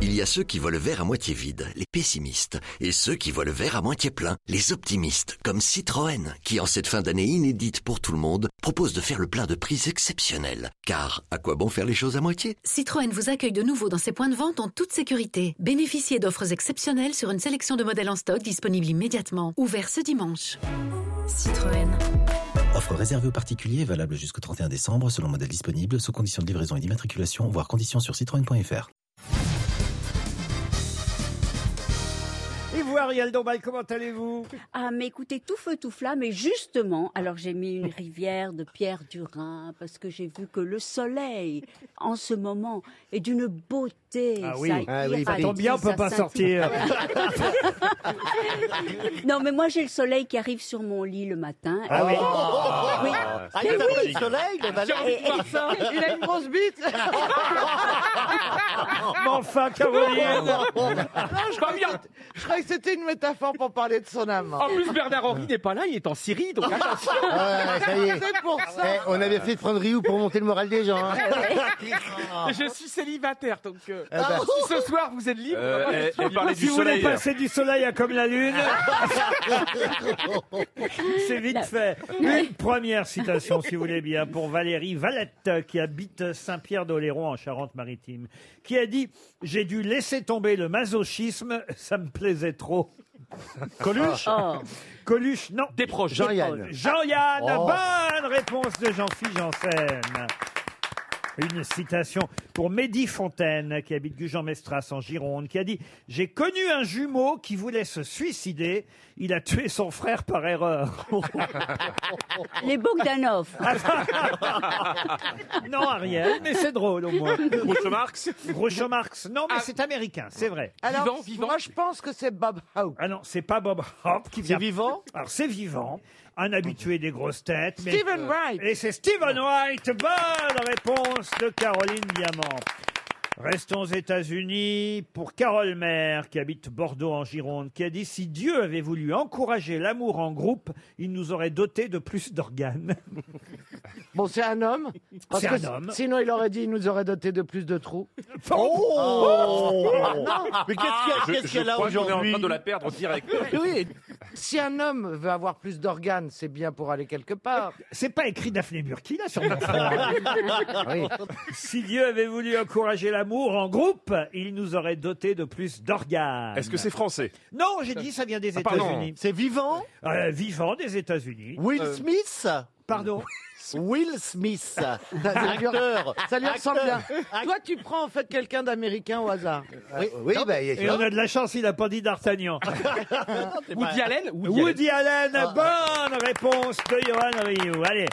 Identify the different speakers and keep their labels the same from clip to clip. Speaker 1: Il y a ceux qui voient le verre à moitié vide, les pessimistes, et ceux qui voient le verre à moitié plein, les optimistes, comme Citroën, qui en cette fin d'année inédite pour tout le monde, propose de faire le plein de prix exceptionnel. Car à quoi bon faire les choses à moitié
Speaker 2: Citroën vous accueille de nouveau dans ses points de vente en toute sécurité. Bénéficiez d'offres exceptionnelles sur une sélection de modèles en stock disponibles immédiatement. Ouvert ce dimanche. Citroën.
Speaker 3: Offre réservée aux particuliers, valable jusqu'au 31 décembre, selon modèle disponible, sous conditions de livraison et d'immatriculation, voire conditions sur citroën.fr.
Speaker 4: Ariel Dombal, comment allez-vous
Speaker 5: Ah, mais écoutez, tout feu, tout flamme. Mais justement, alors j'ai mis une rivière de pierre du Rhin parce que j'ai vu que le soleil, en ce moment, est d'une beauté.
Speaker 4: Ah oui,
Speaker 5: ça
Speaker 4: ah oui,
Speaker 5: irradie,
Speaker 4: tant bien, on peut
Speaker 5: ça
Speaker 4: pas
Speaker 5: scintille.
Speaker 4: sortir.
Speaker 5: Non, mais moi, j'ai le soleil qui arrive sur mon lit le matin. Oh
Speaker 4: Ah oui.
Speaker 5: Oui. Ah,
Speaker 6: Ah, il a pris le soleil, le valet.
Speaker 7: Il a une grosse bite.
Speaker 4: Mais enfin, Caroline
Speaker 7: Je croyais, je croyais que c'était une métaphore pour parler de son amant.
Speaker 8: En plus, Bernard Henry n'est pas là, il est en Syrie, donc attention.
Speaker 6: Ah ouais, ça y est.
Speaker 7: C'est pour ça.
Speaker 6: Eh, on avait fait de prendre Rioux pour monter le moral des gens. hein.
Speaker 8: Ah Je suis célibataire, donc euh,
Speaker 9: Eh
Speaker 6: Ah
Speaker 9: ben.
Speaker 6: bah.
Speaker 8: si ce soir vous êtes libre,
Speaker 10: Euh,
Speaker 4: Ah,
Speaker 10: et, parler
Speaker 4: Si
Speaker 10: du
Speaker 4: vous voulez
Speaker 10: soleil.
Speaker 4: passer du soleil à comme la lune, c'est vite fait. Une première citation, si vous voulez bien, pour Valérie Valette, qui habite Saint-Pierre-d'Oléron en Charente-Maritime, qui a dit « J'ai dû laisser tomber le masochisme, ça me plaisait trop. » Coluche
Speaker 5: Oh.
Speaker 4: Coluche, non.
Speaker 8: des proches.
Speaker 6: Jean-Yann.
Speaker 4: Jean-Yann,
Speaker 6: Oh.
Speaker 4: bonne réponse de Jean-Philippe Janssen. Une citation pour Mehdi Fontaine, qui habite Gujan-Mestras en Gironde, qui a dit « J'ai connu un jumeau qui voulait se suicider. Il a tué son frère par erreur. »
Speaker 5: Les Bogdanov.
Speaker 4: Non, Ariel, mais c'est drôle au moins.
Speaker 10: Groucho Marx.
Speaker 4: Groucho Marx, non, mais c'est américain, c'est vrai.
Speaker 7: Ah. Alors,
Speaker 8: Vivant, vivant.
Speaker 7: moi, je pense que c'est Bob Hope.
Speaker 4: Ah non, c'est pas Bob Hope qui vient.
Speaker 6: vivant
Speaker 4: Alors, c'est vivant, un habitué des grosses têtes. mais- euh,
Speaker 7: Steven Wright.
Speaker 4: Et c'est Stephen White. Bonne réponse de Caroline Diamant. Restons aux États-Unis pour Carole Maire, qui habite Bordeaux en Gironde, qui a dit Si Dieu avait voulu encourager l'amour en groupe, il nous aurait doté de plus d'organes.
Speaker 7: Bon, c'est un homme.
Speaker 4: C'est
Speaker 7: que
Speaker 4: un
Speaker 7: si-
Speaker 4: homme.
Speaker 7: Sinon, il aurait dit, il nous aurait doté de plus de trous. Oh
Speaker 4: Oh
Speaker 6: Mais qu'est-ce qu'il y a,
Speaker 10: Oh Ah, Je,
Speaker 6: qu'est-ce qu'il y a
Speaker 10: je
Speaker 6: là
Speaker 10: crois qu'on est en
Speaker 6: aujourd'hui
Speaker 10: train de la perdre direct.
Speaker 7: Oui. Si un homme veut avoir plus d'organes, c'est bien pour aller quelque part.
Speaker 4: C'est pas écrit Daphné Burki, là, sur mon frère. Si Dieu avait voulu encourager l'amour en groupe, il nous aurait doté de plus d'organes.
Speaker 10: Est-ce que c'est français
Speaker 4: Non, j'ai dit, ça vient des
Speaker 10: Ah, pardon.
Speaker 4: États-Unis.
Speaker 6: C'est vivant
Speaker 4: Euh, vivant des États-Unis. Euh,
Speaker 6: Will Smith
Speaker 4: Pardon
Speaker 6: Will Smith.
Speaker 7: Ça lui,
Speaker 6: Acteur.
Speaker 7: ça lui ressemble
Speaker 6: Acteur.
Speaker 7: bien. Toi, tu prends en fait quelqu'un d'américain au hasard.
Speaker 6: Oui, oui, bah, il y a-
Speaker 4: Euh, Et on a de la chance, il n'a pas dit D'Artagnan.
Speaker 8: Woody Allen Woody Allen.
Speaker 4: Eh ben,
Speaker 8: Ah.
Speaker 4: Woody Allen, bonne réponse de Johan Rioux. Allez.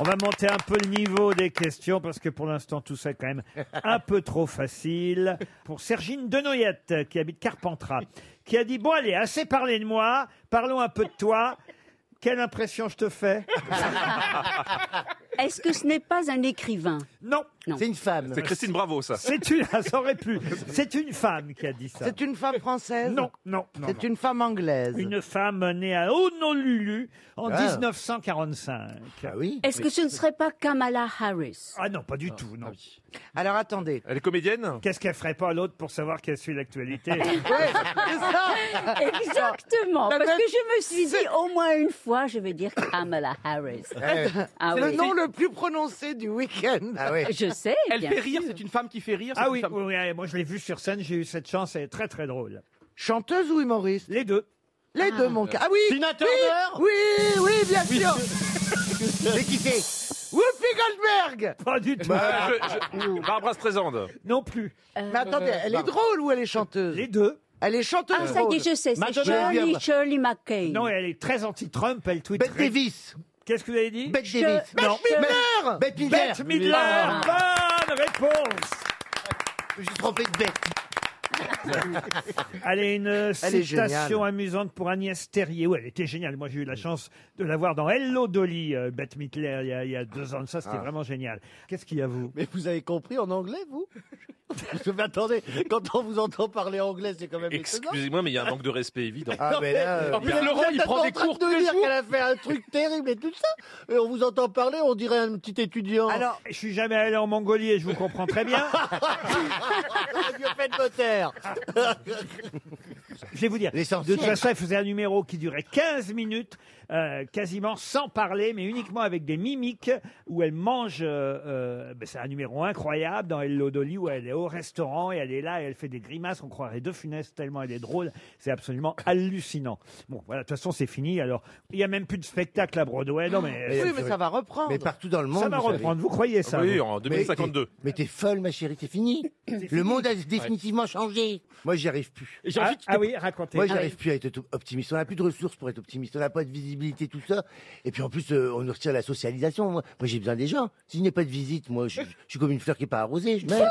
Speaker 4: On va monter un peu le niveau des questions parce que pour l'instant tout ça est quand même un peu trop facile. Pour Sergine Denoyette qui habite Carpentras, qui a dit bon allez assez parlé de moi, parlons un peu de toi. Quelle impression je te fais
Speaker 5: Est-ce que ce n'est pas un écrivain
Speaker 4: Non,
Speaker 6: C'est une femme.
Speaker 10: C'est Christine Bravo, ça.
Speaker 4: c'est une, ça aurait pu. C'est une femme qui a dit ça.
Speaker 7: C'est une femme française.
Speaker 4: Non, non, non.
Speaker 7: C'est une femme anglaise.
Speaker 4: Une femme née à Honolulu en
Speaker 6: Ah.
Speaker 4: 1945.
Speaker 6: Ah oui.
Speaker 5: Est-ce que ce ne serait pas Kamala Harris
Speaker 4: Ah non, pas du tout, non.
Speaker 7: Alors attendez.
Speaker 10: Elle est comédienne
Speaker 4: Qu'est-ce qu'elle ferait pas l'autre pour savoir qu'elle suit l'actualité
Speaker 5: Exactement, parce que je me suis dit au moins une fois, je vais dire Kamala Harris. Ah
Speaker 7: Eh, C'est le
Speaker 5: oui.
Speaker 7: nom le plus prononcé du week-end.
Speaker 6: Ah oui.
Speaker 5: Je sais.
Speaker 8: Elle
Speaker 5: bien
Speaker 8: fait rire, c'est une femme qui fait rire. c'est
Speaker 4: Ah
Speaker 8: une
Speaker 4: oui,
Speaker 8: femme-
Speaker 4: oui, oui, moi je l'ai vue sur scène, j'ai eu cette chance, elle est très très drôle.
Speaker 7: Chanteuse ou humoriste
Speaker 4: Les deux.
Speaker 7: Les deux, mon cas. Ah oui
Speaker 6: Tina
Speaker 7: oui,
Speaker 6: Turner
Speaker 7: Oui, oui, bien sûr
Speaker 6: C'est qui c'est
Speaker 7: Whoopi Goldberg
Speaker 4: Pas du tout.
Speaker 7: Bah,
Speaker 10: Euh, je- je- Barbara Streisand.
Speaker 4: Non plus.
Speaker 5: Euh,
Speaker 7: Mais attendez, elle est drôle ou elle est chanteuse
Speaker 4: Les deux.
Speaker 7: Elle est chanteuse
Speaker 5: Ah, ça y est, je sais, c'est
Speaker 6: Madonna
Speaker 5: Shirley,
Speaker 6: Williams.
Speaker 5: Shirley McCain.
Speaker 4: Non, elle est très anti-Trump, elle tweet.
Speaker 6: Bette
Speaker 4: très-
Speaker 6: Davis.
Speaker 4: Qu'est-ce que vous avez dit
Speaker 6: Bette
Speaker 5: Je-
Speaker 6: Davis.
Speaker 5: Bette
Speaker 6: Non.
Speaker 7: Midler
Speaker 6: Bette Midler.
Speaker 4: Bette Midler. Bonne réponse.
Speaker 6: Je me suis trompé de bête.
Speaker 4: Allez, une euh,
Speaker 7: Elle est
Speaker 4: citation
Speaker 7: géniale.
Speaker 4: amusante pour Agnès Terrier. Oui, elle était géniale. Moi, j'ai eu la chance de la voir dans Hello Dolly, euh, Bette Midler, il y, a, il y a deux ans. de Ça, c'était
Speaker 6: Ah.
Speaker 4: vraiment génial. Qu'est-ce qu'il y a, vous
Speaker 6: Mais vous avez compris en anglais, vous Parce que, mais attendez, quand on vous entend parler anglais, c'est quand même étonnant.
Speaker 10: Excusez-moi, mais il y a un manque de respect évident.
Speaker 6: Ah, mais là, euh,
Speaker 10: En plus,
Speaker 6: vous êtes-
Speaker 10: Laurent,
Speaker 6: vous
Speaker 10: il
Speaker 6: êtes
Speaker 10: prend
Speaker 6: en
Speaker 10: des
Speaker 6: train
Speaker 10: cours
Speaker 6: de
Speaker 10: tous
Speaker 6: nous
Speaker 10: les
Speaker 6: dire
Speaker 10: jours.
Speaker 6: qu'elle a fait un truc terrible et tout ça. Et on vous entend parler, on dirait un petit étudiant.
Speaker 7: Alors,
Speaker 4: Je suis jamais allé en Mongolie et je vous comprends très bien.
Speaker 6: Dieu fait de vos terres.
Speaker 4: Je vais vous dire. De
Speaker 6: L'essentiel.
Speaker 4: toute façon, elle faisait un numéro qui durait 15 minutes, euh, quasiment sans parler, mais uniquement avec des mimiques, où elle mange. euh, euh, ben, c'est un numéro incroyable dans Hello Dolly, où elle est au restaurant et elle est là et elle fait des grimaces. On croirait deux funestes tellement elle est drôle. C'est absolument hallucinant. Bon, voilà, de toute façon, c'est fini. Alors, il n'y a même plus de spectacle à Broadway. Non, mais.
Speaker 7: Oui, mais ça va reprendre.
Speaker 6: Mais partout dans le monde.
Speaker 4: Ça va
Speaker 6: vous savez.
Speaker 4: reprendre, vous croyez ça
Speaker 10: oui,
Speaker 4: vous
Speaker 8: hein,
Speaker 10: en
Speaker 6: Mais t'es-
Speaker 10: 2052.
Speaker 6: Mais t'es folle, ma chérie, c'est fini. Le monde a définitivement changé. Moi, j'y arrive plus.
Speaker 8: Et j'ai
Speaker 4: ah,
Speaker 8: envie que tu
Speaker 4: ah oui, racontez.
Speaker 6: Moi, j'y arrive plus à être tout- optimiste. On n'a plus de ressources pour être optimiste. On n'a pas de visibilité, tout ça. Et puis, en plus, euh, on nous retire la socialisation. Moi, Moi, j'ai besoin des gens. Si je n'ai pas de visite, moi, je, je suis comme une fleur qui n'est pas arrosée. Je meurs.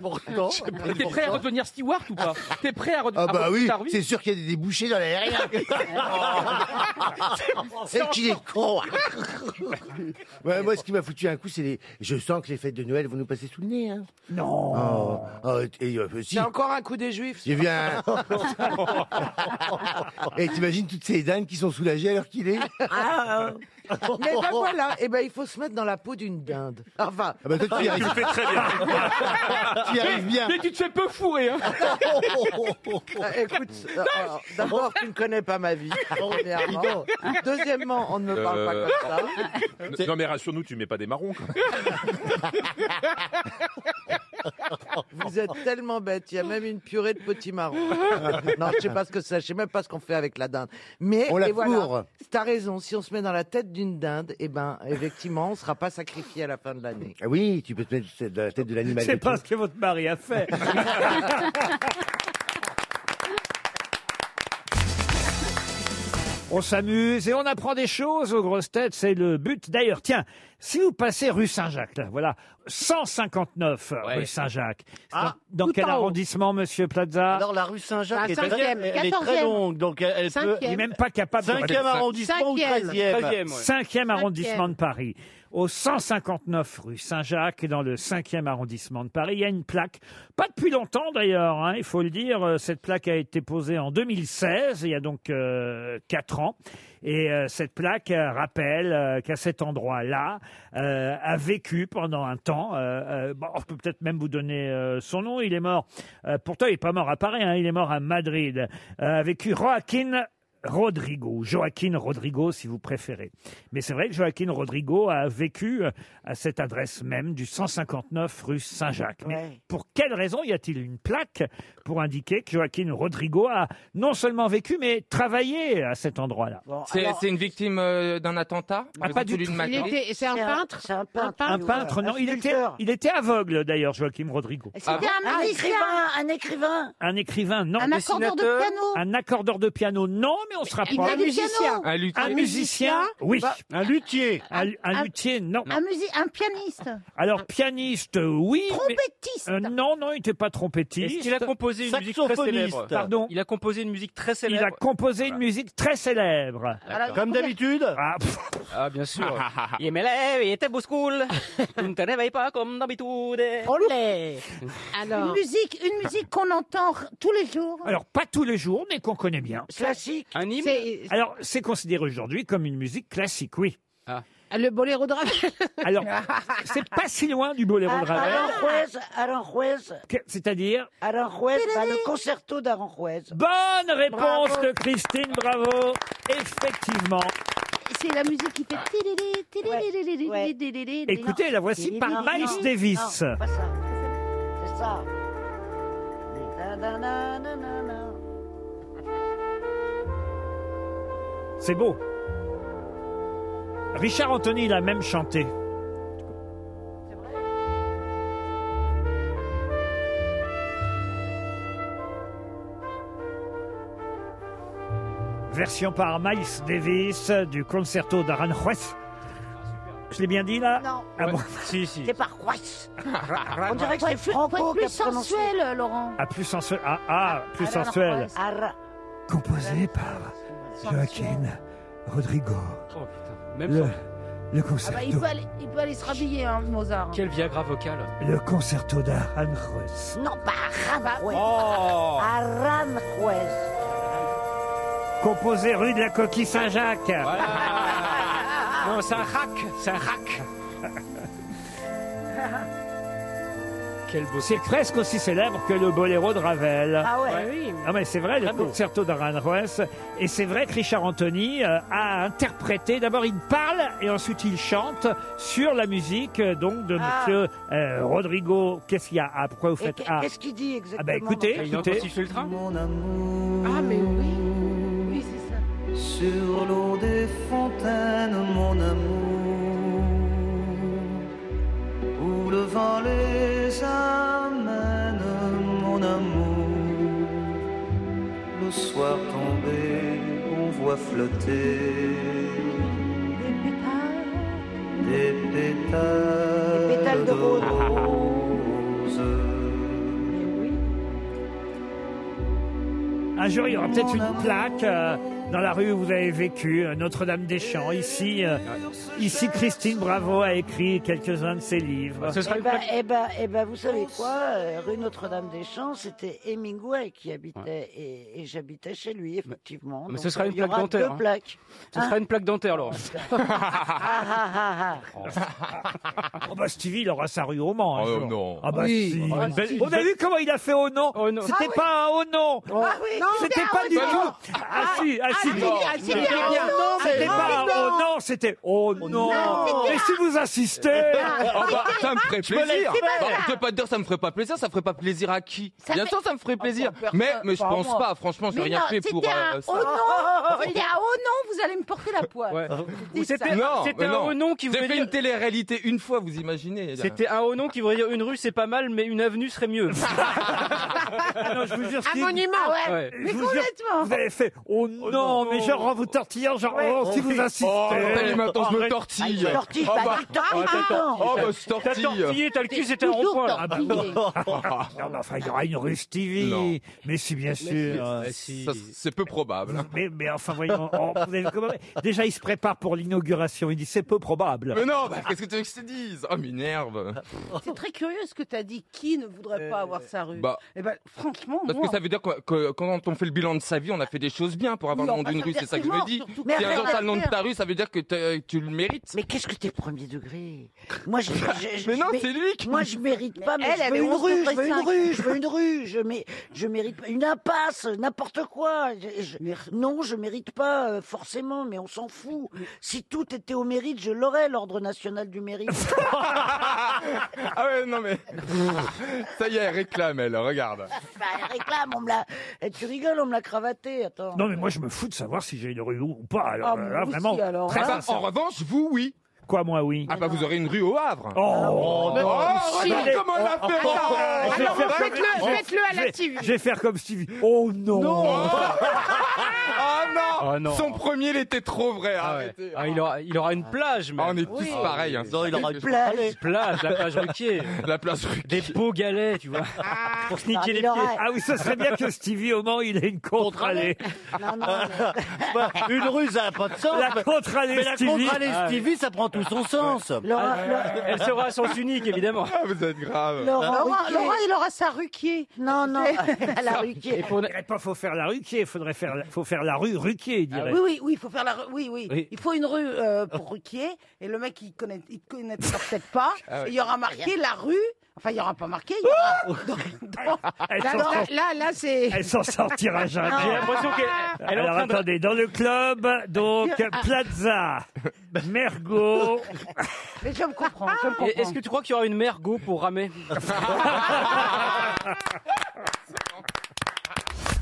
Speaker 6: Pourtant.
Speaker 8: Mais T'es prêt à redevenir steward ou pas T'es prêt à
Speaker 6: Ah
Speaker 8: redevenir
Speaker 6: bah oui, c'est sûr qu'il y a des débouchés dans l'aérien. c'est qu'il est con. ouais, moi, ce qui m'a foutu un coup, c'est les. Je sens que les fêtes de Noël vont nous passer sous le nez. Hein.
Speaker 4: Non.
Speaker 6: Oh, oh, et, euh, si.
Speaker 7: C'est encore un coup des juifs.
Speaker 6: J'ai vu un. et t'imagines toutes ces dindes qui sont soulagées alors qu'il est.
Speaker 7: Ah, euh. Mais ben voilà, et ben il faut se mettre dans la peau d'une dinde. Enfin,
Speaker 6: Ah bah toi, tu y
Speaker 10: Tu
Speaker 6: arrives,
Speaker 10: le fais très bien.
Speaker 6: tu y arrives bien.
Speaker 8: Mais tu te fais peu fourrer, hein
Speaker 7: euh, écoute, euh, alors, d'abord tu ne connais pas ma vie. Premièrement. Deuxièmement, on ne me parle
Speaker 10: Euh.
Speaker 7: pas comme ça.
Speaker 10: Non, mais rassure-nous, tu mets pas des marrons. quoi.
Speaker 7: Vous êtes tellement bête. Il y a même une purée de potimarron. non, je sais pas ce que c'est. Je sais même pas ce qu'on fait avec la dinde. Mais
Speaker 6: On la
Speaker 7: et
Speaker 6: fourre.
Speaker 7: voilà. T'as raison. Si on se met dans la tête d'une dinde, et ben effectivement, on sera pas sacrifié à la fin de l'année.
Speaker 6: Ah oui, tu peux te mettre dans la tête de l'animal.
Speaker 4: C'est
Speaker 6: et
Speaker 4: pas
Speaker 6: tout.
Speaker 4: ce que votre mari a fait. On s'amuse et on apprend des choses aux grosses têtes, c'est le but. D'ailleurs, tiens, si vous passez rue Saint-Jacques, là, voilà, 159 rue Saint-Jacques. Dans, dans
Speaker 11: Ah, Tout
Speaker 4: quel
Speaker 11: en haut.
Speaker 4: arrondissement, monsieur Plaza
Speaker 11: Alors la rue Saint-Jacques Ah, est, très- cinquième, elle est très quatorzième. longue, donc elle elle peut...
Speaker 4: Il n'est
Speaker 11: Cinquième,
Speaker 4: même pas capable de
Speaker 11: Cinquième arrondissement Cinquième. ou treizième
Speaker 8: 13e, ouais.
Speaker 4: Cinquième arrondissement de Paris. Au 159 rue Saint-Jacques, dans le 5e arrondissement de Paris, il y a une plaque, pas depuis longtemps d'ailleurs, hein, il faut le dire, euh, cette plaque a été posée en 2016, il y a donc 4 ans, et euh, cette plaque euh, rappelle euh, qu'à cet endroit-là, euh, a vécu pendant un temps, euh, euh, bon, je peux peut-être même vous donner euh, son nom, il est mort, euh, pourtant il n'est pas mort à Paris, hein, il est mort à Madrid, Euh, a vécu Joaquin Rodrigo, Joaquin Rodrigo si vous préférez. Mais c'est vrai que Joaquin Rodrigo a vécu euh, à cette adresse même du 159 rue Saint-Jacques. Mais
Speaker 7: Ouais.
Speaker 4: pour quelle raison y a-t-il une plaque pour indiquer que Joaquin Rodrigo a non seulement vécu mais travaillé à cet endroit-là
Speaker 7: Bon,
Speaker 8: C'est
Speaker 7: alors,
Speaker 8: une victime
Speaker 12: euh,
Speaker 8: d'un attentat
Speaker 4: Ah, pas du tout.
Speaker 11: Il était, c'est un peintre
Speaker 6: C'est un
Speaker 11: Un peintre.
Speaker 4: Un peintre, non, il était,
Speaker 7: sculpteur.
Speaker 4: il était aveugle d'ailleurs, Joaquin Rodrigo. Ah
Speaker 11: C'était un
Speaker 5: Un
Speaker 11: musicien,
Speaker 5: écrivain, un écrivain,
Speaker 4: Un écrivain, non.
Speaker 11: un accordeur de
Speaker 8: dessinateur.
Speaker 11: piano.
Speaker 4: Un accordeur de piano, non, mais on se
Speaker 11: Il
Speaker 4: rapproche.
Speaker 11: a du piano.
Speaker 8: Un Bah, lutte.
Speaker 4: Un musicien, oui.
Speaker 11: Un luthier.
Speaker 4: Un, un
Speaker 11: un-
Speaker 4: luthier, non.
Speaker 11: Un, musi- un pianiste.
Speaker 4: Alors pianiste, oui. mais-
Speaker 11: Trompettiste.
Speaker 4: Euh, non, non, il n'était pas trompettiste.
Speaker 8: Il a composé une musique très
Speaker 11: Saxophoniste.
Speaker 8: célèbre.
Speaker 4: Pardon.
Speaker 8: Il a composé une musique très
Speaker 4: Il
Speaker 8: célèbre.
Speaker 4: a composé une musique très célèbre.
Speaker 11: Alors,
Speaker 6: Comme d'habitude.
Speaker 4: Ah, pff,
Speaker 8: Ah, bien sûr. Il me lève, il était beau school. Tu ne te réveilles pas comme d'habitude.
Speaker 11: Olé.
Speaker 5: une
Speaker 11: Alors,
Speaker 5: musique, une musique qu'on entend r- tous les jours.
Speaker 4: Ah. alors pas tous les jours, mais qu'on connaît bien.
Speaker 6: Classique.
Speaker 8: Un hymne
Speaker 11: c'est
Speaker 4: Alors c'est considéré aujourd'hui comme une musique classique, oui.
Speaker 8: Ah.
Speaker 11: Ah, le boléro de Ravel. Ah,
Speaker 4: Alors c'est pas si loin du boléro de Ravel,
Speaker 5: Aranjuez, Aranjuez,
Speaker 4: que- c'est-à-dire
Speaker 5: Aranjuez, bah, le concerto d'Aranjuez.
Speaker 4: bonne réponse de Christine, bravo. Effectivement.
Speaker 11: C'est la musique qui fait.
Speaker 5: ouais.
Speaker 4: Écoutez, la voici
Speaker 5: Non,
Speaker 4: par Miles
Speaker 5: non,
Speaker 4: Davis.
Speaker 5: non, pas ça. C'est ça. Da, da, da, da, da, da.
Speaker 4: C'est beau. Richard Anthony l'a même chanté. Version par Miles Davis du concerto d'Aranjuez. Je l'ai bien dit là
Speaker 13: Non.
Speaker 4: Ah bon
Speaker 7: Si, si.
Speaker 13: C'est par Royce. On dirait que c'est Franco qui a
Speaker 14: plus
Speaker 13: prononcé.
Speaker 14: sensuel, Laurent.
Speaker 4: Ah, plus sensuel. Ah, ah, plus
Speaker 14: alors,
Speaker 4: sensuel.
Speaker 14: Arra-
Speaker 15: Composé par Joaquin Rodrigo.
Speaker 9: Oh putain, même
Speaker 15: Le,
Speaker 9: sans-
Speaker 15: le
Speaker 14: Ah bah,
Speaker 15: concerto,
Speaker 14: il, peut aller, il peut aller se rhabiller, hein, Mozart.
Speaker 9: Quel Viagra vocal.
Speaker 15: le concerto d'Aranjuez.
Speaker 14: Non, pas Rabat.
Speaker 4: Oh
Speaker 14: Aranjuez.
Speaker 4: Composé rue de la Coquille Saint-Jacques.
Speaker 9: Non, c'est un rack, c'est un rack. Quel beau
Speaker 4: C'est presque aussi célèbre que le boléro de Ravel.
Speaker 9: Ah ouais. Ouais, oui.
Speaker 4: Ah mais c'est vrai, le concerto d'Aranjuez. Et c'est vrai que Richard Anthony euh, a interprété, d'abord il parle et ensuite il chante sur la musique euh, donc de
Speaker 13: Ah.
Speaker 4: monsieur euh, Rodrigo. Qu'est-ce qu'il y a Ah, pourquoi vous
Speaker 13: Et
Speaker 4: faites
Speaker 13: qu'est-
Speaker 4: Ah
Speaker 13: Qu'est-ce qu'il dit exactement
Speaker 4: Ah bah écoutez, écoutez.
Speaker 13: Mon amour. Ah mais oui. Oui, c'est ça. Sur l'eau des fontaines, mon amour. Où le vent les amène, mon amour. Le soir tombé, on voit flotter des pétales, de,
Speaker 4: Un jour, il y aura peut-être une plaque euh, dans la rue où vous avez vécu, euh, Notre-Dame-des-Champs. Ici, euh, ici, Christine Bravo a écrit quelques-uns de ses
Speaker 9: Ah.
Speaker 4: livres.
Speaker 13: eh ben, eh ben, eh ben, vous savez quoi, euh, rue Notre-Dame-des-Champs, c'était Hemingway qui habitait et, et j'habitais chez lui, effectivement.
Speaker 9: Mais ce
Speaker 13: Donc,
Speaker 9: sera
Speaker 13: euh,
Speaker 9: une
Speaker 13: il y
Speaker 9: plaque
Speaker 13: aura
Speaker 9: dentaire.
Speaker 13: deux
Speaker 9: hein.
Speaker 13: plaques.
Speaker 9: Ce
Speaker 13: Hein
Speaker 9: sera une plaque dentaire, Laurent.
Speaker 13: Ah, ah, ah, ah.
Speaker 4: Oh bah Stevie, il aura sa rue au Mans.
Speaker 8: Oh,
Speaker 4: un jour.
Speaker 8: non.
Speaker 4: Ah bah
Speaker 8: Oui.
Speaker 4: si.
Speaker 8: Oh, une belle-
Speaker 4: On a vu comment il a fait au nom. C'était
Speaker 8: Ah oui. Ah
Speaker 4: pas un au nom. c'était
Speaker 8: c'était
Speaker 4: pas
Speaker 8: un
Speaker 4: du
Speaker 8: au nom.
Speaker 4: tout. Ah, si, ah, si.
Speaker 8: ah, non. Ah,
Speaker 4: C'était
Speaker 8: c'était un au nom,
Speaker 4: c'était
Speaker 8: mais
Speaker 4: pas
Speaker 8: non.
Speaker 4: un au nom, c'était oh non.
Speaker 8: non.
Speaker 4: Et si vous insistez.
Speaker 12: Oh bah, ça me ferait
Speaker 4: Je me
Speaker 12: plaisir.
Speaker 4: laisse faire.
Speaker 12: Bah, je vais pas te dire ça me ferait pas plaisir, ça ferait pas plaisir à qui
Speaker 14: Ça
Speaker 12: Bien
Speaker 14: fait-
Speaker 12: sûr ça me ferait plaisir,
Speaker 14: Enfin, personne,
Speaker 12: mais mais je
Speaker 14: pas
Speaker 12: pense
Speaker 14: moi.
Speaker 12: pas. Franchement, j'ai
Speaker 14: Mais
Speaker 12: rien
Speaker 14: non,
Speaker 12: fait pour.
Speaker 14: c'était un
Speaker 12: euh, ça.
Speaker 14: Oh non Il y a oh non, vous allez me porter la poire.
Speaker 12: Ou
Speaker 9: Ah.
Speaker 14: Dites ça.
Speaker 12: c'était non,
Speaker 9: c'était
Speaker 12: mais
Speaker 9: un
Speaker 12: non.
Speaker 9: renom qui
Speaker 12: J'ai
Speaker 9: voulait
Speaker 12: fait
Speaker 9: dire-
Speaker 12: une télé-réalité une fois, vous imaginez.
Speaker 9: C'était un haut nom qui voudrait dire une rue c'est pas mal, mais une avenue serait mieux.
Speaker 4: Ah non, je vous jure,
Speaker 9: Un
Speaker 4: Steve-
Speaker 9: monument. Ah ouais.
Speaker 4: Je
Speaker 9: Mais
Speaker 4: vous jure,
Speaker 9: complètement.
Speaker 4: Vous avez fait oh non, mais genre en vous tortillant, genre
Speaker 9: Ouais.
Speaker 4: oh, si vous insistez.
Speaker 12: Oh, t'as dit maintenant, je me tortille.
Speaker 4: Ah, il se tortille,
Speaker 12: Oh,
Speaker 4: bah,
Speaker 12: bah,
Speaker 4: il se tortille,
Speaker 12: oh, t'as-
Speaker 4: pardon.
Speaker 12: oh, bah, se
Speaker 4: T'as
Speaker 12: tortille.
Speaker 4: tortillé, t'as le cul, c'était un Toujours rond-point.
Speaker 12: Ah, bah,
Speaker 4: tortillé.
Speaker 12: non.
Speaker 4: Non, mais enfin, il y aura une rue Stevie. Mais si, bien sûr. Ah,
Speaker 12: Mais ça, C'est peu probable.
Speaker 4: Mais, mais enfin, voyons, oh, vous avez compris. déjà, il se prépare pour l'inauguration. Il dit, c'est peu probable.
Speaker 12: Mais non, bah, qu'est-ce que tu veux que je te dise Oh, m'énerve.
Speaker 14: C'est très curieux ce que tu as dit. Qui ne voudrait pas avoir sa rue
Speaker 12: bah.
Speaker 14: Eh ben, franchement,
Speaker 12: Parce
Speaker 14: moi.
Speaker 12: que ça veut dire que, que quand on fait le bilan de sa vie, on a fait des choses bien pour avoir
Speaker 14: Non,
Speaker 12: le nom
Speaker 14: bah,
Speaker 12: d'une
Speaker 14: ça
Speaker 12: rue,
Speaker 14: veut
Speaker 12: c'est
Speaker 14: dire
Speaker 12: ça que
Speaker 14: c'est
Speaker 12: je me
Speaker 14: mort,
Speaker 12: dis.
Speaker 14: surtout
Speaker 12: Si
Speaker 14: qu'après,
Speaker 12: un jour
Speaker 14: on va
Speaker 12: t'as le
Speaker 14: le
Speaker 12: nom de
Speaker 14: faire.
Speaker 12: ta rue, ça veut dire que t'as- euh, tu le mérites.
Speaker 13: Mais qu'est-ce que t'es premier degré Moi, je, je- je-
Speaker 12: Mais non,
Speaker 13: mé-
Speaker 12: c'est lui qui-
Speaker 13: Moi, je mérite pas, mais
Speaker 14: elle,
Speaker 13: je,
Speaker 14: elle
Speaker 13: veux
Speaker 14: est
Speaker 13: une rue, je veux
Speaker 14: 11,35.
Speaker 13: une rue, je veux une rue, je mé- je mérite pas une impasse, n'importe quoi. Je- je- non, je mérite pas euh, forcément, mais on s'en fout. Si tout était au mérite, je l'aurais l'ordre national du mérite.
Speaker 12: Ah ouais, non mais. Ça y est, elle réclame, elle, regarde.
Speaker 13: Bah, elle réclame, on me l'a. Eh, Tu rigoles, on me l'a cravaté. Attends.
Speaker 4: Non, mais moi, je me fous de savoir si j'ai une rue ou pas. Alors,
Speaker 13: Ah,
Speaker 4: euh,
Speaker 13: mais
Speaker 4: là,
Speaker 13: vous
Speaker 4: vraiment.
Speaker 13: aussi, alors,
Speaker 4: très
Speaker 13: hein.
Speaker 4: sincère.
Speaker 12: En revanche, vous, oui.
Speaker 4: Quoi, moi, oui
Speaker 12: Ah bah, vous aurez une rue au Havre.
Speaker 4: Oh, oh,
Speaker 12: non, regarde comment on l'a fait là.
Speaker 4: Je vais faire comme-
Speaker 14: faites-le, faites-le à la
Speaker 4: Je vais-
Speaker 14: Stevie.
Speaker 4: Je vais faire comme Stevie. Oh non,
Speaker 12: Ah non,
Speaker 9: Oh non.
Speaker 12: Son premier, il était trop vrai.
Speaker 9: Ah ouais.
Speaker 12: arrêtez.
Speaker 9: Ah, il, aura, il aura une plage, mais.
Speaker 12: Ah, on est tous pareils. hein.
Speaker 9: Non, il aura
Speaker 12: Je-
Speaker 9: une plage. plage, la plage Ruquier.
Speaker 12: La plage Ruquier.
Speaker 9: Des beaux galets, tu vois. Pour se niquer les pieds.
Speaker 4: Ah oui, ce serait bien que Stevie, au moment, il ait une contre-allée.
Speaker 7: Bah, Une ruse, ça n'a pas de sens.
Speaker 4: La contre-allée
Speaker 7: Mais la
Speaker 4: Stevie.
Speaker 7: contre-allée
Speaker 4: Ah,
Speaker 7: Stevie, ça prend tout son sens.
Speaker 9: Ah, Elle sera à sens unique, évidemment.
Speaker 12: Ah, vous êtes grave. Ah,
Speaker 14: Laurent,
Speaker 13: Ruquier.
Speaker 14: Laurent, il aura sa ruquier.
Speaker 13: Non, non, à la ruquier.
Speaker 4: Il faudrait pas faut faire la ruquier, faudrait faire la- faut faire la rue ruquier, il dirait.
Speaker 14: Ah Oui, oui, oui, il faut faire la rue- oui, oui,
Speaker 4: Oui. Oh.
Speaker 14: Il faut une rue euh, pour Ruquier. Et le mec, il connaît, il connaît peut-être pas.
Speaker 4: Ah ouais. Oh
Speaker 14: et il y aura marqué la rue. Enfin, il y aura pas marqué. Il y aura... dans- dans-
Speaker 4: Elle
Speaker 14: là,
Speaker 4: s'en
Speaker 14: là,
Speaker 4: sort-
Speaker 14: là, là, c'est.
Speaker 4: Elle s'en sortira jamais.
Speaker 14: Non.
Speaker 4: J'ai l'impression
Speaker 9: qu'elle- elle est en
Speaker 4: Alors
Speaker 9: train de-
Speaker 4: attendez, dans le club, donc Plaza, Mergo.
Speaker 14: Mais je me comprends, je me
Speaker 4: Ah.
Speaker 14: comprends.
Speaker 9: Ah. Et Est-ce que tu crois qu'il y aura une mère go pour ramer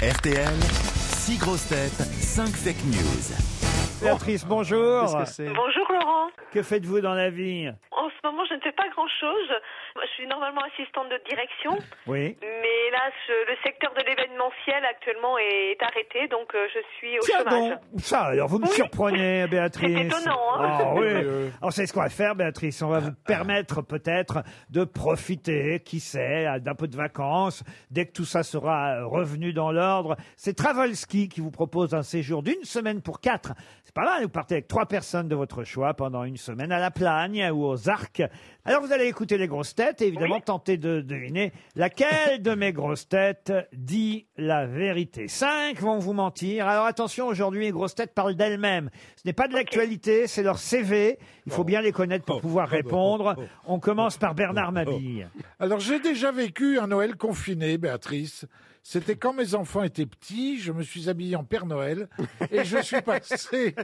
Speaker 6: RTL, 6 grosses têtes, 5 fake news.
Speaker 4: Béatrice, bonjour.
Speaker 6: Qu'est-ce que c'est
Speaker 16: Bonjour Laurent.
Speaker 4: Que faites-vous dans la vie
Speaker 16: En ce moment, je ne fais pas grand-chose. Moi, Je suis normalement assistante de direction,
Speaker 4: Oui.
Speaker 16: mais là,
Speaker 17: passe. Je- Le secteur de l'événementiel actuellement est, est arrêté, donc euh, je suis au
Speaker 4: Tiens
Speaker 17: chômage.
Speaker 4: donc, ça alors, vous me surprenez, Béatrice.
Speaker 17: C'est étonnant, hein.
Speaker 4: Ah, oui. Ah.
Speaker 17: Euh.
Speaker 4: Alors, c'est ce qu'on va faire, Béatrice. On va vous permettre peut-être de profiter, qui sait, d'un peu de vacances, dès que tout ça sera euh, revenu dans l'ordre. C'est Travelski qui vous propose un séjour d'une semaine pour quatre. C'est pas mal, vous partez avec trois personnes de votre choix pendant une semaine à la Plagne ou aux Arcs. Alors, vous allez écouter les grosses têtes et évidemment tenter de deviner laquelle de mes grosses têtes dit la vérité. Cinq vont vous mentir. Alors attention, aujourd'hui, les grosses têtes parlent d'elles-mêmes. Ce n'est pas de l'actualité, c'est leur CV. Il faut bien les connaître pour pouvoir répondre. On commence par Bernard Mabille.
Speaker 18: Alors j'ai déjà vécu un Noël confiné, Béatrice. C'était quand mes enfants étaient petits, je me suis habillé en Père Noël et je suis passé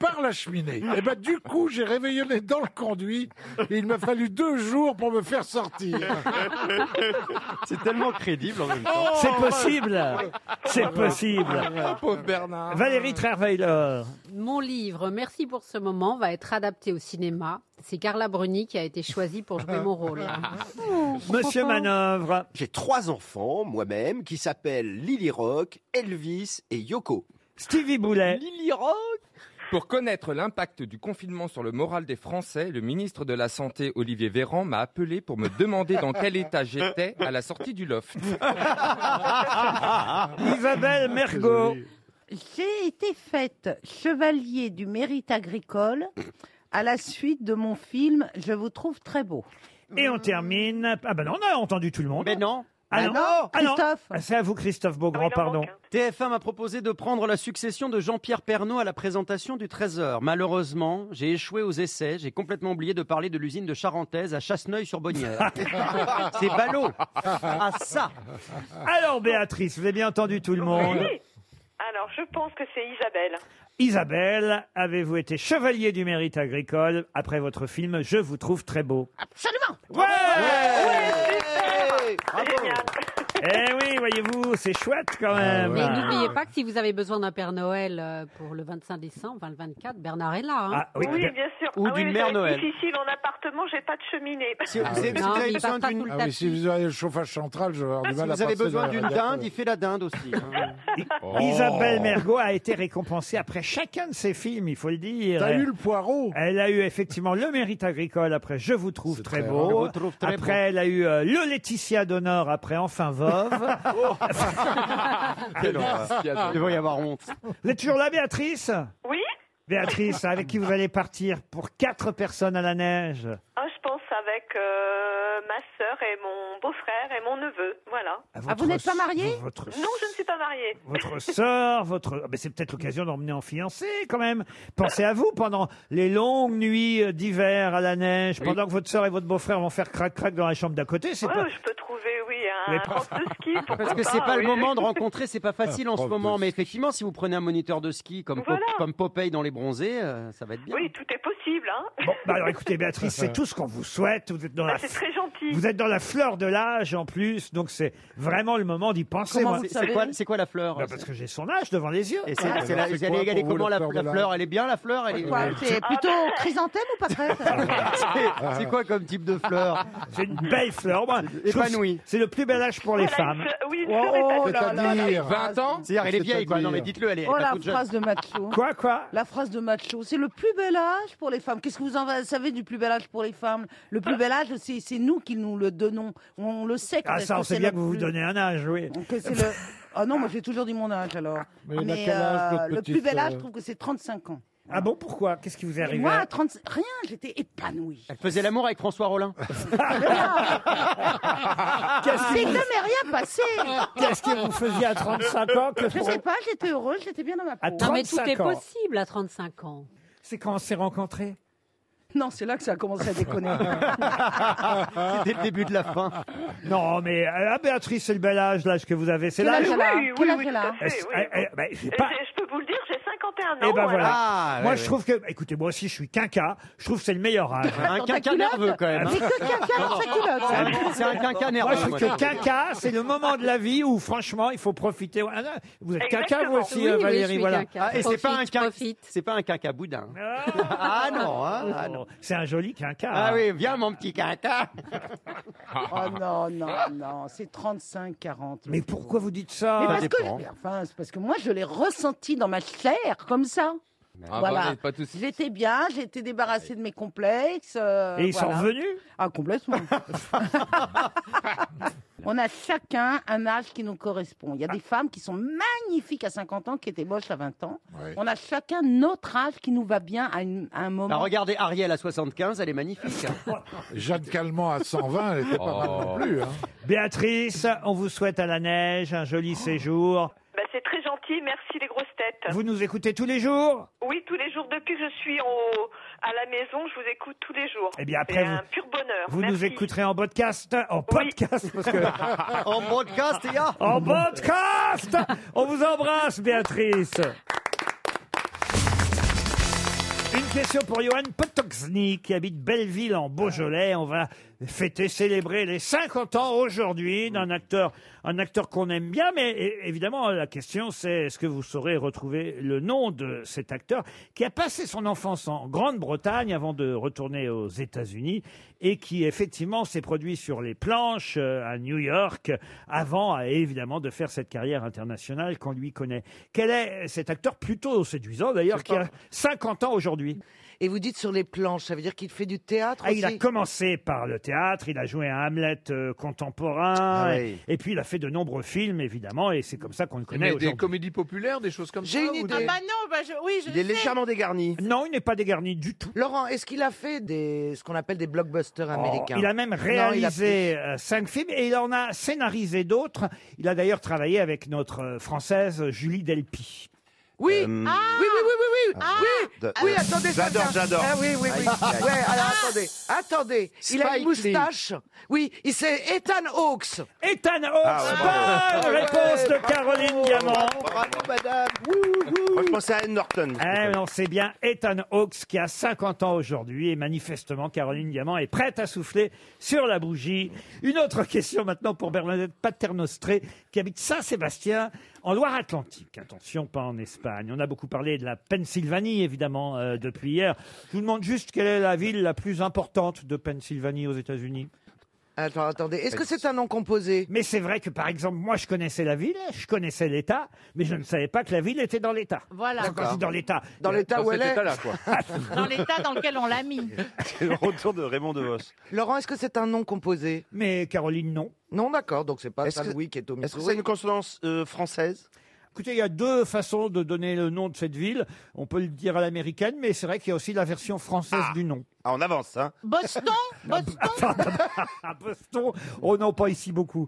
Speaker 18: par la cheminée. Et ben du coup, j'ai réveillonné dans le conduit et il m'a fallu deux jours pour me faire sortir.
Speaker 11: C'est tellement crédible en même temps.
Speaker 4: C'est possible C'est possible
Speaker 12: Ah,
Speaker 19: Pauvre Bernard.
Speaker 4: Valérie Trierweiler.
Speaker 20: Mon livre Merci pour ce moment va être adapté au cinéma. C'est Carla Bruni qui a été choisie pour jouer mon rôle. Euh,
Speaker 4: Monsieur Manœuvre.
Speaker 21: J'ai trois enfants, moi-même, qui s'appellent Lily Rock, Elvis et Yoko.
Speaker 4: Stevie Boulet.
Speaker 21: Lily Rock
Speaker 22: Pour connaître l'impact du confinement sur le moral des Français, le ministre de la Santé, Olivier Véran, m'a appelé pour me demander dans quel état j'étais à la sortie du loft.
Speaker 4: Isabelle Mergot.
Speaker 14: J'ai été faite chevalier du mérite agricole à la suite de mon film Je vous trouve très beau.
Speaker 4: Et on termine. Ah ben non, on a entendu tout le monde. Mais non. Ah
Speaker 14: Bah non, Christophe.
Speaker 4: C'est à vous, Christophe Beaugrand, pardon.
Speaker 11: TF1 m'a proposé de prendre la succession de Jean-Pierre Pernaud à la présentation du Trésor. Malheureusement, j'ai échoué aux essais. J'ai complètement oublié de parler de l'usine de Charentaise à Chasseneuil-sur-Bonnière. C'est ballot. Ah ça
Speaker 4: Alors, Béatrice, vous avez bien entendu tout le monde.
Speaker 17: Oui. Alors, je pense que c'est Isabelle.
Speaker 4: Isabelle, avez-vous été chevalier du mérite agricole après votre film Je vous trouve très beau
Speaker 17: Absolument.
Speaker 4: Ouais,
Speaker 17: super. Génial.
Speaker 4: Eh oui, voyez-vous, c'est chouette quand même.
Speaker 20: Ah Mais n'oubliez pas que si vous avez besoin d'un Père Noël euh, pour le 25 décembre, enfin le 24, Bernard est là. hein.
Speaker 4: Ah,
Speaker 17: Oui, bien sûr.
Speaker 11: Ou
Speaker 17: Ah oui,
Speaker 11: d'une
Speaker 17: mais
Speaker 11: mère
Speaker 17: ça va être
Speaker 11: Noël.
Speaker 17: difficile en appartement, j'ai pas de cheminée.
Speaker 11: Si- Ah si- oui. si vous avez besoin d'une- Ah,
Speaker 18: Ah oui, si vous avez le chauffage central, je vais avoir du
Speaker 11: Si
Speaker 18: mal à
Speaker 11: vous avez
Speaker 18: passer
Speaker 11: besoin
Speaker 18: dans la
Speaker 11: d'une
Speaker 18: radiateur.
Speaker 11: dinde, il fait la dinde aussi. hein.
Speaker 4: Oh.
Speaker 20: Oh.
Speaker 4: Isabelle Mergot a été récompensée après chacun de ses films, il faut le dire.
Speaker 18: T'as eu
Speaker 4: le poireau. Elle a eu effectivement le mérite agricole après Je vous trouve très,
Speaker 18: très
Speaker 4: beau.
Speaker 18: rare. Je vous trouve très
Speaker 4: après, elle
Speaker 18: beau.
Speaker 4: a eu euh, le Laetitia d'honneur après Enfin veuve.
Speaker 11: Quelle horreur. Il devrait y avoir honte.
Speaker 4: vous êtes toujours là, Béatrice
Speaker 17: Oui.
Speaker 4: Béatrice, avec qui vous allez partir pour quatre personnes à la neige
Speaker 17: Ah, je pense avec euh, ma sœur et mon beau-frère et mon neveu. Voilà.
Speaker 4: Ah, votre vous n'êtes pas mariés s- votre-
Speaker 17: Non, je ne suis pas mariée.
Speaker 4: Votre sœur, votre... Ah ben, c'est peut-être l'occasion d'emmener en fiancée quand même. Pensez à vous pendant les longues nuits euh, d'hiver à la neige, pendant que votre sœur et votre beau-frère vont faire crac-crac dans la chambre d'à côté. C'est
Speaker 17: Ouais,
Speaker 4: pas...
Speaker 17: Je peux trouver, oui,
Speaker 4: Mais
Speaker 17: un
Speaker 4: pas-
Speaker 17: prof de ski. pourquoi
Speaker 11: Parce que c'est pas le
Speaker 17: oui.
Speaker 8: Ah
Speaker 11: moment de rencontrer, c'est pas facile en ce
Speaker 4: prof de
Speaker 11: moment. Mais effectivement, si vous prenez un moniteur de ski comme, Pop- comme Popeye dans les bronzés, euh, ça va être bien.
Speaker 17: Oui, tout est possible. Hein.
Speaker 4: Bon, bah alors écoutez, Béatrice, c'est tout ce qu'on vous souhaite. Vous êtes dans
Speaker 17: Ah,
Speaker 4: la
Speaker 17: c'est très gentil.
Speaker 4: Vous êtes dans la fleur de l'âge en plus, donc c'est vraiment le moment d'y penser.
Speaker 11: Comment
Speaker 4: moi.
Speaker 11: vous C'est- c'est savez quoi- c'est quoi la fleur
Speaker 4: Bah, Parce que j'ai son âge devant les yeux.
Speaker 11: Et c'est- c'est la- vous allez égaler comment la, la fleur Elle est bien la fleur elle est-
Speaker 14: Quoi,
Speaker 17: Ah,
Speaker 14: C'est plutôt
Speaker 4: Ah.
Speaker 14: chrysanthème ou pas
Speaker 11: Ah, C'est- C'est quoi comme type de fleur
Speaker 4: C'est une belle fleur, moi.
Speaker 11: Je trouve- Épanouie.
Speaker 4: C'est le plus bel âge pour les femmes.
Speaker 17: Oui,
Speaker 11: une fleur
Speaker 14: Oh
Speaker 11: épanouie.
Speaker 14: là là, la phrase.
Speaker 11: 20 ans C'est-à-dire, elle est vieille, quoi. Non, mais dites-le, elle est-
Speaker 14: Oh
Speaker 11: elle est
Speaker 14: la
Speaker 11: toute jeune.
Speaker 14: phrase de macho.
Speaker 4: Quoi, quoi
Speaker 14: La phrase de macho. C'est le plus bel âge pour les femmes. Qu'est-ce que vous en savez du plus bel âge pour les femmes Le plus bel âge, c'est c'est nous qui nous le donnons. On le sait. quand
Speaker 4: Ah
Speaker 14: est-ce
Speaker 4: ça, on sait
Speaker 14: c'est
Speaker 4: bien
Speaker 14: le
Speaker 4: que vous vous
Speaker 14: plus-
Speaker 4: donnez un âge, oui.
Speaker 14: que c'est le- Ah non, moi j'ai toujours dit mon âge alors.
Speaker 4: Mais il a quel âge, votre
Speaker 14: le
Speaker 4: petite,
Speaker 14: plus bel âge,
Speaker 4: euh,
Speaker 14: je trouve que c'est 35 ans.
Speaker 4: Ah bon, pourquoi Qu'est-ce qui vous est
Speaker 14: Et
Speaker 4: arrivé
Speaker 14: moi, à 35 rien, j'étais épanouie.
Speaker 11: Elle faisait l'amour avec François Rollin.
Speaker 4: Ah, Qu'est-ce
Speaker 14: C'est
Speaker 4: qui
Speaker 14: que
Speaker 4: vous-
Speaker 14: m'est rien passé.
Speaker 4: Qu'est-ce que vous faisiez à 35 ans que-
Speaker 14: Je sais pas, j'étais heureuse, j'étais bien dans ma peau.
Speaker 4: À
Speaker 20: Non mais tout est
Speaker 4: 35 ans.
Speaker 20: possible à 35 ans.
Speaker 4: C'est quand on s'est rencontrés
Speaker 14: Non, c'est là que ça a commencé à déconner.
Speaker 11: C'était le début de la fin.
Speaker 4: Non, mais euh, ah, Béatrice, c'est le bel âge, l'âge que vous avez. C'est
Speaker 14: Quel
Speaker 4: l'âge.
Speaker 14: âge elle a Quel âge elle a
Speaker 4: Est-ce- eh, eh, ben, c'est pas-
Speaker 17: Je peux vous le dire, j'ai 50 41 ans.
Speaker 11: Oh,
Speaker 4: Et ben
Speaker 17: voilà.
Speaker 4: voilà.
Speaker 17: Ah,
Speaker 4: moi,
Speaker 17: ouais,
Speaker 4: je
Speaker 17: ouais.
Speaker 4: trouve que, écoutez, moi aussi, je suis quinca. Je trouve que c'est le meilleur hein. Ah, âge.
Speaker 11: Un Dans ta quinca culotte nerveux, quand même, hein. Mais que quinca dans sa culotte, ça. C'est un quinca nerveux,
Speaker 4: hein. Moi, je trouve
Speaker 11: moi.
Speaker 4: que quinca, c'est le moment de la vie où, franchement, il faut profiter. Ah, non, Vous êtes quinca, vous aussi,
Speaker 11: euh,
Speaker 4: Valérie, voilà.
Speaker 11: Ah, et c'est pas un quinca, c'est pas un quinca boudin. Ah non, hein, ah non.
Speaker 4: C'est un joli quinca.
Speaker 11: Ah oui, viens mon petit quinca.
Speaker 14: Oh non, non, non, c'est 35, 40.
Speaker 4: Mais pourquoi vous dites ça
Speaker 14: Mais parce que, mais enfin, c'est parce que moi, je l'ai ressenti dans ma chair, comme ça.
Speaker 4: Ah, bah,
Speaker 14: voilà.
Speaker 4: mais pas tous.
Speaker 14: J'étais bien, j'étais débarrassée de mes complexes. euh,
Speaker 4: Et ils sont
Speaker 14: voilà.
Speaker 4: revenus
Speaker 14: Ah, complètement. On a chacun un âge qui nous correspond. Il y a
Speaker 4: Ah.
Speaker 14: des femmes qui sont magnifiques à 50 ans, qui étaient moches à 20 ans.
Speaker 11: Ouais.
Speaker 14: On a chacun notre âge qui nous va bien à, une- à un moment.
Speaker 11: Bah, regardez Ariel à 75, elle est magnifique. hein.
Speaker 18: Jeanne Calment à 120, elle était pas mal non
Speaker 11: Oh.
Speaker 18: plus. hein.
Speaker 4: Béatrice, on vous souhaite à la neige un joli séjour.
Speaker 17: Bah, c'est très gentil, merci les grosses têtes.
Speaker 4: Vous nous écoutez tous les jours
Speaker 17: Oui, tous les jours. Depuis que je suis au- à la maison, je vous écoute tous les jours.
Speaker 4: Eh bien, après,
Speaker 17: C'est un
Speaker 4: vous-
Speaker 17: pur bonheur.
Speaker 4: Vous
Speaker 17: Merci.
Speaker 4: nous écouterez en podcast, hein, en podcast, parce que
Speaker 11: En podcast, il y a.
Speaker 4: en podcast. On vous embrasse, Béatrice. Une question pour Johan Potoczny qui habite Belleville en Beaujolais. On va fêter, célébrer les 50 ans aujourd'hui d'un acteur, un acteur qu'on aime bien, mais é- évidemment la question c'est est-ce que vous saurez retrouver le nom de cet acteur qui a passé son enfance en Grande-Bretagne avant de retourner aux États-Unis et qui effectivement s'est produit sur les planches euh, à New York avant euh, évidemment de faire cette carrière internationale qu'on lui connaît. Quel est cet acteur plutôt séduisant d'ailleurs qui a 50 ans aujourd'hui
Speaker 7: Et vous dites sur les planches, ça veut dire qu'il fait du théâtre
Speaker 4: Ah, il a
Speaker 7: aussi
Speaker 4: commencé par le théâtre, il a joué à Hamlet euh, contemporain,
Speaker 7: Ah
Speaker 4: et,
Speaker 7: oui.
Speaker 4: et puis il a fait de nombreux films, évidemment, et c'est comme ça qu'on le connaît
Speaker 19: Mais des
Speaker 4: aujourd'hui.
Speaker 19: comédies populaires, des choses comme ça. Ah, ou des-
Speaker 7: non, bah oui,
Speaker 19: je Il est sais. légèrement
Speaker 7: dégarni.
Speaker 4: Non, il n'est pas dégarni du tout.
Speaker 7: Laurent, est-ce qu'il a fait des, ce qu'on appelle des blockbusters
Speaker 4: Oh,
Speaker 7: américains
Speaker 4: il a même réalisé euh, cinq films et il en a scénarisé d'autres. Il a d'ailleurs travaillé avec notre euh, française Julie Delpy.
Speaker 7: Oui, Ah, oui, oui, oui, oui, oui, oui,
Speaker 4: Euh, Ah.
Speaker 7: oui, attendez, ça,
Speaker 4: J'adore,
Speaker 7: ça.
Speaker 4: j'adore.
Speaker 7: Ah oui, oui, oui.
Speaker 4: Aïe, aïe.
Speaker 7: Ouais,
Speaker 19: Ah.
Speaker 7: alors attendez, attendez. Il a une
Speaker 4: Spike Lee.
Speaker 7: moustache. Oui, il c'est Ethan Hawks.
Speaker 4: Ethan Hawks. Bonne réponse
Speaker 7: Ah,
Speaker 4: de Caroline Diamant.
Speaker 21: Bravo, madame. Moi, je pensais à Anne Norton.
Speaker 4: Eh non, c'est bien Ethan Hawks qui a 50 ans aujourd'hui et manifestement Caroline Diamant est prête à souffler sur la bougie. Une autre question maintenant pour Bernadette Paternostré qui habite Saint-Sébastien en Loire-Atlantique. Attention, pas en Espagne. On a beaucoup parlé de la Pennsylvanie évidemment euh, depuis hier. Je vous demande juste quelle est la ville la plus importante de Pennsylvanie aux États-Unis.
Speaker 7: Attends, attendez. Est-ce que c'est un nom composé
Speaker 4: Mais c'est vrai que par exemple, moi je connaissais la ville, je connaissais l'État, mais je ne savais pas que la ville était dans l'État.
Speaker 1: Voilà.
Speaker 4: Quand je dis dans l'État. euh,
Speaker 7: Dans l'État Dans où cet elle est. état-là, quoi.
Speaker 1: Dans l'état dans lequel on l'a mis.
Speaker 21: C'est le retour de Raymond DeVos.
Speaker 7: Laurent, est-ce que c'est un nom composé
Speaker 4: Mais Caroline, non.
Speaker 7: Non, d'accord, donc c'est pas
Speaker 21: Est-ce que-
Speaker 7: Saint-Louis qui est au
Speaker 21: Est-ce que
Speaker 7: Missouri.
Speaker 21: c'est une consonance euh, française
Speaker 4: Écoutez, il y a deux façons de donner le nom de cette ville. On peut le dire à l'américaine, mais c'est vrai qu'il y a aussi la version française du nom.
Speaker 21: Ah, on avance, hein
Speaker 1: Boston Boston
Speaker 4: À Boston, oh non, pas ici beaucoup.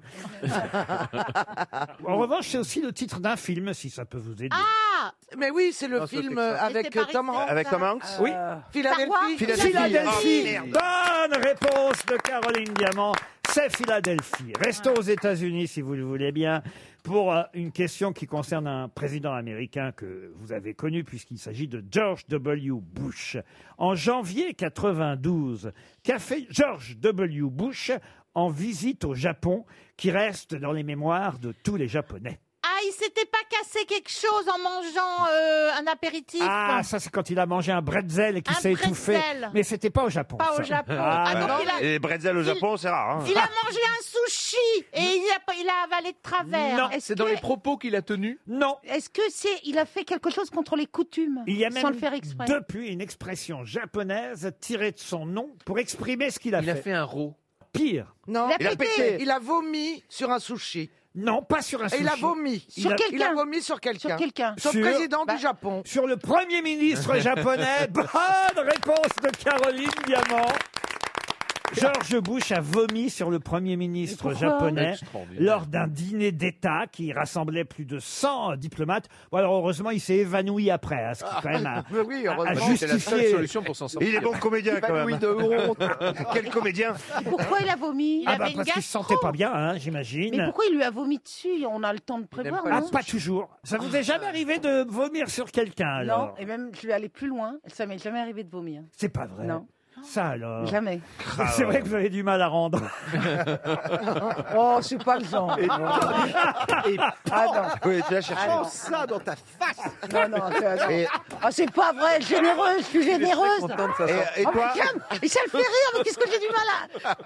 Speaker 4: en revanche, c'est aussi le titre d'un film, si ça peut vous aider.
Speaker 1: Ah
Speaker 7: Mais oui, c'est le
Speaker 4: Non, c'est au
Speaker 7: film
Speaker 4: Texas.
Speaker 7: euh, avec
Speaker 1: Et c'est
Speaker 7: euh, Tom
Speaker 1: Paris,
Speaker 7: Hanks. Euh,
Speaker 21: Avec Tom Hanks
Speaker 4: Oui.
Speaker 7: Philadelphie.
Speaker 4: Philadelphie.
Speaker 7: Ah, merde.
Speaker 4: Bonne réponse de Caroline Diamant. C'est Philadelphie. Restons aux États-Unis, si vous le voulez bien, pour euh, une question qui concerne un président américain que vous avez connu, puisqu'il s'agit de George W. Bush. En janvier 92, qu'a fait George W. Bush en visite au Japon, qui reste dans les mémoires de tous les Japonais
Speaker 1: Ah, il s'était pas cassé quelque chose en mangeant euh, un apéritif
Speaker 4: Ah, ça c'est quand il a mangé un bretzel et qu'il s'est étouffé.
Speaker 1: bretzel.
Speaker 4: Mais c'était pas au Japon.
Speaker 1: Pas
Speaker 4: ça.
Speaker 1: au Japon.
Speaker 4: Ah,
Speaker 1: Ah,
Speaker 4: ouais.
Speaker 1: donc il a-
Speaker 21: Et bretzel au
Speaker 1: il-
Speaker 21: Japon, c'est
Speaker 4: Oh.
Speaker 21: rare. Hein
Speaker 1: Il a mangé un sushi et il a, il a avalé de travers.
Speaker 14: Non, Est-ce c'est dans que- les
Speaker 19: propos qu'il a tenus
Speaker 4: Non.
Speaker 14: Est-ce que c'est il a fait quelque chose contre les coutumes
Speaker 4: Il y a même
Speaker 14: sans le faire exprès
Speaker 4: depuis une expression japonaise tirée de son nom pour exprimer ce qu'il a fait. Il a fait
Speaker 19: un ro.
Speaker 4: Pire.
Speaker 7: Non,
Speaker 4: Il a pété.
Speaker 7: Il a vomi sur un sushi.
Speaker 4: Non, pas sur un
Speaker 7: Et il a
Speaker 4: sushi.
Speaker 7: vomi.
Speaker 4: Il Sur a- quelqu'un.
Speaker 7: Il a vomi sur quelqu'un.
Speaker 4: Sur quelqu'un.
Speaker 7: Sur le
Speaker 4: Sur-
Speaker 7: président du Japon.
Speaker 4: Sur le premier ministre japonais. Bonne réponse de Caroline Diamant. George Bush a vomi sur le Premier ministre
Speaker 16: Mais pourquoi
Speaker 4: japonais
Speaker 16: Extraordinaire.
Speaker 4: lors d'un dîner d'État qui rassemblait plus de 100 diplomates. Bon, alors heureusement, il s'est évanoui après, hein, ce qui quand même a,
Speaker 16: Mais oui,
Speaker 4: a- a
Speaker 16: heureusement, c'est la seule
Speaker 4: justifié-
Speaker 16: solution pour s'en sortir. Il est bon comédien, quand même. Évanoui de honte. Quel comédien
Speaker 14: Pourquoi il a vomi
Speaker 4: Ah bah, parce qu'il se sentait pas bien, hein, j'imagine.
Speaker 14: Mais pourquoi il lui a vomi dessus On a le temps de prévoir,
Speaker 4: Ah,
Speaker 14: non
Speaker 4: pas toujours. Ça vous est jamais arrivé de vomir sur quelqu'un alors
Speaker 14: Non, et même, je vais aller plus loin. Ça m'est jamais arrivé de vomir.
Speaker 4: C'est pas vrai.
Speaker 14: Non.
Speaker 4: Ça alors.
Speaker 14: Jamais.
Speaker 4: C'est vrai que vous avez du mal à rendre.
Speaker 14: Oh, c'est pas le genre.
Speaker 16: Et
Speaker 14: Ah non.
Speaker 16: Oui, tu l'as cherché.
Speaker 14: Ah, non.
Speaker 13: ça dans ta face
Speaker 14: Non, non, c'est- non. Ah, c'est pas vrai, généreuse, je suis généreuse.
Speaker 7: Et- et
Speaker 14: Oh,
Speaker 7: toi
Speaker 14: mais calme, et ça le fait rire, mais qu'est-ce que j'ai du mal à.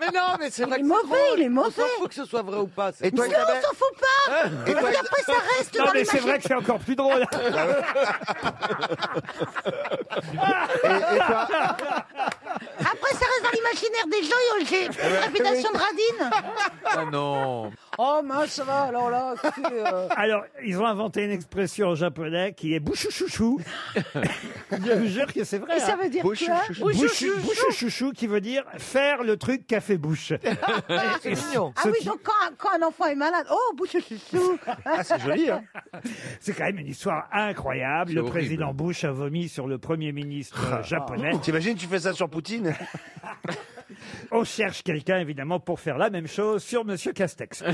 Speaker 7: Mais non, mais c'est vrai
Speaker 14: Il est mauvais, il est
Speaker 7: On
Speaker 14: mauvais.
Speaker 7: s'en fout que ce soit vrai ou pas.
Speaker 14: Et toi, Non, Isabelle on s'en fout pas. Et Parce toi, qu'après, ça reste
Speaker 4: Non
Speaker 14: dans
Speaker 4: mais
Speaker 14: les
Speaker 4: c'est vrai
Speaker 14: machines.
Speaker 4: que c'est encore plus drôle.
Speaker 16: Ah
Speaker 7: Et- et toi
Speaker 14: Après, ça reste dans l'imaginaire des gens, et j'ai une réputation de radine.
Speaker 16: Ah non.
Speaker 14: Oh mince, ça va, alors là.
Speaker 4: Alors, ils ont inventé une expression en japonais qui est bouchouchouchou. Je vous jure que c'est vrai.
Speaker 14: Et ça
Speaker 4: hein.
Speaker 14: veut dire quoi Bouchouchouchou.
Speaker 4: Bouchou- Bouchouchouchou qui veut dire faire le truc café-bouche.
Speaker 14: C'est mignon. Ah
Speaker 4: Ce
Speaker 14: oui,
Speaker 4: qui-
Speaker 14: donc quand, un- quand un enfant est malade, oh, bouchouchouchou.
Speaker 7: Ah, hein.
Speaker 4: C'est quand même une histoire incroyable.
Speaker 16: C'est
Speaker 4: Le
Speaker 16: horrible.
Speaker 4: président Bush a vomi sur le premier ministre euh, japonais.
Speaker 16: T'imagines, tu fais ça sur Poutine
Speaker 4: On cherche quelqu'un, évidemment, pour faire la même chose sur Monsieur Castex.
Speaker 14: Bah,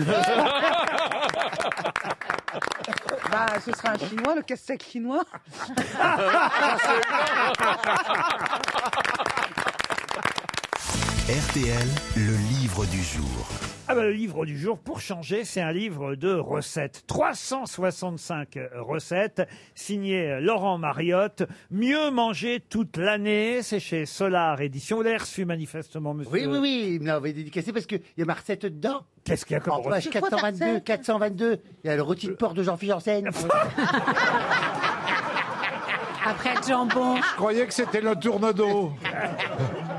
Speaker 14: ce sera un chinois, le casse-tête chinois.
Speaker 23: RTL, le livre du jour.
Speaker 4: Ah bah, le livre du jour, pour changer, c'est un livre de recettes. 365 recettes, signé Laurent Mariotte. Mieux manger toute l'année, c'est chez Solar Édition. Vous l'avez reçu manifestement, monsieur.
Speaker 2: Oui, oui, oui, il me l'a envoyé dédicacé parce qu'il y a ma recette dedans.
Speaker 4: Qu'est-ce qu'il y a comme
Speaker 2: En page
Speaker 4: recette
Speaker 2: 422, 422, il y a le rôti de porc de Jean-Philippe Janssen.
Speaker 20: Après le jambon.
Speaker 18: Je croyais que c'était le tournedo.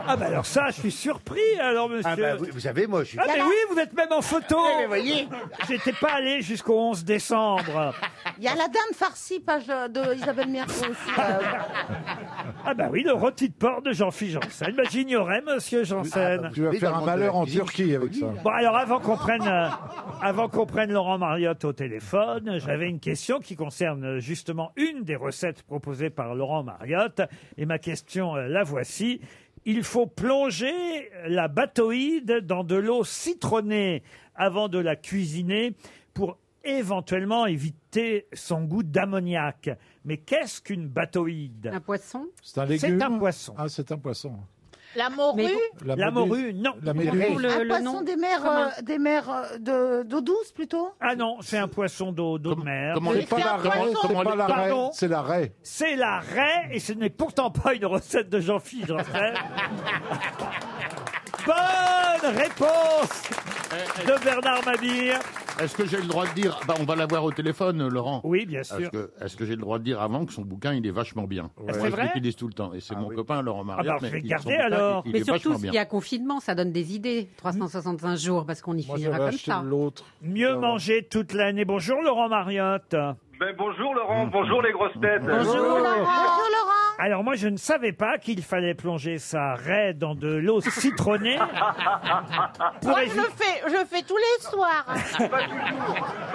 Speaker 4: Ah bah alors ça, je suis surpris alors monsieur.
Speaker 2: Ah bah, vous, vous savez, moi je suis...
Speaker 4: Ah mais oui, vous êtes même en photo.
Speaker 2: mais voyez.
Speaker 4: J'étais pas allé jusqu'au 11 décembre.
Speaker 14: Il y a la dinde farcie, page euh, de Isabelle Mergo aussi. euh.
Speaker 4: Ah bah oui, le rôti de porc de Jean-Philippe Janssen. Bah, j'ignorais monsieur Janssen.
Speaker 18: Ah, bah, Tu vas faire un malheur en Turquie avec ça.
Speaker 4: Bon, alors avant qu'on prenne, euh, avant qu'on prenne Laurent Mariotte au téléphone, j'avais une question qui concerne euh, justement une des recettes proposées par Laurent Mariotte. Et ma question, euh, la voici. Il faut plonger la batoïde dans de l'eau citronnée avant de la cuisiner pour éventuellement éviter son goût d'ammoniac. Mais qu'est-ce qu'une batoïde
Speaker 20: Un poisson
Speaker 18: C'est un
Speaker 4: C'est
Speaker 18: légume
Speaker 4: un poisson.
Speaker 18: Ah, c'est un poisson.
Speaker 1: La morue
Speaker 4: La,
Speaker 18: méduse.
Speaker 4: morue, non.
Speaker 18: La
Speaker 14: Un
Speaker 18: méduse.
Speaker 14: poisson des mers, euh, des mers euh, de- d'eau douce plutôt
Speaker 4: Ah non, c'est un poisson d'eau d'eau de mer.
Speaker 18: C'est pas la raie, c'est pas la raie,
Speaker 4: Pardon
Speaker 18: c'est la raie.
Speaker 4: C'est la raie, et ce n'est pourtant pas une recette de Jean-Philippe Janssen. Bonne réponse de Bernard Mabir.
Speaker 24: Est-ce que j'ai le droit de dire bah, On va l'avoir au téléphone, euh, Laurent.
Speaker 4: Oui, bien
Speaker 24: Est-ce
Speaker 4: sûr. Ah,
Speaker 24: que, est-ce que j'ai le droit de dire avant que son bouquin, il est vachement bien
Speaker 4: c'est
Speaker 24: Moi, je
Speaker 4: vrai Ah
Speaker 24: l'utilise tout le temps. Et c'est mon copain, Laurent Maria.
Speaker 4: bah, je vais le garder, alors.
Speaker 24: Il,
Speaker 20: Mais
Speaker 24: est
Speaker 20: surtout,
Speaker 24: vachement
Speaker 20: s'il
Speaker 24: bien.
Speaker 20: y a confinement, ça donne des idées. 365 jours, parce qu'on y finira comme ça.
Speaker 18: l'autre.
Speaker 4: Mieux manger toute l'année. Bonjour Laurent Mariotte.
Speaker 12: Ben, bonjour Laurent, bonjour les grosses têtes.
Speaker 14: Bonjour Laurent.
Speaker 4: Alors moi je ne savais pas qu'il fallait plonger sa raie dans de l'eau citronnée. Pour
Speaker 1: Moi, je
Speaker 4: éviter-
Speaker 1: le fais, je le fais tous les soirs.
Speaker 14: Ah,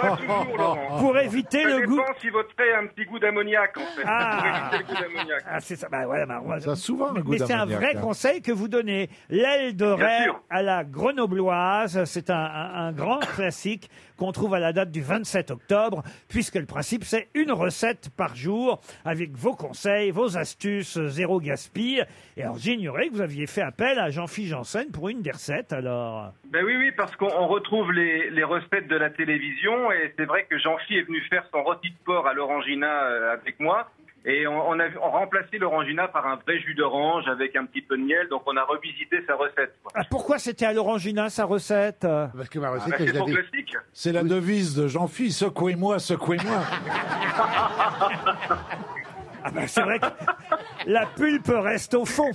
Speaker 12: Pas toujours Laurent.
Speaker 4: Pour éviter
Speaker 12: Ça
Speaker 4: le
Speaker 12: dépend
Speaker 4: goût.
Speaker 12: si votre trait a un petit goût d'ammoniac en fait.
Speaker 4: Ah.
Speaker 12: Pour éviter le goût d'ammoniac.
Speaker 4: Ah, c'est ça. Bah, voilà, bah, on va-
Speaker 18: Ça a souvent un goût
Speaker 4: Mais c'est un
Speaker 18: d'ammoniac,
Speaker 4: vrai
Speaker 18: hein.
Speaker 4: conseil que vous donnez. L'aile de
Speaker 12: Bien
Speaker 4: raie
Speaker 12: sûr.
Speaker 4: à la grenobloise, c'est un, un- un grand classique qu'on trouve à la date du 27 octobre, puisque le principe, c'est une recette par jour avec vos conseils, vos astuces, euh, zéro gaspille. Et alors, j'ignorais que vous aviez fait appel à Jean-Philippe Janssen pour une des recettes, alors.
Speaker 12: Ben oui, oui, parce qu'on on retrouve les, les recettes de la télévision et c'est vrai que Jean-Phi est venu faire son rôti de porc à l'orangina euh, avec moi. Et on, on a on a remplacé l'orangina par un vrai jus d'orange avec un petit peu de miel, donc on a revisité sa recette. quoi.
Speaker 4: Ah, pourquoi c'était à l'orangina, Hein, sa recette euh
Speaker 18: Parce que ma
Speaker 12: Ah, ben, c'est trop classique.
Speaker 18: C'est la devise de Jean-Philippe, secouez-moi, secouez-moi.
Speaker 4: Ah bah, c'est vrai que la pulpe reste au fond.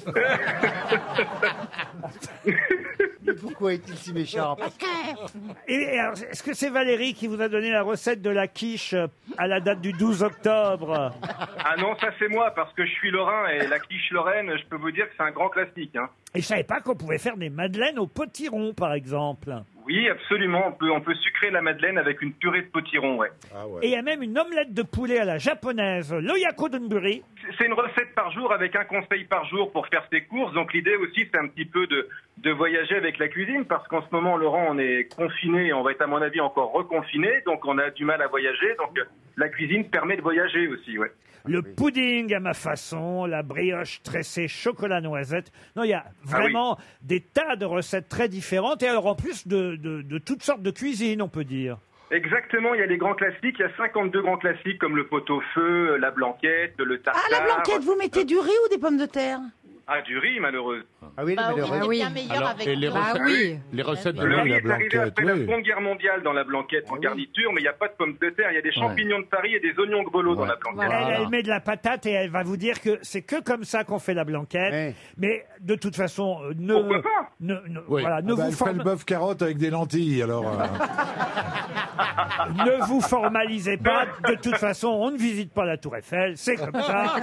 Speaker 2: Pourquoi est-il si méchant
Speaker 4: Et et alors, est-ce que c'est Valérie qui vous a donné la recette de la quiche euh, à la date du 12 octobre
Speaker 12: Ah non, ça c'est moi, parce que je suis lorrain et la quiche lorraine, je peux vous dire que c'est un grand classique. hein.
Speaker 4: Et je savais pas qu'on pouvait faire des madeleines au potiron, par exemple.
Speaker 12: Oui, absolument, on peut, on peut sucrer la madeleine avec une purée de potiron, ouais.
Speaker 4: Et il y a même une omelette de poulet à la japonaise, l'oyako donburi.
Speaker 12: C'est une recette par jour avec un conseil par jour pour faire ses courses. Donc l'idée aussi, c'est un petit peu de, de voyager avec la cuisine parce qu'en ce moment, Laurent, on est confiné et on va être, à mon avis, encore reconfiné. Donc on a du mal à voyager. Donc euh, la cuisine permet de voyager aussi, ouais.
Speaker 4: Le pudding à ma façon, la brioche tressée chocolat noisette. Non, il y a vraiment des tas de recettes très différentes et alors en plus de, de- de toutes sortes de cuisines, on peut dire.
Speaker 12: Exactement, il y a les grands classiques. Il y a 52 grands classiques comme le pot-au-feu, la blanquette, le tartare.
Speaker 14: Ah, la blanquette, vous mettez du riz ou des pommes de terre
Speaker 12: Ah, du riz, malheureuse.
Speaker 2: Ah oui,
Speaker 14: Bah oui, malheureuse. mais bien meilleur
Speaker 24: Alors, avec et les Ah recettes- oui. les recettes de
Speaker 12: le
Speaker 24: la
Speaker 12: riz est arrivé
Speaker 24: blanquette,
Speaker 12: après la
Speaker 24: oui.
Speaker 12: Seconde Guerre mondiale dans la blanquette en garniture, mais il n'y a pas de pommes de terre, il y a des champignons de Paris et des oignons de Bolo dans la blanquette.
Speaker 4: Elle, elle met de la patate et elle va vous dire que c'est que comme ça qu'on fait la blanquette. Mais de toute façon, euh, ne, ne, ne- voilà, ne
Speaker 18: Ah
Speaker 4: vous
Speaker 18: bah, elle fait le
Speaker 4: forme-
Speaker 18: bœuf carotte avec des lentilles, alors. euh.
Speaker 4: ne vous formalisez pas. De toute façon, on ne visite pas la Tour Eiffel. C'est comme ça.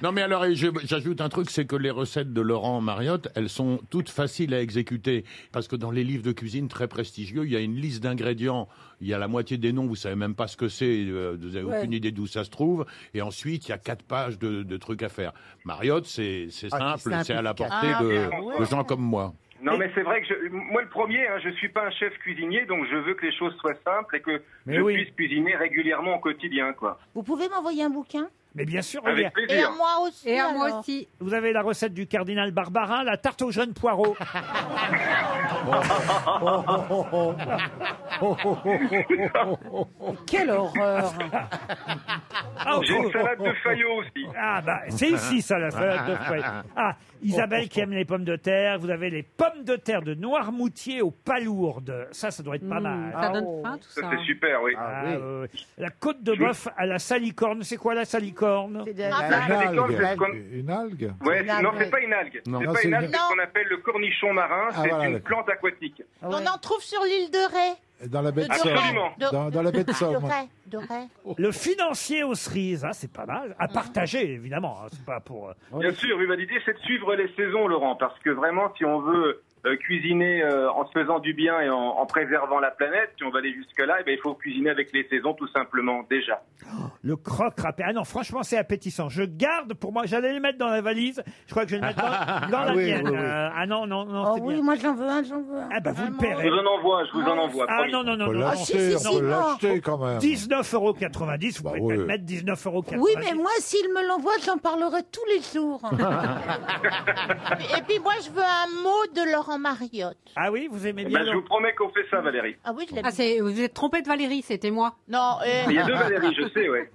Speaker 24: Non mais alors et je- j'ajoute un truc, c'est que les recettes de Laurent Mariotte, elles sont toutes faciles à exécuter parce que dans les livres de cuisine très prestigieux, il y a une liste d'ingrédients, il y a la moitié des noms, vous savez même pas ce que c'est, euh, vous n'avez
Speaker 18: Ouais.
Speaker 24: aucune idée d'où ça se trouve, et ensuite il y a quatre pages de, de trucs à faire. Mariotte, c'est c'est
Speaker 12: Ah, c'est
Speaker 24: simple, c'est à la
Speaker 12: simplifié.
Speaker 24: portée
Speaker 12: Ah,
Speaker 24: de,
Speaker 12: ouais.
Speaker 24: de gens comme moi.
Speaker 12: Non, mais c'est vrai que je- moi, le premier, hein, je suis pas un chef cuisinier, donc je veux que les choses soient simples et que
Speaker 4: Mais
Speaker 12: je
Speaker 4: oui.
Speaker 12: puisse cuisiner régulièrement au quotidien, quoi.
Speaker 14: Vous pouvez m'envoyer un bouquin
Speaker 4: Mais bien sûr,
Speaker 12: Avec
Speaker 4: Olivia.
Speaker 12: plaisir. Et à
Speaker 14: moi aussi,
Speaker 20: Et à moi alors. aussi.
Speaker 4: Vous avez la recette du cardinal Barbarin, la tarte aux jeunes poireaux. Oh,
Speaker 14: Quelle horreur
Speaker 12: J'ai une salade de faillot aussi.
Speaker 4: oh. Ah bah, c'est ici ça la salade de feuilles. Ah, Isabelle qui aime les pommes de terre, vous avez les pommes de terre de Noirmoutier aux palourdes. Ça, ça doit être pas mal.
Speaker 20: Hmm, ça donne
Speaker 4: hein,
Speaker 20: faim tout
Speaker 12: Ça,
Speaker 20: ça. hein.
Speaker 12: c'est super, oui.
Speaker 4: Ah, ouais, ouais. La côte de bœuf à la salicorne, c'est quoi la salicorne
Speaker 12: La salicorne, c'est ce qu'on-
Speaker 18: Une algue
Speaker 12: Ouais,
Speaker 4: Une algue,
Speaker 12: non,
Speaker 4: ouais.
Speaker 12: c'est pas une algue.
Speaker 18: Non.
Speaker 12: C'est
Speaker 18: Non,
Speaker 12: pas
Speaker 18: c'est
Speaker 12: une
Speaker 18: une-
Speaker 12: algue, c'est ce qu'on appelle le cornichon marin.
Speaker 18: Ah,
Speaker 12: c'est
Speaker 18: voilà,
Speaker 12: une
Speaker 18: d'accord.
Speaker 12: plante aquatique.
Speaker 1: On en trouve sur l'île de Ré.
Speaker 18: Ah Dans la baie
Speaker 12: Ah,
Speaker 18: de
Speaker 1: De
Speaker 18: Somme.
Speaker 1: Ré. De- Ah,
Speaker 18: Dans, dans la baie de
Speaker 1: De
Speaker 18: Somme.
Speaker 1: Ré. De Ré.
Speaker 4: Le financier aux cerises, hein, c'est pas mal. À partager, évidemment. hein, c'est pas pour. euh,
Speaker 12: Bien sûr, oui, bah, l'idée c'est de suivre les saisons, Laurent, parce que vraiment, si on veut euh, cuisiner euh, en se faisant du bien et en, en préservant la planète, si on va aller jusque-là, eh ben, il faut cuisiner avec les saisons, tout simplement, déjà.
Speaker 4: Le croque râpé. Ah non, franchement, c'est appétissant. Je garde pour moi. J'allais le mettre dans la valise. Je crois que je vais le mettre dans, dans
Speaker 12: Ah
Speaker 4: la
Speaker 12: oui,
Speaker 4: mienne.
Speaker 12: oui, oui.
Speaker 4: Euh, ah non, non, non. c'est
Speaker 14: oui,
Speaker 4: bien.
Speaker 14: moi j'en veux un, j'en veux un.
Speaker 4: Ah bah vous le
Speaker 12: Je
Speaker 4: paierez.
Speaker 12: vous en envoie, je vous en envoie.
Speaker 4: Ah
Speaker 12: promis.
Speaker 4: non, non, non,
Speaker 18: Faut
Speaker 4: non. non,
Speaker 18: l'acheter,
Speaker 4: non,
Speaker 18: on peut l'acheter quand même.
Speaker 4: 19,90 euros, vous pouvez
Speaker 18: oui.
Speaker 4: peut-être mettre 19,90 euros.
Speaker 14: Oui, mais moi, s'il me l'envoie, j'en parlerai tous les jours.
Speaker 1: Et puis moi, je veux un mot de Laurent Mariotte.
Speaker 4: Ah oui, vous aimez
Speaker 12: Eh
Speaker 4: bien.
Speaker 12: ben, je vous promets qu'on fait ça, Valérie.
Speaker 1: Ah oui, je l'aime.
Speaker 20: Ah, c'est- vous êtes trompé de Valérie, c'était moi. Ah.
Speaker 1: Non, euh,
Speaker 12: Il y a deux Valérie, je sais, ouais.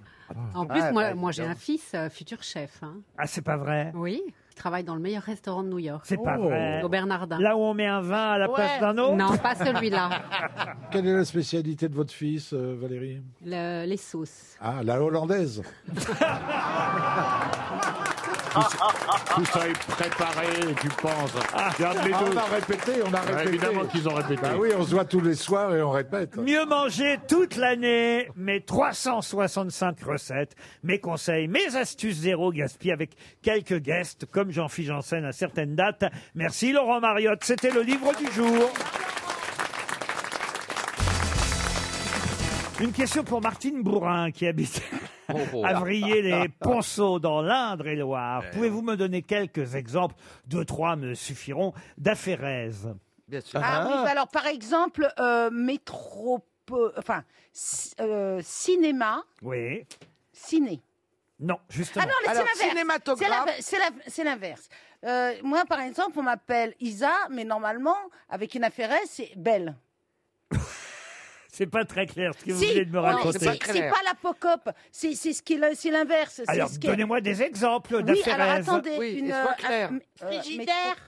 Speaker 20: En plus,
Speaker 4: Ah,
Speaker 20: moi,
Speaker 4: bah,
Speaker 20: moi,
Speaker 4: dis
Speaker 20: j'ai
Speaker 4: donc.
Speaker 20: un fils, euh, futur chef. hein.
Speaker 4: Ah, c'est pas vrai.
Speaker 20: Oui, il travaille dans le meilleur restaurant de New York.
Speaker 4: C'est pas Oh. vrai.
Speaker 20: Au Bernardin.
Speaker 4: Là où on met un vin à la
Speaker 20: Ouais.
Speaker 4: place d'un autre
Speaker 20: Non, pas celui-là.
Speaker 18: Quelle est la spécialité de votre fils, euh, Valérie
Speaker 20: Le- les sauces.
Speaker 18: Ah, la hollandaise.
Speaker 24: Tout ça, tout ça est préparé, tu penses. Regarde les
Speaker 18: Ah,
Speaker 24: deux.
Speaker 18: on a répété, on a
Speaker 24: Ouais,
Speaker 18: répété.
Speaker 24: Évidemment qu'ils ont répété.
Speaker 18: Bah oui, on se voit tous les soirs et on répète.
Speaker 4: Mieux manger toute l'année, mes 365 recettes, mes conseils, mes astuces zéro gaspille avec quelques guests comme Jean-Philippe Janssen à certaines dates. Merci Laurent Mariotte, c'était le livre du jour. Une question pour Martine Bourrin qui habite
Speaker 7: Oh,
Speaker 4: Avrier-les Ponceaux dans l'Indre-et-Loire. Pouvez-vous me donner quelques exemples, deux, trois me suffiront, d'aphérèses
Speaker 7: Bien sûr.
Speaker 14: Ah oui, bah alors par exemple, euh, métropo- enfin, c- euh, cinéma,
Speaker 4: Oui.
Speaker 14: ciné.
Speaker 4: Non, justement.
Speaker 14: Ah non, là, c'est l'inverse. C'est l'inverse- c'est la- C'est l'inverse. Euh, moi, par exemple, on m'appelle Isa, mais normalement, avec une affaire, c'est Belle.
Speaker 4: C'est pas très clair ce que vous
Speaker 14: Si,
Speaker 4: venez de me
Speaker 14: on-
Speaker 4: raconter.
Speaker 14: c'est c'est pas la pop-up, c'est c'est ce qui est le- c'est l'inverse. c'est
Speaker 4: Alors,
Speaker 14: ce qui est-
Speaker 4: donnez-moi des exemples
Speaker 14: Oui,
Speaker 4: d'affaires.
Speaker 14: alors attendez,
Speaker 7: Oui,
Speaker 14: une euh,
Speaker 7: et sois clair.
Speaker 14: frigidaire.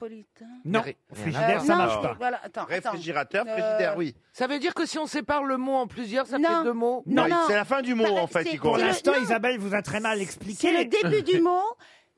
Speaker 4: Non, frigidaire, ça marche pas.
Speaker 14: Voilà, attends, attends.
Speaker 3: Réfrigérateur,
Speaker 14: Euh,
Speaker 3: frigidaire, oui.
Speaker 7: Ça veut dire que si on sépare le mot en plusieurs, ça
Speaker 14: Non. Bah,
Speaker 7: fait deux mots
Speaker 3: Non, c'est la fin du mot, en fait, qui
Speaker 4: Pour
Speaker 3: compte.
Speaker 4: l'instant, Isabelle vous a très mal expliqué.
Speaker 14: C'est le début du mot.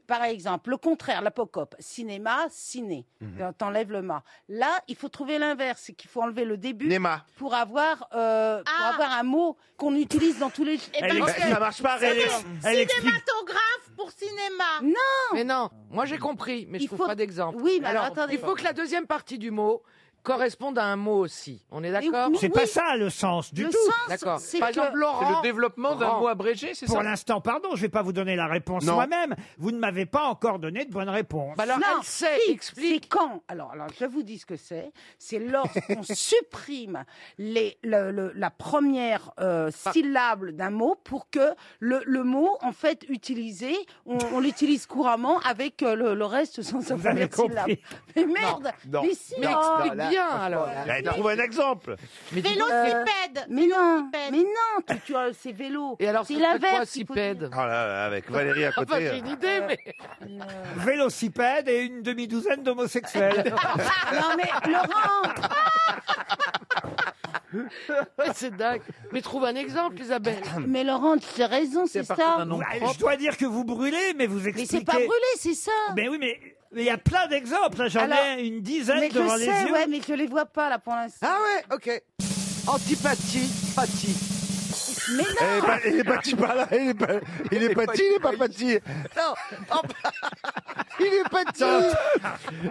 Speaker 14: par exemple, le contraire, la pop-up, cinéma, ciné,
Speaker 3: Mhm.
Speaker 14: t'enlèves le ma. Là, il faut trouver l'inverse, c'est qu'il faut enlever le début
Speaker 3: Nema.
Speaker 14: pour avoir euh, pour avoir un mot qu'on utilise dans tous les.
Speaker 1: Eh ben, Elle Ah. parce que- explique. ça marche pas, elle explique. Elle explique. Cinématographe pour cinéma.
Speaker 14: Non.
Speaker 3: Mais non, moi j'ai compris, mais je
Speaker 14: Il
Speaker 3: trouve
Speaker 14: faut-
Speaker 3: pas d'exemple.
Speaker 14: Oui, mais alors, attendez.
Speaker 3: il faut que la deuxième partie du mot corresponde à un mot aussi. On est d'accord
Speaker 4: C'est pas ça le sens du
Speaker 3: Le
Speaker 4: tout.
Speaker 3: sens, D'accord. c'est Par que- exemple, Laurent- C'est le développement d'un Laurent. mot abrégé, c'est
Speaker 4: Pour
Speaker 3: ça
Speaker 4: l'instant, pardon, je vais pas vous donner la réponse
Speaker 3: Non.
Speaker 4: moi-même. Vous ne m'avez pas encore donné de bonne réponse.
Speaker 14: Non, si, C'est quand alors, alors, je vous dis ce que c'est. C'est lorsqu'on supprime les, le- le- la première euh, syllabe d'un mot pour que le, le mot, en fait, utilisé, on, on l'utilise couramment avec euh, le, le reste sans sa
Speaker 6: avez
Speaker 14: première syllabe.
Speaker 6: compris.
Speaker 14: Mais merde
Speaker 6: Non, non.
Speaker 14: Mais si
Speaker 6: Mais
Speaker 14: oh,
Speaker 6: explique bien,
Speaker 3: alors.
Speaker 14: Ah,
Speaker 6: Eh, trouve un exemple.
Speaker 14: Vélocipède Mais non Mais non tu, tu, euh, C'est vélo Et alors,
Speaker 3: c'est quoi, cipède
Speaker 6: Ah là là, avec Valérie à
Speaker 3: Enfin,
Speaker 6: côté.
Speaker 8: euh,
Speaker 3: j'ai une idée, mais.
Speaker 4: Vélocipède et une demi-douzaine d'homosexuels.
Speaker 3: non, mais Laurent Ouais, c'est dingue. Mais trouve un exemple, Isabelle.
Speaker 14: Ah, Mais Laurent, tu as raison, c'est ça.
Speaker 4: Je dois dire que vous brûlez, mais vous expliquez.
Speaker 14: c'est pas brûlé, c'est ça.
Speaker 4: Mais oui, mais mais il y a plein d'exemples. là, J'en
Speaker 14: Alors,
Speaker 4: ai une dizaine
Speaker 14: mais
Speaker 4: devant
Speaker 14: je
Speaker 4: les
Speaker 14: sais,
Speaker 4: yeux.
Speaker 14: Ouais, mais je les vois pas là pour l'instant.
Speaker 7: Ah ouais, ok. Antipathie, pathie.
Speaker 14: Mais
Speaker 6: Eh, il est
Speaker 7: ben,
Speaker 14: non
Speaker 6: pas- Il est pâti pas là, il est pas, il est pâti, il est pas pâti.
Speaker 7: Non, en- il est petit.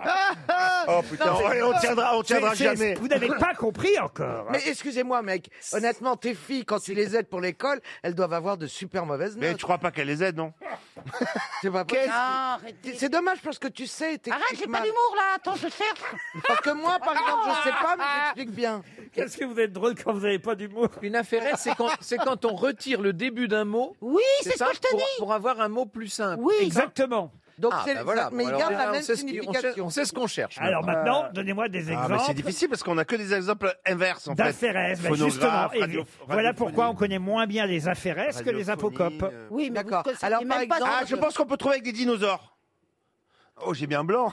Speaker 6: Oh, putain,
Speaker 7: Non, mais-
Speaker 6: on- on tiendra- on tiendra
Speaker 7: C'est- c'est-
Speaker 6: jamais. Vous n'avez pas compris encore, hein.
Speaker 7: Mais excusez-moi, mec. Honnêtement, tes filles, quand tu les aides pour l'école, elles doivent avoir de super mauvaises notes. Mais tu crois pas qu'elles les aident, non C'est pas possible.
Speaker 14: Non, arrêtez.
Speaker 7: C'est dommage parce que tu sais.
Speaker 14: Arrête, j'ai pas d'humour là, attends, je cherche.
Speaker 7: Parce que moi, par exemple, je sais pas, mais j'explique bien.
Speaker 4: Qu'est-ce que vous êtes drôle quand vous n'avez pas d'humour
Speaker 8: Une affaire, c'est quand, c'est quand on retire le début d'un mot.
Speaker 14: Oui,
Speaker 7: c'est ce
Speaker 8: ça,
Speaker 7: que je te
Speaker 8: pour,
Speaker 7: dis.
Speaker 8: Pour avoir un mot plus simple. Ah, ben
Speaker 4: Oui. Exactement.
Speaker 7: Donc
Speaker 4: c'est- ça- mais il garde la même
Speaker 8: on sait ce qui- on sait-
Speaker 4: signification.
Speaker 8: on sait ce qu'on cherche.
Speaker 4: Alors
Speaker 14: Ah.
Speaker 4: maintenant, donnez-moi des
Speaker 8: Ah,
Speaker 4: exemples.
Speaker 8: mais c'est
Speaker 6: difficile parce qu'on n'a que des exemples inverses en fait.
Speaker 4: D'affaires, ben,
Speaker 6: Phonographe,
Speaker 4: justement. Et
Speaker 6: radio-
Speaker 4: voilà pourquoi on connaît moins bien les affaires que les apocopes.
Speaker 14: Oui, mais
Speaker 7: d'accord.
Speaker 14: Alors, par exemple,
Speaker 6: euh. Ah, je pense qu'on peut trouver avec des dinosaures. Oh, j'ai bien blanc.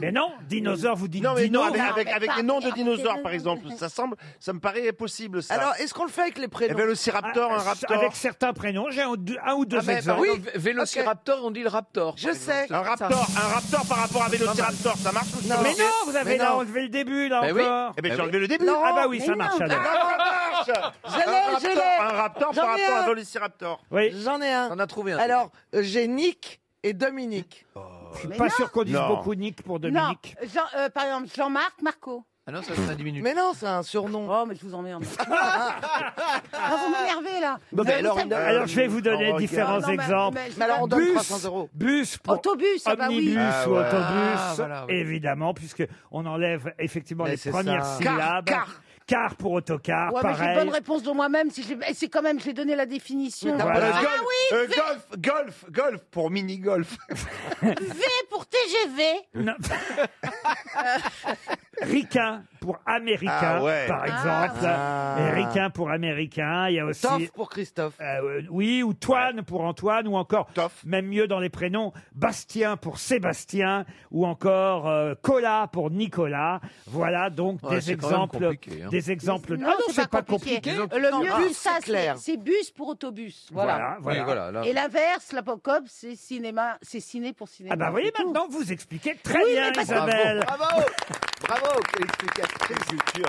Speaker 4: mais non, dinosaures, vous dites
Speaker 6: non, mais
Speaker 4: dino.
Speaker 6: non, avec, avec,
Speaker 4: Non, mais
Speaker 6: avec
Speaker 4: pas-
Speaker 6: les noms de dinosaures, par exemple, ça semble, ça me paraît possible. Ça.
Speaker 7: Alors, est-ce qu'on le fait avec les prénoms Ah,
Speaker 6: Eh ben, le Cyraptor, un raptor.
Speaker 4: Ah, Avec certains prénoms, j'ai un, deux- un ou deux
Speaker 6: Ah, mais,
Speaker 4: exemples.
Speaker 6: par exemple,
Speaker 8: vé- vélociraptor, on dit le raptor.
Speaker 7: Je sais.
Speaker 6: Un raptor, un raptor par rapport à Vélociraptor, ça marche ou
Speaker 4: Non, mais non, vous avez là
Speaker 6: enlevé
Speaker 4: enlevé le début, là
Speaker 6: Ben oui.
Speaker 4: encore.
Speaker 6: Eh ben, j'ai enlevé le début.
Speaker 4: Ah bah oui, ça marche alors.
Speaker 6: Ah, ça marche.
Speaker 7: Je l'ai,
Speaker 6: Un
Speaker 7: je
Speaker 6: raptor-
Speaker 7: l'ai.
Speaker 6: Un raptor
Speaker 7: J'en
Speaker 6: par
Speaker 7: ai
Speaker 6: rapport
Speaker 7: un.
Speaker 6: à Vélociraptor.
Speaker 7: J'en ai un.
Speaker 8: On a trouvé un.
Speaker 7: Alors, euh, j'ai Nick et Dominique.
Speaker 6: Oh.
Speaker 4: Je suis
Speaker 7: Mais
Speaker 4: pas
Speaker 7: non.
Speaker 4: sûr qu'on dise
Speaker 7: Non.
Speaker 4: beaucoup Nick pour Dominique.
Speaker 14: Non, Jean- euh, par exemple, Jean-Marc, Marco.
Speaker 8: Ah non, ça serait 10 minutes.
Speaker 7: Mais non, c'est un surnom.
Speaker 14: Oh, mais je vous emmerde. Ah, vous m'énervez là.
Speaker 4: Bon, ben,
Speaker 14: Euh,
Speaker 4: alors,
Speaker 14: ça-
Speaker 4: une- alors, je vais vous donner
Speaker 14: Non,
Speaker 4: différents
Speaker 14: non, mais-
Speaker 4: exemples.
Speaker 14: mais- mais alors, on donne
Speaker 4: bus,
Speaker 14: 300 euros.
Speaker 4: Bus pour
Speaker 14: Autobus, ah bah oui.
Speaker 4: omnibus
Speaker 14: Ah,
Speaker 4: ou
Speaker 14: ouais.
Speaker 4: autobus,
Speaker 14: Ah, voilà, oui.
Speaker 4: évidemment, puisque on enlève effectivement
Speaker 14: Mais
Speaker 4: les
Speaker 14: c'est
Speaker 4: premières
Speaker 14: ça.
Speaker 4: syllabes.
Speaker 14: Car,
Speaker 4: Car pour autocar,
Speaker 14: Ouais, mais j'ai une
Speaker 4: pareil.
Speaker 14: bonne réponse de moi-même. Si j'ai- eh, c'est quand même, j'ai donné la définition.
Speaker 6: Voilà.
Speaker 14: Ah
Speaker 6: golf,
Speaker 14: oui,
Speaker 6: euh,
Speaker 14: V-
Speaker 6: golf, golf, golf pour mini golf.
Speaker 1: V pour TGV.
Speaker 4: Ricain pour américain,
Speaker 6: Ah ouais.
Speaker 4: par
Speaker 6: Ah.
Speaker 4: exemple.
Speaker 6: Ah.
Speaker 4: Et Ricain pour américain. Il y a aussi.
Speaker 7: Toff pour Christophe.
Speaker 4: Euh, oui, ou Toine pour Antoine, ou encore, même mieux dans les prénoms, Bastien pour Sébastien, ou encore euh, Cola pour Nicolas. Voilà donc
Speaker 8: Ouais,
Speaker 4: des
Speaker 8: c'est quand même
Speaker 4: exemples.
Speaker 8: compliqué, hein. Ah,
Speaker 4: Des exemples.
Speaker 14: Non,
Speaker 4: ah non, c'est pas compliqué.
Speaker 14: Euh, Le mieux,
Speaker 4: Bus,
Speaker 14: ça,
Speaker 4: c'est clair.
Speaker 14: c'est c'est bus pour autobus. Voilà.
Speaker 4: Voilà, voilà. Oui, voilà, là.
Speaker 14: Et l'inverse, la pop-up, c'est cinéma, c'est ciné pour cinéma.
Speaker 4: Ah bah voyez maintenant, vous expliquez très
Speaker 14: Oui,
Speaker 4: bien,
Speaker 14: mais parce-
Speaker 4: Isabelle.
Speaker 14: Bravo.
Speaker 6: Bravo, quelle explication.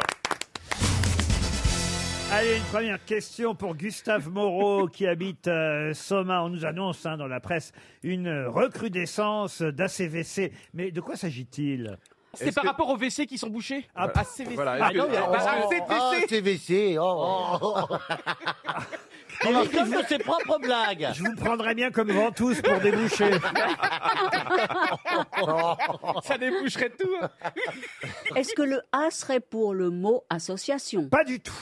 Speaker 4: Allez, une première question pour Gustave Moreau qui habite euh, Soma. On nous annonce hein, dans la presse une recrudescence d'ACVC. Mais de quoi s'agit-il
Speaker 9: C'est par rapport aux WC qui sont bouchés
Speaker 4: Ah,
Speaker 9: À CVC.
Speaker 4: voilà,
Speaker 9: Ah
Speaker 4: est-ce
Speaker 9: non,
Speaker 4: que-
Speaker 9: il y a-
Speaker 4: Oh,
Speaker 9: bah,
Speaker 4: oh,
Speaker 9: CVC.
Speaker 2: Ah,
Speaker 4: oh,
Speaker 2: TVC, oh.
Speaker 4: Il
Speaker 2: rigole de ses propres blagues.
Speaker 4: Je vous prendrais bien comme ventouse pour déboucher.
Speaker 9: Ça déboucherait tout.
Speaker 5: Est-ce que le A serait pour le mot association
Speaker 4: Pas du tout.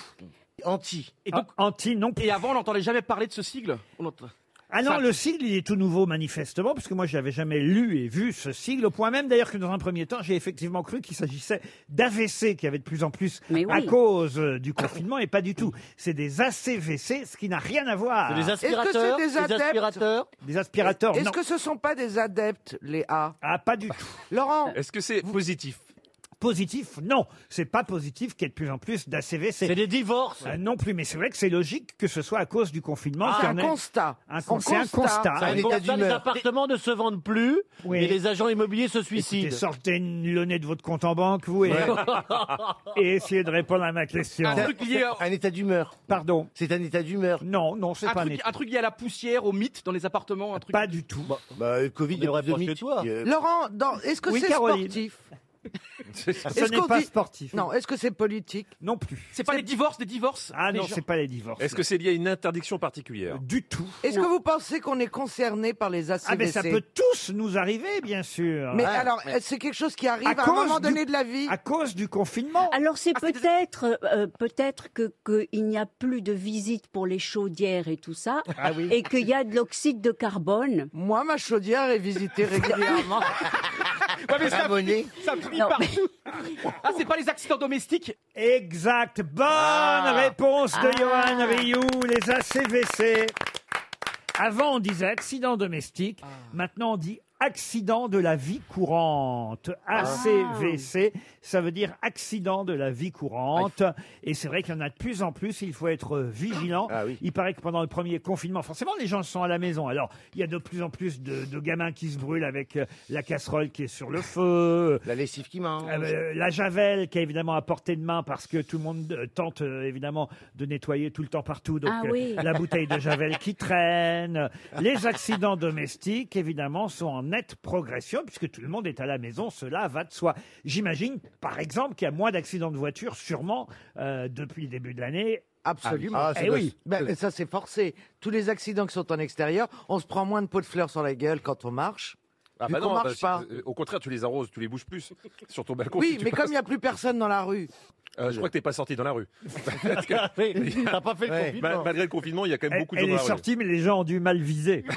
Speaker 5: Anti.
Speaker 9: Et donc-
Speaker 4: anti, non.
Speaker 9: Ah. Et avant, on n'entendait jamais parler de ce sigle. On entend-
Speaker 4: Ah non, le sigle, il est tout nouveau manifestement, parce que moi, je n'avais jamais lu et vu ce sigle, au point même d'ailleurs que dans un premier temps, j'ai effectivement cru qu'il s'agissait d'AVC, qui avait de plus en plus
Speaker 9: Mais oui.
Speaker 4: à cause euh, du confinement, et pas du tout. C'est des ACVC, ce qui n'a rien à voir.
Speaker 7: C'est des aspirateurs, Est-ce que c'est des des adeptes aspirateurs
Speaker 4: Des aspirateurs,
Speaker 7: Est-ce
Speaker 4: non.
Speaker 7: que ce sont pas des adeptes, les A
Speaker 4: Ah, pas du tout.
Speaker 7: Laurent
Speaker 10: Est-ce que c'est positif
Speaker 4: positif. Non, c'est pas positif qu'il y ait de plus en plus d'ACVC. C'est des divorces. Ah, non plus, mais c'est vrai que c'est logique que ce soit à cause du confinement.
Speaker 7: Ah,
Speaker 4: qu'il y
Speaker 7: un
Speaker 4: en ait-
Speaker 7: constat.
Speaker 4: Un
Speaker 7: C'est
Speaker 4: con-
Speaker 7: un
Speaker 4: C'est un
Speaker 7: constat.
Speaker 4: constat.
Speaker 7: C'est un état d'humeur.
Speaker 11: Les appartements ne se vendent plus
Speaker 4: Oui.
Speaker 11: et les agents immobiliers se suicident.
Speaker 4: Écoutez, sortez le nez de votre compte en banque, vous, et, et essayez de répondre à ma question.
Speaker 2: Un truc lié
Speaker 4: un état d'humeur. Pardon.
Speaker 2: C'est un état d'humeur.
Speaker 4: Non, non, c'est
Speaker 9: un,
Speaker 4: pas un
Speaker 9: truc,
Speaker 4: état.
Speaker 9: un truc lié à la poussière, au mythe dans les appartements, un truc.
Speaker 4: Pas du tout.
Speaker 2: Bah, le Covid, il y aurait plus de mythes. Il y a-
Speaker 7: Laurent, dans- est-ce que
Speaker 9: Oui,
Speaker 7: c'est
Speaker 9: Caroline.
Speaker 7: sportif
Speaker 4: Ce
Speaker 7: Est-ce
Speaker 4: n'est
Speaker 7: qu'on
Speaker 4: pas
Speaker 7: dit-
Speaker 4: sportif.
Speaker 7: Non, est-ce que c'est politique
Speaker 4: Non plus.
Speaker 9: C'est pas les divorces, des divorces
Speaker 4: Ah
Speaker 9: les
Speaker 4: non,
Speaker 9: gens-
Speaker 4: c'est pas les divorces.
Speaker 10: Est-ce que c'est lié à une interdiction particulière
Speaker 4: Du tout.
Speaker 7: Est-ce que vous pensez qu'on est concerné par les ACDC
Speaker 4: Ah, mais ça peut tous nous arriver, bien sûr.
Speaker 7: Mais
Speaker 4: Ouais.
Speaker 7: alors,
Speaker 4: Mais-
Speaker 7: c'est quelque chose qui arrive
Speaker 4: À
Speaker 7: à, un
Speaker 4: cause
Speaker 7: moment
Speaker 4: du-
Speaker 7: donné de la vie Ah,
Speaker 4: À cause du confinement.
Speaker 5: Alors c'est peut-être euh, peut-être que qu'il n'y a plus de visite pour les chaudières et tout ça
Speaker 7: Ah oui.
Speaker 5: et qu'il y a de l'oxyde de carbone.
Speaker 7: Moi ma chaudière est visitée régulièrement.
Speaker 9: Ouais, mais ça,
Speaker 7: Abonné.
Speaker 9: ça brille partout. Ah, c'est pas les accidents domestiques Ah.
Speaker 4: Exact. Bonne
Speaker 7: Ah.
Speaker 4: réponse de Johan Rioux, les ACVC. Avant, on disait accident domestique.
Speaker 2: Ah.
Speaker 4: Maintenant, on dit accident de la vie courante.
Speaker 2: Ah.
Speaker 4: ACVC, ça veut dire accident de la vie courante. Et c'est vrai qu'il y en a de plus en plus. Il faut être euh, vigilant.
Speaker 2: Ah
Speaker 4: Il paraît que pendant le premier confinement, forcément, les gens sont à la maison. Alors, il y a de plus en plus de, de gamins qui se brûlent avec euh, la casserole qui est sur le feu.
Speaker 2: La lessive qui mange.
Speaker 4: Ah, euh, la javel qui est évidemment à portée de main parce que tout le monde euh, tente euh, évidemment de nettoyer tout le temps partout. Donc
Speaker 5: Ah
Speaker 4: euh,
Speaker 5: oui.
Speaker 4: la bouteille de javel qui traîne. Les accidents domestiques évidemment sont en nette progression puisque tout le monde est à la maison. Cela va de soi. J'imagine par exemple qu'il y a moins d'accidents de voiture sûrement euh, depuis le début de l'année.
Speaker 7: Absolument.
Speaker 4: Ah,
Speaker 7: Eh oui. Ben, mais ça c'est forcé. Tous les accidents qui sont en extérieur, on se prend moins de pots de fleurs sur la gueule quand on marche.
Speaker 10: Ah
Speaker 7: vu
Speaker 10: bah
Speaker 7: qu'on
Speaker 10: non,
Speaker 7: marche
Speaker 10: bah,
Speaker 7: pas.
Speaker 10: c'est- euh, au contraire, tu les arroses, tu les bouges plus sur ton balcon. si
Speaker 7: Oui,
Speaker 10: tu
Speaker 7: mais
Speaker 10: passes.
Speaker 7: comme il n'y a plus personne dans la rue.
Speaker 10: Euh, je crois que t'es pas sorti dans la rue. Parce que-
Speaker 7: T'as pas fait le
Speaker 10: Ouais.
Speaker 7: confinement.
Speaker 10: Ma- Malgré le confinement, il y a quand même
Speaker 4: Elle,
Speaker 10: beaucoup de
Speaker 4: elle
Speaker 10: gens dans
Speaker 4: est
Speaker 10: la rue.
Speaker 4: sortie mais les gens ont dû mal viser.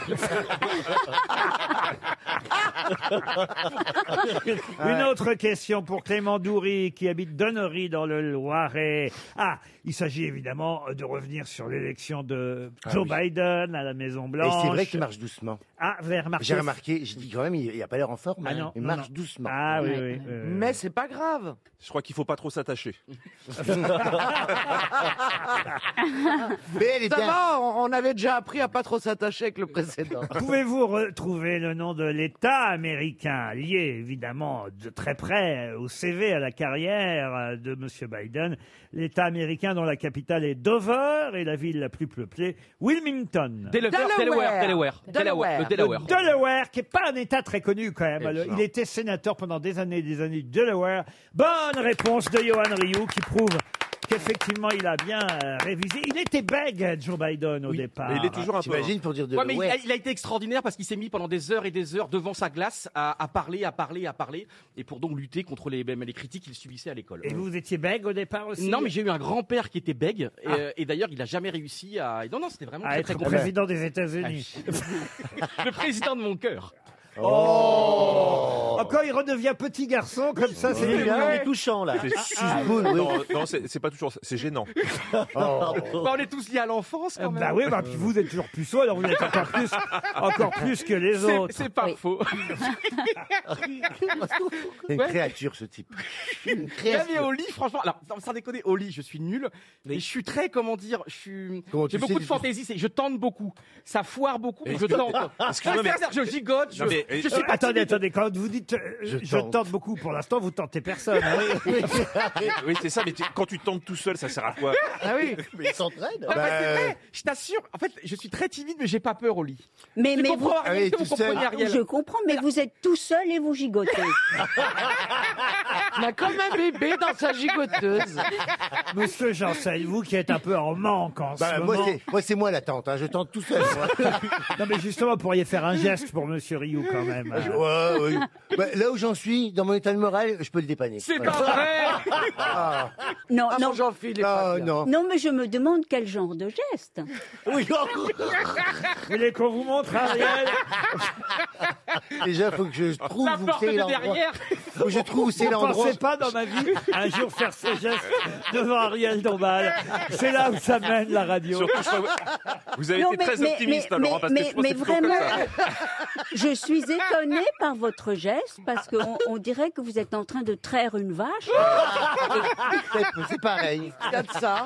Speaker 4: Une autre question pour Clément Doury qui habite Donnery dans le Loiret. Ah, il s'agit évidemment de revenir sur l'élection de
Speaker 2: Ah
Speaker 4: Joe
Speaker 2: oui.
Speaker 4: Biden à la Maison
Speaker 2: Et
Speaker 4: Blanche.
Speaker 2: c'est vrai qu'il marche doucement.
Speaker 4: Ah, vous avez remarqué
Speaker 2: J'ai remarqué, j'ai dit quand même, il il a pas l'air en forme.
Speaker 4: Ah
Speaker 2: hein.
Speaker 4: non,
Speaker 2: il
Speaker 4: non,
Speaker 2: marche
Speaker 4: non.
Speaker 2: doucement.
Speaker 4: Ah oui, oui, oui, oui.
Speaker 7: Mais c'est pas grave.
Speaker 10: Je crois qu'il faut pas trop s'attacher.
Speaker 7: Ça va, on on avait déjà appris à pas trop s'attacher avec le précédent.
Speaker 4: Pouvez-vous retrouver le nom de l'État américain lié évidemment de très près au CV, à la carrière euh, de M. Biden L'État américain dont la capitale est Dover et la ville la plus peuplée, Wilmington.
Speaker 9: Delaware, Delaware, Delaware, Delaware, le Delaware.
Speaker 4: Le Delaware, qui n'est pas un État très connu quand même. Alors, il était sénateur pendant des années et des années du Delaware. Bonne réponse de Johan Rioux qui prouve qu'effectivement il a bien euh, révisé. Il était bègue, Joe Biden, au départ.
Speaker 10: mais il est toujours un peu,
Speaker 2: T'imagines
Speaker 10: hein.
Speaker 2: pour dire de
Speaker 9: Ouais, mais il
Speaker 2: ouais.
Speaker 9: a, il a été extraordinaire parce qu'il s'est mis pendant des heures et des heures devant sa glace à, à parler, à parler, à parler, et pour donc lutter contre les, même les critiques qu'il subissait à l'école.
Speaker 4: Et vous étiez bègue au départ aussi Ah.
Speaker 9: Non, mais j'ai eu un grand-père qui était bègue, et, euh, et d'ailleurs, il a jamais réussi à. et Non, non, c'était vraiment
Speaker 4: à
Speaker 9: très,
Speaker 4: être
Speaker 9: très compliqué.
Speaker 4: président des États-Unis.
Speaker 9: Ah, Le président de mon cœur.
Speaker 4: Oh Encore, il redevient petit garçon, comme ça, c'est
Speaker 2: Ouais.
Speaker 4: mignon.
Speaker 2: On est touchant, là.
Speaker 10: C'est-
Speaker 4: Ah,
Speaker 10: Non, non, c'est c'est pas toujours ça. C'est gênant. Oh.
Speaker 9: Bah, on est tous liés à l'enfance quand même.
Speaker 4: Bah oui, bah, puis vous êtes toujours puceau, alors vous êtes encore plus, encore plus que les
Speaker 9: C'est-
Speaker 4: autres.
Speaker 9: C'est pas faux.
Speaker 2: C'est une
Speaker 9: Ouais.
Speaker 2: créature, ce type. Une
Speaker 9: Non,
Speaker 2: créature.
Speaker 9: mais au lit, franchement, alors non, sans déconner, au lit, je suis nul. Et je suis très, comment dire, je suis.
Speaker 2: Comment tu
Speaker 9: J'ai beaucoup
Speaker 2: sais,
Speaker 9: de
Speaker 2: tu-
Speaker 9: fantaisie, c'est je tente beaucoup. Ça foire beaucoup, mais
Speaker 10: Et-
Speaker 9: je tente.
Speaker 4: Ah,
Speaker 10: Excuse-moi, mais-
Speaker 9: C'est-à-dire, je gigote, je,
Speaker 10: Non, mais-
Speaker 9: je suis
Speaker 4: Euh,
Speaker 9: pas
Speaker 4: attendez,
Speaker 9: timide.
Speaker 4: attendez, quand vous dites euh, je, tente. beaucoup, pour l'instant, vous tentez personne. hein.
Speaker 10: Oui, c'est ça. Mais tu- quand tu tentes tout seul, ça sert à quoi
Speaker 9: Ah oui.
Speaker 2: Mais il s'entraîne.
Speaker 9: Ah, bah, c'est vrai, je t'assure. En fait, je suis très timide, mais j'ai pas peur au lit.
Speaker 5: Mais
Speaker 9: tu
Speaker 5: mais vous,
Speaker 9: comprends Ariel,
Speaker 2: Allez,
Speaker 9: que vous
Speaker 2: tout seul.
Speaker 9: comprenez Ariel.
Speaker 5: je comprends, mais vous êtes tout seul et vous gigotez.
Speaker 7: On a comme un bébé dans sa gigoteuse.
Speaker 4: Monsieur Janssen, vous qui êtes un peu en manque en
Speaker 2: Bah,
Speaker 4: ce
Speaker 2: moi,
Speaker 4: moment.
Speaker 2: c'est, moi, c'est moi la tante. hein. Je tente tout seul. moi.
Speaker 4: Non, mais justement, vous pourriez faire un geste pour Monsieur Rioux quand même.
Speaker 2: Je- ouais, ouais. Bah, là où j'en suis, dans mon état de morale, je peux le dépanner.
Speaker 9: C'est pas vrai.
Speaker 2: Ah,
Speaker 5: Non,
Speaker 7: Ah,
Speaker 5: non.
Speaker 7: mon Jean-Philippe.
Speaker 2: ah, non.
Speaker 5: Non, mais je me demande quel genre de geste.
Speaker 2: Oui, encore.
Speaker 4: Vous voulez qu'on vous montre, Ariel
Speaker 2: Déjà, faut que je trouve
Speaker 9: La
Speaker 2: où
Speaker 9: porte
Speaker 2: c'est
Speaker 9: de
Speaker 2: l'endroit.
Speaker 9: derrière.
Speaker 2: Faut que je trouve où c'est
Speaker 4: Vous ne
Speaker 2: l'endroit.
Speaker 4: pensez pas dans ma vie un jour faire ce geste devant Ariel Dombal. C'est là où ça mène la radio.
Speaker 10: Surtout, je crois- vous avez
Speaker 5: Non,
Speaker 10: été
Speaker 5: mais-
Speaker 10: très
Speaker 5: mais-
Speaker 10: optimiste, hein,
Speaker 5: mais-
Speaker 10: Laurent, parce
Speaker 5: mais-
Speaker 10: que je pense
Speaker 5: mais
Speaker 10: que c'est plutôt comme
Speaker 5: vraiment-
Speaker 10: ça.
Speaker 5: Je suis suis étonnée par votre geste parce qu'on on dirait que vous êtes en train de traire une vache.
Speaker 10: euh,
Speaker 2: C'est pareil.
Speaker 5: Comme ça.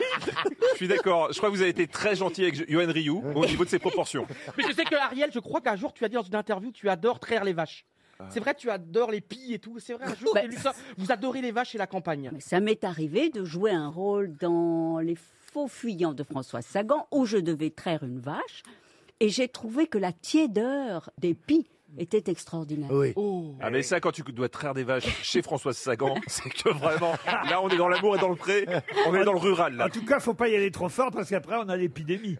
Speaker 10: Je suis d'accord. Je crois que vous avez été très gentil avec Yoann Rioux au niveau de ses proportions.
Speaker 9: Mais je sais que Ariel, je crois qu'un jour tu as dit dans une interview, tu adores traire les vaches. C'est vrai, tu adores les pies et tout. C'est vrai, un jour,
Speaker 5: Bah,
Speaker 9: j'ai lu ça. vous adorez les vaches et la campagne.
Speaker 5: Ça m'est arrivé de jouer un rôle dans Les Faux Fuyants de François Sagan où je devais traire une vache et j'ai trouvé que la tiédeur des pies était extraordinaire.
Speaker 10: Ah mais ça, quand tu dois traire des vaches chez Françoise Sagan, c'est que vraiment, là on est dans l'amour et dans le pré, on est dans le rural là.
Speaker 4: En tout cas, faut pas y aller trop fort parce qu'après on a l'épidémie.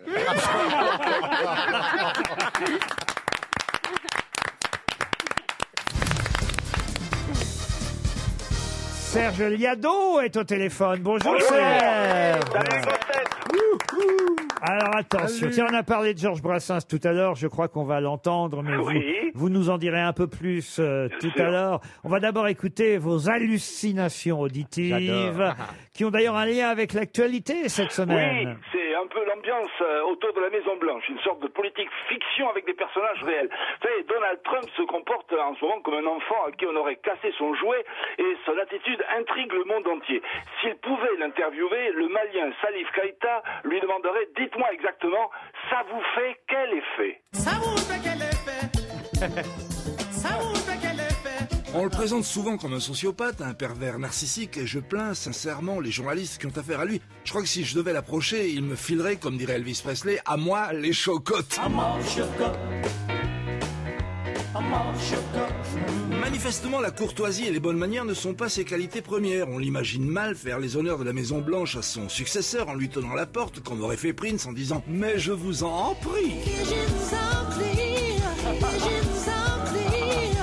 Speaker 4: Serge Liado est au téléphone. Bonjour
Speaker 25: Bonjour.
Speaker 4: Serge.
Speaker 25: Salut,
Speaker 4: Wouhou. Alors attention,
Speaker 25: Salut.
Speaker 4: tiens, on a parlé de Georges Brassens tout à l'heure, je crois qu'on va l'entendre, mais
Speaker 25: Oui.
Speaker 4: vous, vous nous en direz un peu plus euh, tout
Speaker 25: sûr.
Speaker 4: à l'heure. On va d'abord écouter vos hallucinations auditives,
Speaker 25: J'adore.
Speaker 4: qui ont d'ailleurs un lien avec l'actualité cette
Speaker 25: Oui,
Speaker 4: semaine.
Speaker 25: c'est un peu l'ambiance euh, autour de la Maison Blanche, une sorte de politique fiction avec des personnages réels. Vous savez, Donald Trump se comporte euh, en ce moment comme un enfant à qui on aurait cassé son jouet et son attitude intrigue le monde entier. S'il pouvait l'interviewer, le Malien Salif Keita lui demanderait « Dites-moi exactement, ça vous fait quel effet ?»
Speaker 17: On le présente souvent comme un sociopathe, un pervers narcissique, et je plains sincèrement les journalistes qui ont affaire à lui. Je crois que si je devais l'approcher, il me filerait, comme dirait Elvis Presley, à moi les chocottes. Manifestement, la courtoisie et les bonnes manières ne sont pas ses qualités premières. On l'imagine mal faire les honneurs de la Maison Blanche à son successeur en lui tenant la porte, comme aurait fait Prince en disant Mais je vous en prie.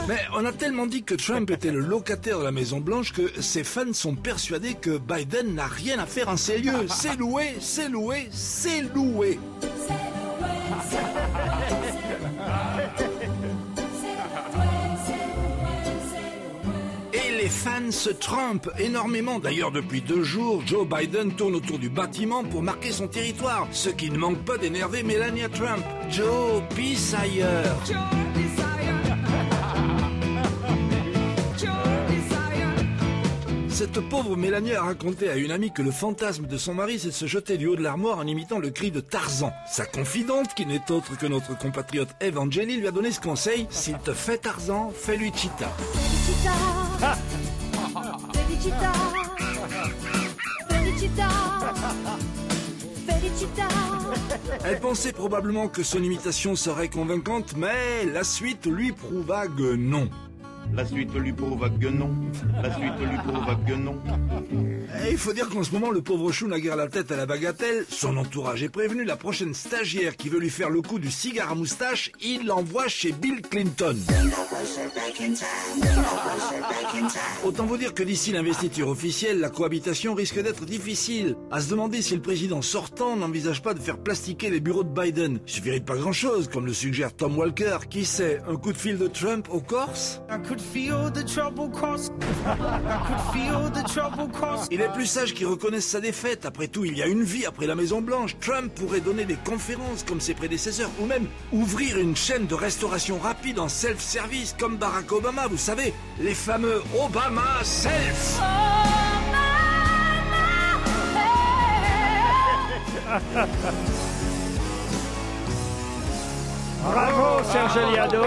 Speaker 17: Mais on a tellement dit que Trump était le locataire de la Maison Blanche que ses fans sont persuadés que Biden n'a rien à faire en ces lieux. C'est loué, c'est loué, c'est loué. Et les fans se trompent énormément. D'ailleurs, depuis deux jours, Joe Biden tourne autour du bâtiment pour marquer son territoire, ce qui ne manque pas d'énerver Melania Trump. Joe, peace ailleurs. Cette pauvre Mélanie a raconté à une amie que le fantasme de son mari c'est de se jeter du haut de l'armoire en imitant le cri de Tarzan. Sa confidente, qui n'est autre que notre compatriote Evangeli, lui a donné ce conseil s'il te fait Tarzan, fais-lui Cheetah.
Speaker 25: Felicita, Felicita, Felicita.
Speaker 17: Elle pensait probablement que son imitation serait convaincante, mais la suite lui prouva que non. La suite lui prouva que non. La suite lui prouva que non. Et il faut dire qu'en ce moment, le pauvre chou n'a guère la tête à la bagatelle. Son entourage est prévenu. La prochaine stagiaire qui veut lui faire le coup du cigare à moustache, il l'envoie chez Bill Clinton. Autant vous dire que d'ici l'investiture officielle, la cohabitation risque d'être difficile. À se demander si le président sortant n'envisage pas de faire plastiquer les bureaux de Biden. Il suffirait de pas grand-chose, comme le suggère Tom Walker. Qui sait, un coup de fil de Trump aux Corses
Speaker 25: I could feel the trouble cross. I could feel the trouble cross.
Speaker 17: Il est plus sage qu'il reconnaisse sa défaite. Après tout, il y a une vie après la Maison Blanche. Trump pourrait donner des conférences comme ses prédécesseurs ou même ouvrir une chaîne de restauration rapide en self-service comme Barack Obama, vous savez, les fameux Obama Self.
Speaker 4: Bravo Serge Liado.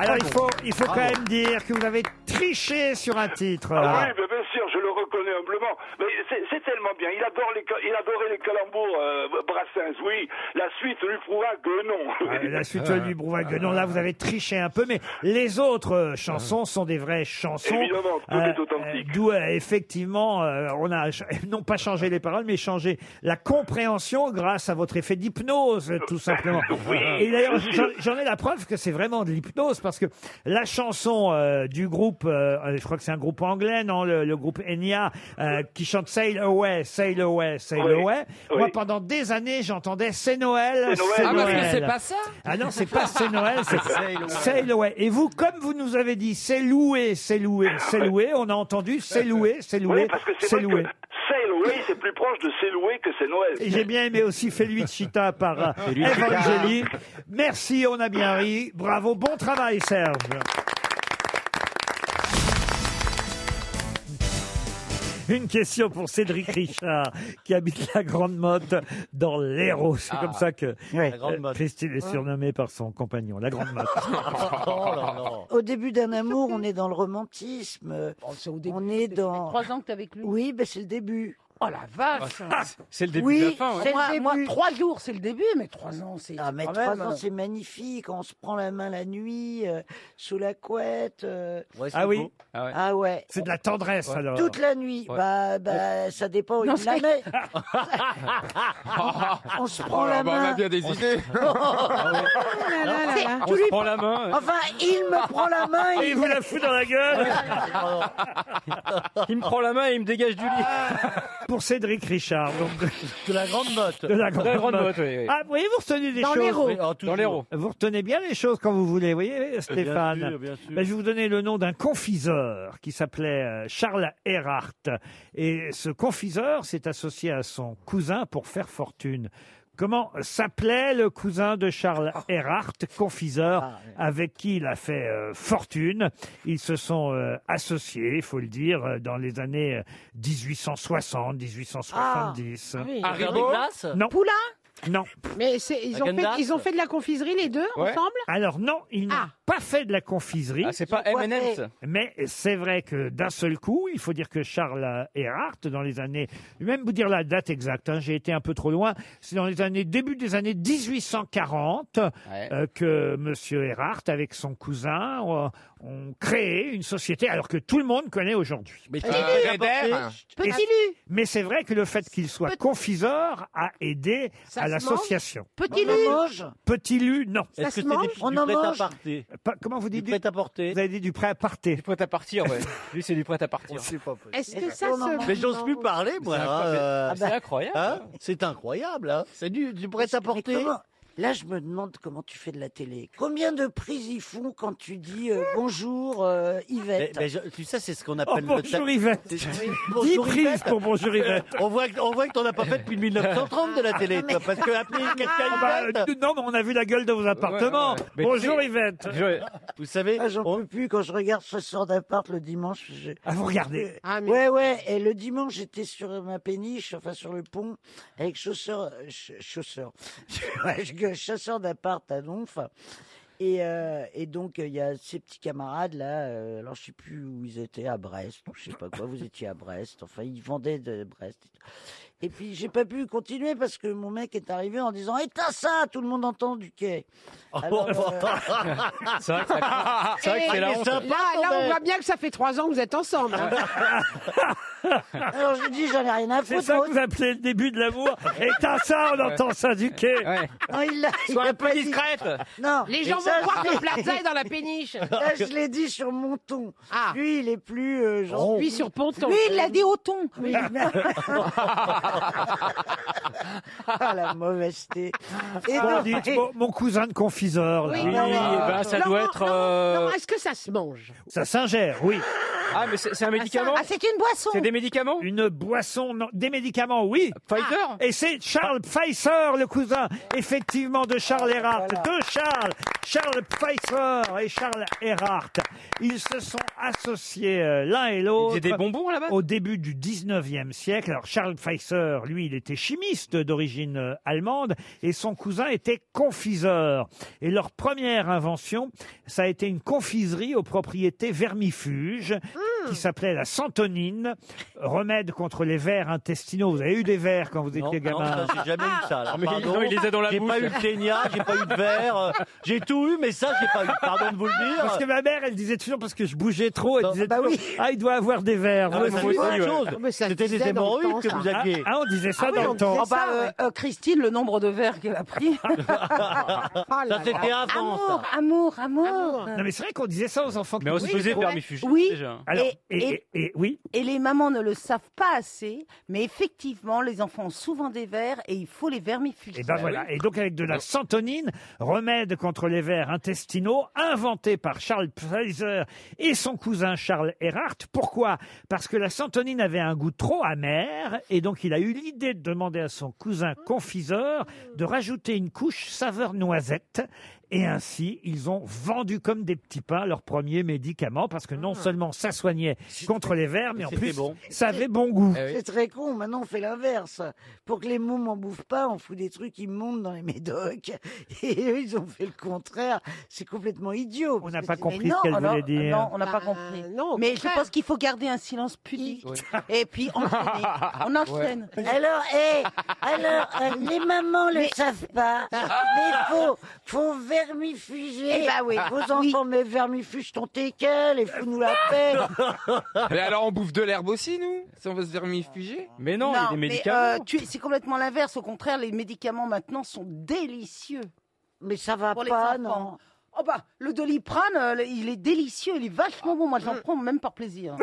Speaker 4: Alors il faut, il faut quand même dire que vous avez triché sur un titre.
Speaker 25: Ah oui, mais bien sûr, je le reconnais humblement. Mais c'est c'est tellement bien. Il adore les, ca- il adorait les calembours euh, Brassens, oui. La suite lui prouva que non.
Speaker 4: Ah, La suite du Brouhaha Guenon, là vous avez triché un peu, mais les autres euh, chansons sont des vraies chansons.
Speaker 25: Évidemment, tout est authentique.
Speaker 4: euh, D'où euh, effectivement, euh, on a ch- non pas changé les paroles, mais changé la compréhension grâce à votre effet d'hypnose, euh, tout simplement.
Speaker 25: Oui,
Speaker 4: Et d'ailleurs,
Speaker 25: je suis-
Speaker 4: j'en- j'en ai la preuve que c'est vraiment de l'hypnose, parce que la chanson euh, du groupe, euh, je crois que c'est un groupe anglais, non, le, le groupe Enya, euh, qui chante Sail Away, Sail Away, Sail
Speaker 25: Oui,
Speaker 4: Away.
Speaker 25: oui.
Speaker 4: Moi, pendant des années, j'entendais C'est Noël,
Speaker 25: C'est Noël. Ah, parce que c'est pas ça
Speaker 4: ah non, c'est pas c'est Noël, c'est
Speaker 25: Sail away.
Speaker 4: Sail away. Et vous, comme vous nous avez dit, c'est loué, c'est loué, c'est loué, on a entendu c'est loué, c'est
Speaker 25: Oui,
Speaker 4: loué,
Speaker 25: parce que c'est
Speaker 4: c'est
Speaker 25: vrai
Speaker 4: loué.
Speaker 25: que Sailway, c'est plus proche de Sailway que c'est Noël.
Speaker 4: Et J'ai bien aimé aussi Felicita par euh,
Speaker 25: Felicita.
Speaker 4: Evangeli. Merci, on a bien ri. Bravo, bon travail Serge. Une question pour Cédric Richard, qui habite la Grande Motte dans l'Hérault. C'est
Speaker 13: Ah.
Speaker 4: comme ça que
Speaker 13: Ouais. Oh
Speaker 4: euh,
Speaker 13: La Grande Motte.
Speaker 4: Christine est surnommée par son compagnon, la Grande Motte.
Speaker 13: Au début d'un amour, on est dans le romantisme. on est dans.
Speaker 14: Trois ans que t'es avec lui.
Speaker 13: Oui, mais c'est le début.
Speaker 14: Oh la vache
Speaker 4: Ah.
Speaker 9: C'est le début
Speaker 13: Oui,
Speaker 9: de la fin. hein. ouais.
Speaker 13: c'est-
Speaker 14: moi,
Speaker 13: le
Speaker 14: moi,
Speaker 13: début.
Speaker 14: trois jours, c'est le début, mais trois ans, c'est.
Speaker 13: Ah, mais
Speaker 14: quand
Speaker 13: trois
Speaker 14: même,
Speaker 13: ans,
Speaker 14: euh,
Speaker 13: c'est magnifique. On se prend la main la nuit, euh, sous la couette. euh,
Speaker 4: ah oui
Speaker 13: Ah ouais. Ah ouais.
Speaker 4: C'est de la tendresse alors.
Speaker 13: Toute la nuit.
Speaker 4: Ouais.
Speaker 13: Bah, bah, ça dépend où
Speaker 4: Non,
Speaker 13: il me la
Speaker 4: c'est-
Speaker 13: met.
Speaker 14: Ah
Speaker 7: Ah,
Speaker 13: on se prend
Speaker 7: bah,
Speaker 13: la main.
Speaker 7: Ah
Speaker 4: On
Speaker 13: Tu
Speaker 4: se
Speaker 13: lui
Speaker 4: prend la main, ouais.
Speaker 13: Enfin, il me prend la main.
Speaker 4: Et il vous la fout dans la gueule.
Speaker 9: Il me prend la main et il me dégage du lit.
Speaker 4: Ah. Pour Cédric Richard. donc,
Speaker 24: De la grande note.
Speaker 4: de la Grande,
Speaker 9: De la Grande
Speaker 4: Motte.
Speaker 9: Motte, oui, oui.
Speaker 4: Ah, vous voyez, vous retenez des
Speaker 9: Dans
Speaker 4: choses.
Speaker 9: l'Hérault. Oui, alors, toujours. Dans l'Hérault.
Speaker 4: Vous retenez bien les choses quand vous voulez, vous voyez, Stéphane.
Speaker 24: Eh, bien sûr, bien sûr.
Speaker 4: Ben, je vais vous donner le nom d'un confiseur qui s'appelait euh, Charles Erhardt. Et ce confiseur s'est associé à son cousin pour faire fortune. Comment s'appelait le cousin de Charles
Speaker 24: Ah.
Speaker 4: Erhardt, confiseur, avec qui il a fait euh, fortune Ils se sont euh, associés, il faut le dire, euh, dans les années euh, 1860, 1870.
Speaker 19: Ah oui. Haribo
Speaker 4: Non.
Speaker 19: Poulain
Speaker 4: Non.
Speaker 19: Mais c'est- ils ont, fait,
Speaker 4: Häagen-Dazs.
Speaker 19: ils ont fait de la confiserie les deux
Speaker 4: Ouais.
Speaker 19: ensemble
Speaker 4: Alors non, ils
Speaker 13: Ah.
Speaker 4: n'ont pas fait de la confiserie.
Speaker 9: Ah, c'est pas Ils ont M&M's. coiffé.
Speaker 4: Mais c'est vrai que d'un seul coup, il faut dire que Charles Erhardt, dans les années, je vais même vous dire la date exacte, hein, j'ai été un peu trop loin, c'est dans les années, début des années 1840, euh, que Monsieur Erhardt, avec son cousin, ont, ont créé une société, alors que tout le monde connaît aujourd'hui.
Speaker 9: Mais Petit Euh, Lu. Weber.
Speaker 4: Et-
Speaker 9: Petit
Speaker 4: Mais c'est vrai que le fait qu'il soit confiseur a aidé
Speaker 13: Ça
Speaker 4: à
Speaker 13: se
Speaker 4: l'association.
Speaker 13: mange Petit On en Lu. mange
Speaker 4: Petit Lu, non.
Speaker 13: Ça Est-ce se que c'est des- mange du On en prêt-à-porter
Speaker 4: Pas- Comment vous dites Du prêt-à-porter. Vous avez dit du prêt-à-porter. Du
Speaker 9: prêt-à-porter, ouais. Lui, c'est du prêt-à-partir.
Speaker 19: Est-ce que ça se.
Speaker 24: Mais j'ose plus parler, moi.
Speaker 9: C'est
Speaker 24: hein,
Speaker 9: incroyable.
Speaker 24: euh,
Speaker 9: Ah bah. C'est incroyable.
Speaker 24: hein, c'est incroyable. hein. C'est du, du
Speaker 13: Mais
Speaker 24: prêt-à-porter.
Speaker 13: comment- Là, je me demande comment tu fais de la télé. Combien de prises ils font quand tu dis euh, bonjour euh,
Speaker 21: Mais,
Speaker 24: Eh
Speaker 13: Yvette
Speaker 21: mais je- tu sais, c'est ce qu'on appelle
Speaker 4: Oh,
Speaker 21: le ta-
Speaker 4: bonjour Yvette.
Speaker 21: C'est-
Speaker 4: Dix
Speaker 21: Bonjour
Speaker 4: prises
Speaker 21: Yvette.
Speaker 4: pour bonjour Yvette.
Speaker 21: on voit que on voit que t'en as pas fait depuis 1930 de la télé, toi, parce que appeler quelqu'un
Speaker 4: Ah bah,
Speaker 21: Yvette.
Speaker 4: euh, non, mais on a vu la gueule de vos appartements.
Speaker 21: Ouais, ouais, ouais.
Speaker 4: Bonjour
Speaker 21: Mais-
Speaker 4: Yvette.
Speaker 21: Vous savez,
Speaker 13: Ah, j'en peux plus quand je regarde ce sort d'appart le dimanche. je- Euh,
Speaker 4: Ah, vous regardez
Speaker 13: Ouais, ouais. Et le dimanche, j'étais sur ma péniche, enfin sur le pont, avec chausseur, euh, ch- chausseur, Ouais, je- chasseur d'appart à Donf. Et, euh, et donc, euh, il y a ces petits camarades là, euh, alors je sais plus où ils étaient, à Brest, ou je sais pas quoi, vous étiez à Brest, enfin ils vendaient de Brest. Et puis j'ai pas pu continuer parce que mon mec est arrivé en disant Éteins ça Tout le monde entend du quai. Alors, euh,
Speaker 9: Oh. C'est vrai que ça- c'est vrai que
Speaker 19: Eh,
Speaker 9: c'est la
Speaker 19: mais
Speaker 9: honte.
Speaker 19: ça- Là, là, on voit bien que ça fait trois ans que vous êtes ensemble.
Speaker 4: Ah,
Speaker 19: hein.
Speaker 13: Alors je dis, j'en ai rien à
Speaker 4: C'est
Speaker 13: foutre.
Speaker 4: ça que vous appelez le début de l'amour. Et t'as ça, on entend ça du quai.
Speaker 13: Non, il l'a- il
Speaker 9: Sois
Speaker 13: l'a
Speaker 9: un peu
Speaker 13: pas dit.
Speaker 9: discrète.
Speaker 13: Non.
Speaker 19: Les gens
Speaker 13: Ça,
Speaker 19: vont croire
Speaker 13: je
Speaker 19: que
Speaker 13: l'ai-
Speaker 19: Plaza est dans la péniche. Ah.
Speaker 13: Ça, je l'ai dit sur mon ton. Lui, il est plus. euh, gentil.
Speaker 19: Oh. Lui, sur Ponton.
Speaker 13: Lui, il l'a dit au ton. Oui, mais- ah, la mauvaiseté. Et
Speaker 4: Bon,
Speaker 13: donc-
Speaker 4: dites,
Speaker 13: et-
Speaker 4: mon, mon cousin de confiseur, là.
Speaker 19: Oui, Oui, voilà.
Speaker 9: ben, ça doit être, euh,
Speaker 19: Non, est-ce que ça se mange
Speaker 4: Ah, Ça s'ingère, oui.
Speaker 9: Ah, mais c'est c'est un médicament
Speaker 19: c'est une boisson.
Speaker 9: C'est des médicaments
Speaker 4: Une boisson, non, des médicaments, oui. Ah.
Speaker 9: Pfizer
Speaker 4: Et c'est Charles Pfizer, le cousin, effectivement, de Charles Erhardt. De Charles, Charles Pfizer et Charles Erhardt. Ils se sont associés euh, l'un et l'autre.
Speaker 9: faisaient des bonbons, là-bas
Speaker 4: Au début du 19e siècle. Alors, Charles Pfizer, lui, il était chimiste d'origine euh, allemande et son cousin était confiseur. Et leur première invention, ça a été une confiserie aux propriétés vermifuges qui s'appelait la santonine, remède contre les vers intestinaux. Vous avez eu des vers quand vous
Speaker 21: Non,
Speaker 4: étiez
Speaker 21: non, ça,
Speaker 4: gamin
Speaker 21: j'ai jamais
Speaker 7: Ah,
Speaker 21: eu ça.
Speaker 4: Ah,
Speaker 21: alors,
Speaker 9: Ah, Mais
Speaker 21: pardon.
Speaker 9: non, il les a dans la
Speaker 21: J'ai
Speaker 9: bouche.
Speaker 21: pas eu de ténia, j'ai pas eu de verre, euh, j'ai tout eu, mais ça, j'ai pas eu. Pardon de vous le dire.
Speaker 4: Parce que ma mère, elle disait toujours, parce que je bougeais trop, elle disait toujours, ah, il doit avoir des vers.
Speaker 21: Ah, mais
Speaker 4: Vous
Speaker 21: ça,
Speaker 4: aussi,
Speaker 21: c'est autre
Speaker 4: ouais.
Speaker 21: chose.
Speaker 19: Mais ça
Speaker 21: C'était
Speaker 19: se
Speaker 21: des
Speaker 19: disait dans le
Speaker 21: hémorroïdes
Speaker 19: temps,
Speaker 21: que
Speaker 19: ça.
Speaker 21: vous aviez.
Speaker 4: Ah, on disait ça
Speaker 14: Ah oui,
Speaker 4: dans
Speaker 14: on
Speaker 4: le temps.
Speaker 14: disait ça, ouais. Euh, Christine, le nombre de verres qu'elle a pris. Ah,
Speaker 21: Ça, c'était avant, ça.
Speaker 14: amour, amour, amour.
Speaker 4: Non, mais c'est vrai qu'on disait ça aux enfants.
Speaker 9: Mais on se faisait vermifuger,
Speaker 14: Oui.
Speaker 9: déjà.
Speaker 4: Alors,
Speaker 14: et,
Speaker 4: et- et- oui.
Speaker 14: et les mamans ne le savent pas assez, mais effectivement, les enfants ont souvent des vers et il faut les vermifuger. Ah
Speaker 4: Et ben
Speaker 13: Ah
Speaker 4: voilà. Et donc avec de la santonine, remède contre les vers intestinaux, inventé par Charles Pfizer et son cousin Charles Erhardt. Pourquoi Parce que la santonine avait un goût trop amer et donc il a eu l'idée de demander à son cousin confiseur de rajouter une couche saveur noisette. Et ainsi, ils ont vendu comme des petits pains leur premier médicament parce que non seulement ça soignait contre les vers, mais en
Speaker 13: Ah. C'était
Speaker 4: plus
Speaker 13: bon. Eh
Speaker 4: ça avait bon goût.
Speaker 13: C'est très con, maintenant on fait l'inverse. Pour que les mômes en bouffent pas, on fout des trucs immondes dans les médocs. Et eux, ils ont fait le contraire. C'est complètement idiot. On n'a
Speaker 4: pas compris ce qu'elle voulait dire.
Speaker 13: Non, on n'a pas
Speaker 14: compris. mais je pense qu'il faut garder un silence pudique. Et puis enchaîner. On enchaîne.
Speaker 13: Alors, hé, alors euh, les mamans le savent pas, mais faut, faut vermifuger.
Speaker 14: Ah. Eh ben oui.
Speaker 13: Vos enfants, mais vermifuge ton teckel et fous-nous la paix.
Speaker 8: Mais alors on bouffe de l'herbe aussi, nous Si on veut se vermifuger Mais
Speaker 14: Non, mais, euh, tu- c'est complètement l'inverse. Au contraire, les médicaments maintenant sont délicieux.
Speaker 13: Mais ça va
Speaker 14: pas, non Oh bah, le doliprane, euh, le- il est délicieux, il est
Speaker 13: Ah.
Speaker 14: vachement bon. Moi,
Speaker 13: Mm.
Speaker 14: j'en prends même par plaisir.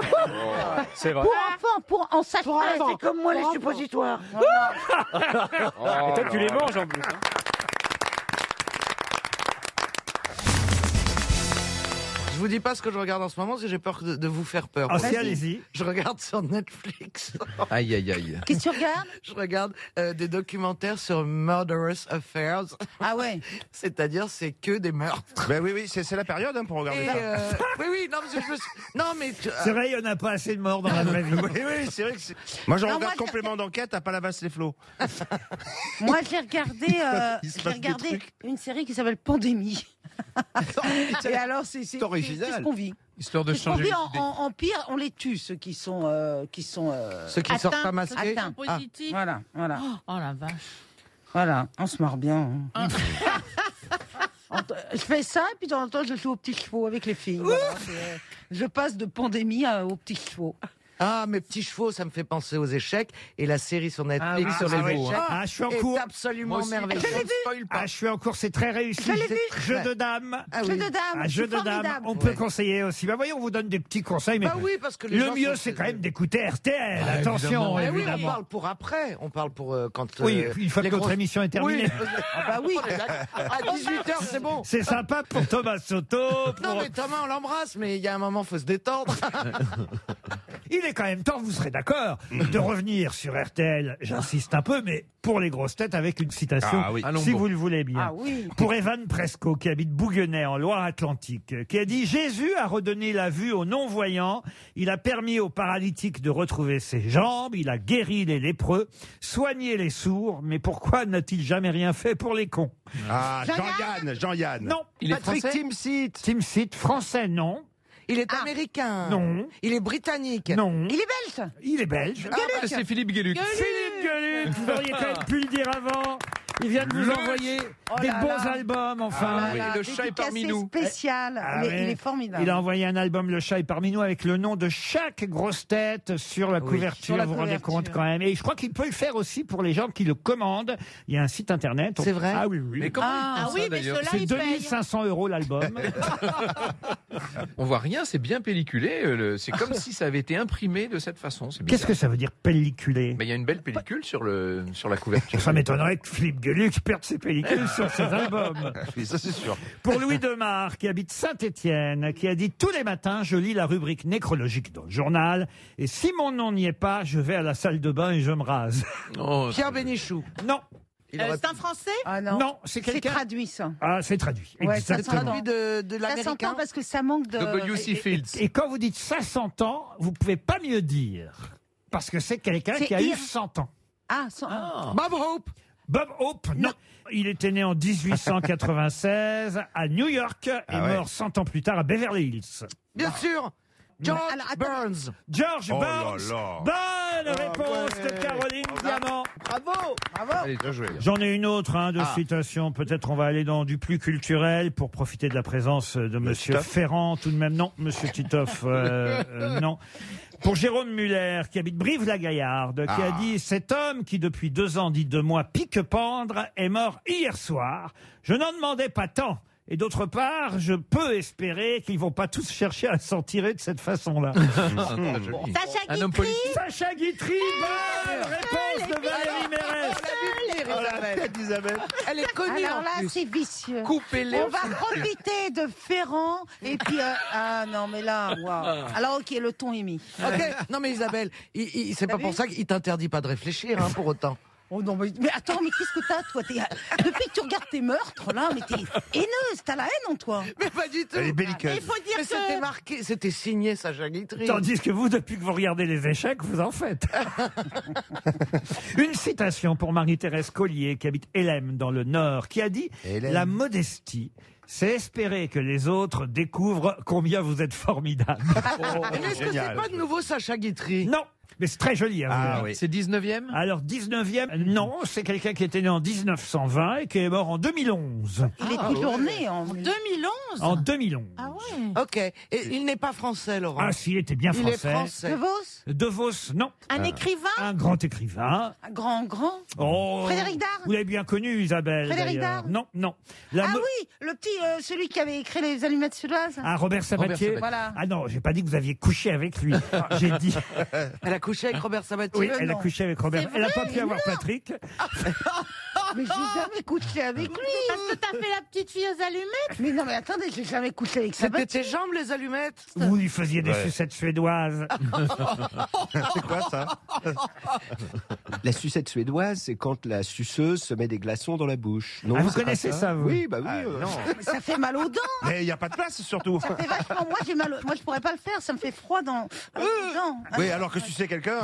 Speaker 8: C'est
Speaker 14: Pour enfants, pour en sachet.
Speaker 13: Pour enfants. C'est comme moi, les suppositoires.
Speaker 8: Et toi, tu les manges en plus. hein.
Speaker 7: Je vous dis pas ce que je regarde en ce moment, parce que j'ai peur de, de vous faire peur.
Speaker 4: Ah, si, allez-y.
Speaker 7: Je regarde sur Netflix.
Speaker 8: Aïe, aïe, aïe.
Speaker 14: Qu'est-ce que tu regardes
Speaker 7: Je regarde euh, des documentaires sur Murderous Affairs.
Speaker 14: Ah ouais
Speaker 7: C'est-à-dire, c'est que des meurtres.
Speaker 6: Ben oui, oui, c'est c'est la période hein, pour regarder
Speaker 7: Et,
Speaker 6: ça.
Speaker 7: euh, oui, oui, non, mais je me suis- Non, mais. tu-
Speaker 4: C'est vrai, il n'y en a pas assez de morts dans la vraie vie.
Speaker 6: Oui, oui, c'est vrai que c'est. Moi, je
Speaker 14: Non,
Speaker 6: regarde
Speaker 14: moi,
Speaker 6: complément d'enquête à Palavas les flots.
Speaker 14: Moi, j'ai regardé, euh,
Speaker 6: Il se
Speaker 14: j'ai
Speaker 6: passe des
Speaker 14: regardé
Speaker 6: trucs.
Speaker 14: une série qui s'appelle Pandémie. Et alors, c'est c'est- c'est- c'est ce qu'on vit.
Speaker 8: Histoire
Speaker 14: C'est ce qu'on vit en, en- en pire, on les tue, ceux qui sont. euh, qui sont euh,
Speaker 7: Ceux qui sortent pas masqués
Speaker 14: atteints.
Speaker 7: Ah.
Speaker 14: Voilà, voilà.
Speaker 19: Oh la vache.
Speaker 14: Voilà, on se marre bien. hein.
Speaker 1: Ah.
Speaker 14: Ent- Je fais ça et puis de temps en temps je joue aux petits chevaux avec les filles. Voilà, c'est- euh, je passe de pandémie à- aux petits chevaux.
Speaker 7: Ah, mes petits chevaux, ça me fait penser aux échecs. Et la série sur Netflix
Speaker 4: oui,
Speaker 7: sur
Speaker 4: ah,
Speaker 7: les
Speaker 4: oui.
Speaker 7: échecs
Speaker 4: Ah, je suis en
Speaker 7: est
Speaker 4: cours.
Speaker 7: absolument
Speaker 4: Moi aussi.
Speaker 7: merveilleuse.
Speaker 4: Je l'ai vu. Ah, je suis en cours, c'est très réussi.
Speaker 7: Je l'ai vu.
Speaker 4: Jeu de dames.
Speaker 7: Ah oui. Jeu de dames,
Speaker 4: Ah, jeu
Speaker 7: c'est
Speaker 4: de dames.
Speaker 7: formidable.
Speaker 4: On peut conseiller aussi. Bah voyez, on vous donne des petits conseils. Mais
Speaker 7: Bah oui, parce que les
Speaker 4: le
Speaker 7: gens
Speaker 4: mieux,
Speaker 7: sont-
Speaker 4: c'est quand même d'écouter RTL. Eh, Attention,
Speaker 7: Ah oui,
Speaker 4: Bah, évidemment.
Speaker 7: on parle pour après. On parle pour euh, quand.
Speaker 4: Oui,
Speaker 7: euh,
Speaker 4: une fois que
Speaker 7: les
Speaker 4: notre
Speaker 7: grosses-
Speaker 4: émission est terminée.
Speaker 7: Oui. Ah bah oui. À 18h, c'est bon.
Speaker 4: C'est sympa pour Thomas Soto.
Speaker 7: Non,
Speaker 4: pour-
Speaker 7: mais Thomas, on l'embrasse, mais il y a un moment, faut se détendre.
Speaker 4: Il est quand même temps, vous serez d'accord, de revenir sur RTL, j'insiste un peu, mais pour les grosses têtes avec une citation,
Speaker 6: Ah oui.
Speaker 4: si
Speaker 6: Allons-y.
Speaker 4: vous le voulez bien.
Speaker 6: Ah oui.
Speaker 4: Pour Evan Presco, qui habite Bouguenay en Loire-Atlantique, qui a dit Jésus a redonné la vue aux non-voyants, il a permis aux paralytiques de retrouver ses jambes, il a guéri les lépreux, soigné les sourds, mais pourquoi n'a-t-il jamais rien fait pour les cons
Speaker 6: Ah, Jean-Yann, Jean-Yann.
Speaker 4: Non, Patrick
Speaker 7: Timsit.
Speaker 4: Timsit, français, non. Ah.
Speaker 7: Il est américain.
Speaker 4: Non.
Speaker 7: Il est britannique.
Speaker 4: Non.
Speaker 14: Il est belge
Speaker 4: Il est belge.
Speaker 8: Ah, bah, c'est Philippe Gueluc.
Speaker 4: Philippe Gueluc, vous
Speaker 7: Ah.
Speaker 4: auriez quand même pu le dire avant. Il vient de nous
Speaker 8: Le-
Speaker 4: envoyer
Speaker 8: Oh
Speaker 4: des
Speaker 8: là
Speaker 4: bons
Speaker 8: là.
Speaker 4: albums, enfin.
Speaker 8: Ah oui, le chat est parmi nous.
Speaker 14: spécial. il,
Speaker 4: Ah
Speaker 14: est,
Speaker 4: ouais.
Speaker 14: il est formidable.
Speaker 4: Il a envoyé un album Le Chat est parmi nous avec le nom de chaque grosse tête sur la
Speaker 7: Oui.
Speaker 4: couverture.
Speaker 7: Sur la
Speaker 4: vous vous rendez
Speaker 7: couverture.
Speaker 4: compte quand même. Et je crois qu'il peut le faire aussi pour les gens qui le commandent. Il y a un site internet.
Speaker 7: C'est vrai
Speaker 4: Ah oui, oui.
Speaker 8: Mais comment
Speaker 14: Ah,
Speaker 8: ils font
Speaker 14: oui,
Speaker 8: ça,
Speaker 14: mais
Speaker 8: d'ailleurs
Speaker 14: ceux-là,
Speaker 4: C'est
Speaker 14: ils payent.
Speaker 4: 2500 euros l'album.
Speaker 8: On voit rien, c'est bien pelliculé. euh, le- C'est comme si ça avait été imprimé de cette façon. c'est
Speaker 4: Qu'est-ce
Speaker 8: bizarre.
Speaker 4: que ça veut dire pelliculé
Speaker 8: Mais il y a une belle pellicule sur, le, sur la couverture.
Speaker 4: Ça m'étonnerait que Philippe Gueluc perde ses pellicules sur ses albums.
Speaker 8: Oui, ça c'est sûr.
Speaker 4: Pour Louis Demar, qui habite Saint-Étienne, qui a dit tous les matins, je lis la rubrique nécrologique dans le journal, et si mon nom n'y est pas, je vais à la salle de bain et je me rase.
Speaker 7: Pierre Bénichou.
Speaker 4: Non,
Speaker 7: Il aurait
Speaker 1: Euh, c'est un français
Speaker 14: Ah non.
Speaker 4: Non, c'est quelqu'un-
Speaker 14: traduit ça.
Speaker 4: ah, c'est traduit.
Speaker 14: Ouais, ça
Speaker 4: Exactement.
Speaker 7: de,
Speaker 14: s'entend.
Speaker 7: hein. de
Speaker 14: Ça s'entend
Speaker 7: l'américain.
Speaker 14: parce que ça manque de.
Speaker 8: W.C. Fields.
Speaker 4: Et quand vous dites ça s'entend, vous pouvez pas mieux dire, parce que c'est quelqu'un
Speaker 14: C'est
Speaker 4: qui a
Speaker 14: ir-
Speaker 4: eu 100 ans.
Speaker 14: Ah, sans- ah.
Speaker 7: Bob Hope.
Speaker 4: Bob Hope, non. Il était né en 1896 à New York et
Speaker 6: Ah ouais.
Speaker 4: mort 100 ans plus tard à Beverly Hills.
Speaker 7: Bien sûr. George
Speaker 14: Alors, attends.
Speaker 7: Burns.
Speaker 4: Bah.
Speaker 7: Ah
Speaker 4: George
Speaker 6: Oh là
Speaker 4: Burns.
Speaker 6: là.
Speaker 4: Bonne réponse
Speaker 7: ouais.
Speaker 4: de Caroline Diamant.
Speaker 7: Bravo. Bravo.
Speaker 8: Allez, bien joué.
Speaker 4: J'en ai une autre hein, de
Speaker 7: Ah.
Speaker 4: citation. Peut-être on va aller dans du plus culturel pour profiter de la présence de Monsieur
Speaker 6: Titoff
Speaker 4: Ferrand. Tout de même, non, Monsieur Titoff, euh, euh, non. Pour Jérôme Muller, qui habite Brive-la-Gaillarde, qui a
Speaker 6: Ah.
Speaker 4: dit Cet homme qui, depuis deux ans, dit de moi pique-pendre, est mort hier soir. Je n'en demandais pas tant. Et d'autre part, je peux espérer qu'ils vont pas tous chercher à s'en tirer de cette façon-là.
Speaker 8: Très joli. Sacha Un homme Guitry politique.
Speaker 4: Sacha Guitry, bonne réponse de Valérie Mérès.
Speaker 1: Oh, la
Speaker 4: tête d'Isabelle.
Speaker 1: Elle est
Speaker 4: connue,
Speaker 1: Alors
Speaker 4: en
Speaker 1: là,
Speaker 4: plus.
Speaker 1: c'est vicieux.
Speaker 4: Coupez-les.
Speaker 1: On va profiter de Ferrand et puis. euh, ah non, mais là, waouh. Alors, ok, le ton est mis.
Speaker 7: Ok, non mais Isabelle, il- il- c'est
Speaker 1: T'as
Speaker 7: pas
Speaker 1: vu
Speaker 7: pour ça qu'il t'interdit pas de réfléchir hein, pour autant.
Speaker 1: Oh non, mais, mais attends, mais qu'est-ce que t'as, toi T'es- euh, Depuis que tu regardes tes meurtres, là, mais t'es haineuse, t'as la haine en toi.
Speaker 7: Mais pas du tout.
Speaker 4: Elle est belliqueuse.
Speaker 1: Il faut dire
Speaker 7: Mais
Speaker 1: que...
Speaker 7: c'était marqué, c'était signé Sacha Guitry.
Speaker 4: Tandis que vous, depuis que vous regardez les échecs, vous en faites. Une citation pour Marie-Thérèse Collier, qui habite Hélène dans le Nord, qui a dit La modestie, c'est espérer que les autres découvrent combien vous êtes formidable.
Speaker 7: Mais est-ce que c'est pas de nouveau Sacha Guitry
Speaker 4: Non mais c'est très joli. hein, vous
Speaker 8: Ah
Speaker 4: verrez.
Speaker 8: oui. C'est 19e
Speaker 4: Alors 19e, non, c'est quelqu'un qui était né en 1920 et qui est mort en 2011.
Speaker 1: Il est toujours né Ah, en 2011.
Speaker 4: En 2011.
Speaker 1: Ah ouais.
Speaker 7: Ok, et il n'est pas français, Laurent.
Speaker 4: Ah si, il était bien
Speaker 7: Il
Speaker 4: français.
Speaker 7: est français.
Speaker 1: De Vos
Speaker 4: De Vos, non. Euh,
Speaker 1: Un écrivain
Speaker 4: Un grand écrivain.
Speaker 1: Un Grand, grand.
Speaker 4: Oh,
Speaker 1: Frédéric Dard
Speaker 4: Vous l'avez bien connu, Isabelle.
Speaker 1: Frédéric
Speaker 4: d'ailleurs.
Speaker 1: Dard
Speaker 4: Non, non. La
Speaker 1: ah
Speaker 4: mo-
Speaker 1: oui, le petit, euh, celui qui avait écrit les allumettes suédoises.
Speaker 4: Ah, Robert Sabatier.
Speaker 1: Voilà.
Speaker 4: Ah non, j'ai pas dit que vous aviez couché avec lui. J'ai dit.
Speaker 7: Elle a couché avec Robert Sabatier.
Speaker 4: Oui, elle a couché avec Robert.
Speaker 1: Euh, C'est
Speaker 4: Elle a
Speaker 1: vrai,
Speaker 4: pas pu
Speaker 1: mais
Speaker 4: avoir
Speaker 1: non.
Speaker 4: Patrick. Oh,
Speaker 1: Mais j'ai jamais couché avec lui. Parce que t'as fait la petite fille aux allumettes. Mais non, mais attendez, j'ai jamais couché avec
Speaker 7: C'était
Speaker 1: Sabatier.
Speaker 7: tes jambes, les allumettes
Speaker 4: Vous lui faisiez des
Speaker 16: Ouais.
Speaker 4: sucettes suédoises.
Speaker 16: C'est quoi ça La sucette suédoise, c'est quand la suceuse se met des glaçons dans la bouche. Non,
Speaker 4: Ah, vous
Speaker 16: c'est pas
Speaker 4: connaissez ça, vous
Speaker 16: Oui, bah oui.
Speaker 4: Ah,
Speaker 16: euh.
Speaker 1: Mais Ça fait mal aux dents.
Speaker 16: Mais il n'y a pas de place, surtout.
Speaker 1: Ça fait vachement. Moi, j'ai mal. aux- Moi, je pourrais pas le faire. Ça me fait froid dans dans les dents.
Speaker 16: Euh. Oui, alors que tu sais quelqu'un.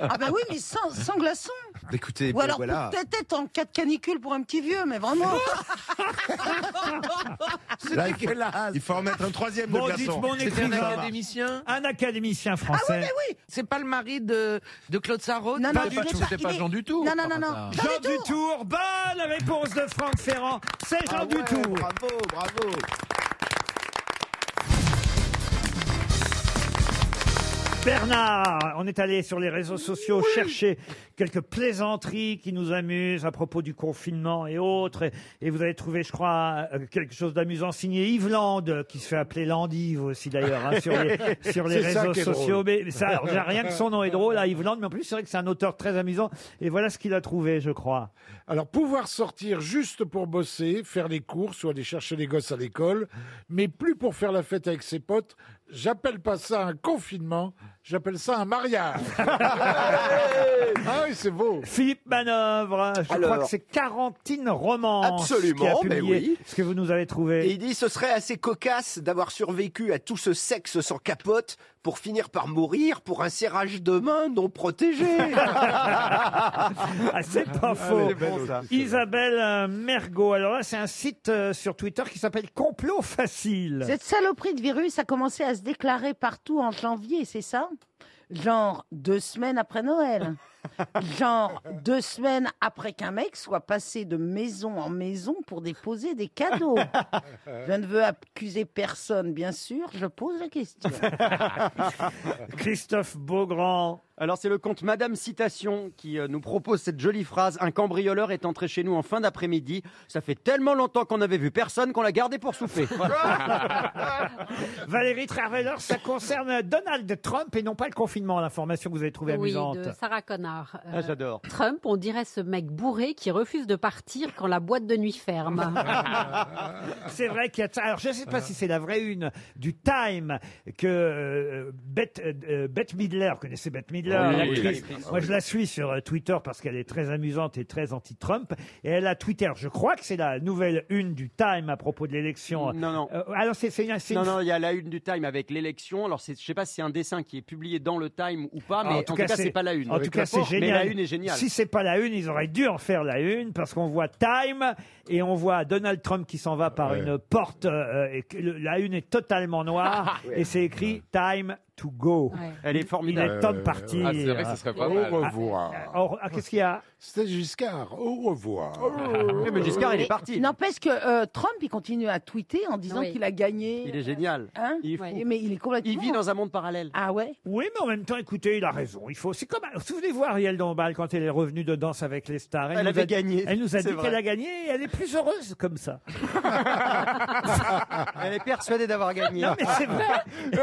Speaker 1: Ah bah oui, mais sans, sans glaçon.
Speaker 16: Bah, Écoutez, ben
Speaker 1: Ou alors
Speaker 16: voilà.
Speaker 1: peut-être être en cas de canicule pour un petit vieux, mais vraiment.
Speaker 16: Là, il, faut, il faut en mettre un troisième de
Speaker 4: Bon,
Speaker 16: glaçon.
Speaker 4: dites mon
Speaker 16: C'était un
Speaker 4: écrivain.
Speaker 16: académicien.
Speaker 4: Un académicien
Speaker 7: Ah oui,
Speaker 4: français.
Speaker 7: mais oui C'est pas le mari de, de Claude Sarraud
Speaker 1: Non, non, il est il est- Non, non, non, non. Jean
Speaker 4: Jean
Speaker 1: Dutour.
Speaker 4: Dutour, bonne réponse de Franck Ferrand. C'est Jean Dutour.
Speaker 16: Bravo, bravo.
Speaker 4: Bernard, on est allé sur les réseaux sociaux chercher quelques plaisanteries qui nous amusent à propos du confinement et autres. Et, et vous avez trouvé, je crois, euh, quelque chose d'amusant signé Yves Land, euh, qui se fait appeler Landive aussi d'ailleurs hein, sur les, sur les
Speaker 18: C'est ça
Speaker 4: réseaux
Speaker 18: qui est
Speaker 4: sociaux.
Speaker 18: drôle.
Speaker 4: Mais, mais ça, alors, déjà, rien que son nom est drôle à Yves Land, mais en plus c'est vrai que c'est un auteur très amusant. Et voilà ce qu'il a trouvé, je crois.
Speaker 18: Alors, pouvoir sortir juste pour bosser, faire les courses ou aller chercher les gosses à l'école, mais plus pour faire la fête avec ses potes, j'appelle pas ça un confinement, j'appelle ça un mariage. ah oui, c'est beau.
Speaker 4: Philippe Manœuvre, je crois
Speaker 18: Alors.
Speaker 4: que c'est Quarantine Romance
Speaker 16: Absolument,
Speaker 4: qui a
Speaker 16: mais
Speaker 4: publié
Speaker 16: oui.
Speaker 4: ce que vous nous avez trouvé.
Speaker 16: Et il dit ce serait assez cocasse d'avoir survécu à tout ce sexe sans capote pour finir par mourir pour un serrage de main non protégé.
Speaker 4: Ah, c'est pas faux. Isabelle euh, Mergot. Alors là, c'est un site euh, sur Twitter qui s'appelle Complot Facile.
Speaker 14: Cette saloperie de virus a commencé à se déclarer partout en janvier, c'est ça Genre deux semaines après Noël. Genre deux semaines après qu'un mec soit passé de maison en maison pour déposer des cadeaux. Je ne veux accuser personne, bien sûr, je pose la question.
Speaker 4: Christophe Beaugrand.
Speaker 11: Alors c'est le compte Madame Citation qui euh, nous propose cette jolie phrase. Un cambrioleur est entré chez nous en fin d'après-midi. Ça fait tellement longtemps qu'on n'avait vu personne qu'on l'a gardé pour souffler.
Speaker 4: Valérie Traveller, ça concerne Donald Trump et non pas le confinement, l'information que vous avez trouvée
Speaker 20: Oui,
Speaker 4: amusante.
Speaker 20: de Sarah Connard. Euh,
Speaker 11: Ah, j'adore.
Speaker 20: Trump, on dirait ce mec bourré qui refuse de partir quand la boîte de nuit ferme.
Speaker 4: C'est vrai qu'il y a ça. Alors, je ne sais pas si c'est la vraie une du Time que euh, Bette, euh, Bette Midler, vous connaissez Bette Midler,
Speaker 11: Oui, oui,
Speaker 4: l'actrice.
Speaker 11: l'actrice.
Speaker 4: Moi, je la suis sur euh, Twitter parce qu'elle est très amusante et très anti-Trump. Et elle a tweeté, alors, je crois que c'est la nouvelle une du Time à propos de l'élection.
Speaker 11: Non, non.
Speaker 4: Euh, alors, c'est c'est une. c'est une-
Speaker 11: Non, non, il y a la une du Time avec l'élection. Alors, c'est- je sais pas si c'est un dessin qui est publié dans le Time ou
Speaker 4: Ah,
Speaker 11: pas, Ah, mais en tout cas, c'est pas la une.
Speaker 4: En tout cas, c'est génial.
Speaker 11: Mais la une est géniale.
Speaker 4: Si c'est pas la une, ils auraient dû en faire la une parce qu'on voit Time et on voit Donald Trump qui s'en va par une porte euh, et que le- la une est totalement noire
Speaker 11: Ouais.
Speaker 4: et c'est écrit Time. to go.
Speaker 20: Ouais.
Speaker 11: Elle est formidable.
Speaker 4: Il est euh, temps de partir.
Speaker 11: Ah, c'est vrai que ce serait pas Au mal. revoir.
Speaker 4: Ah, ah, au- ah, Qu'est-ce qu'il y a Oh.
Speaker 18: C'était Giscard. Au revoir.
Speaker 11: mais Giscard, il est parti.
Speaker 14: N'empêche que euh, Trump, il continue à tweeter en disant
Speaker 11: Oui.
Speaker 14: qu'il a gagné.
Speaker 11: Il est génial.
Speaker 14: Hein
Speaker 11: Il est fou.
Speaker 14: Mais il est complètement.
Speaker 11: Il vit dans un monde parallèle.
Speaker 14: Ah ouais
Speaker 4: Oui, mais en même temps, écoutez, il a raison. Il faut. C'est comme. Souvenez-vous, Ariel Dombal, quand elle est revenue de Danse avec les stars.
Speaker 11: Elle
Speaker 4: nous
Speaker 11: avait
Speaker 4: a-
Speaker 11: gagné,
Speaker 4: Elle nous a
Speaker 11: c'est
Speaker 4: dit
Speaker 11: vrai.
Speaker 4: qu'elle a gagné et elle est plus heureuse comme ça.
Speaker 11: Elle est persuadée d'avoir gagné.
Speaker 4: Non, mais c'est vrai.